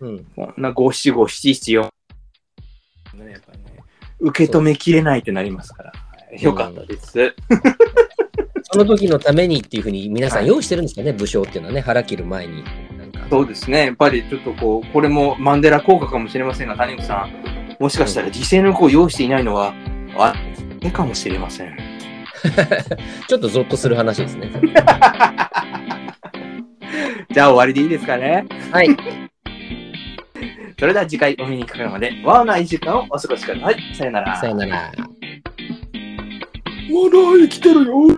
Speaker 1: 急にこ
Speaker 2: うん。
Speaker 1: こでね、こんな五七五七七四。ねやっぱね受け止めきれないってなりますから。はいよかったです。
Speaker 2: その時のためにっていうふうに皆さ
Speaker 1: は
Speaker 2: ん
Speaker 1: い
Speaker 2: 用意してるんですかね、武将っていうのはね、腹切る前に。なんか
Speaker 1: そうですね。やっぱりちょっとこう、これもマンデラ効果かもしれませんが、谷口さん、もしかしたら時世の句を用意していないのは、あれかもしれません。
Speaker 2: ちょっとゾッとする話で すね。
Speaker 1: じゃあ終わりでいいですかね。
Speaker 2: はい。
Speaker 1: それでは次回お見にかかるまで、ワオな一週間をお過ごしください。さよなら。
Speaker 2: さよなら。
Speaker 1: まだ生きてるよ。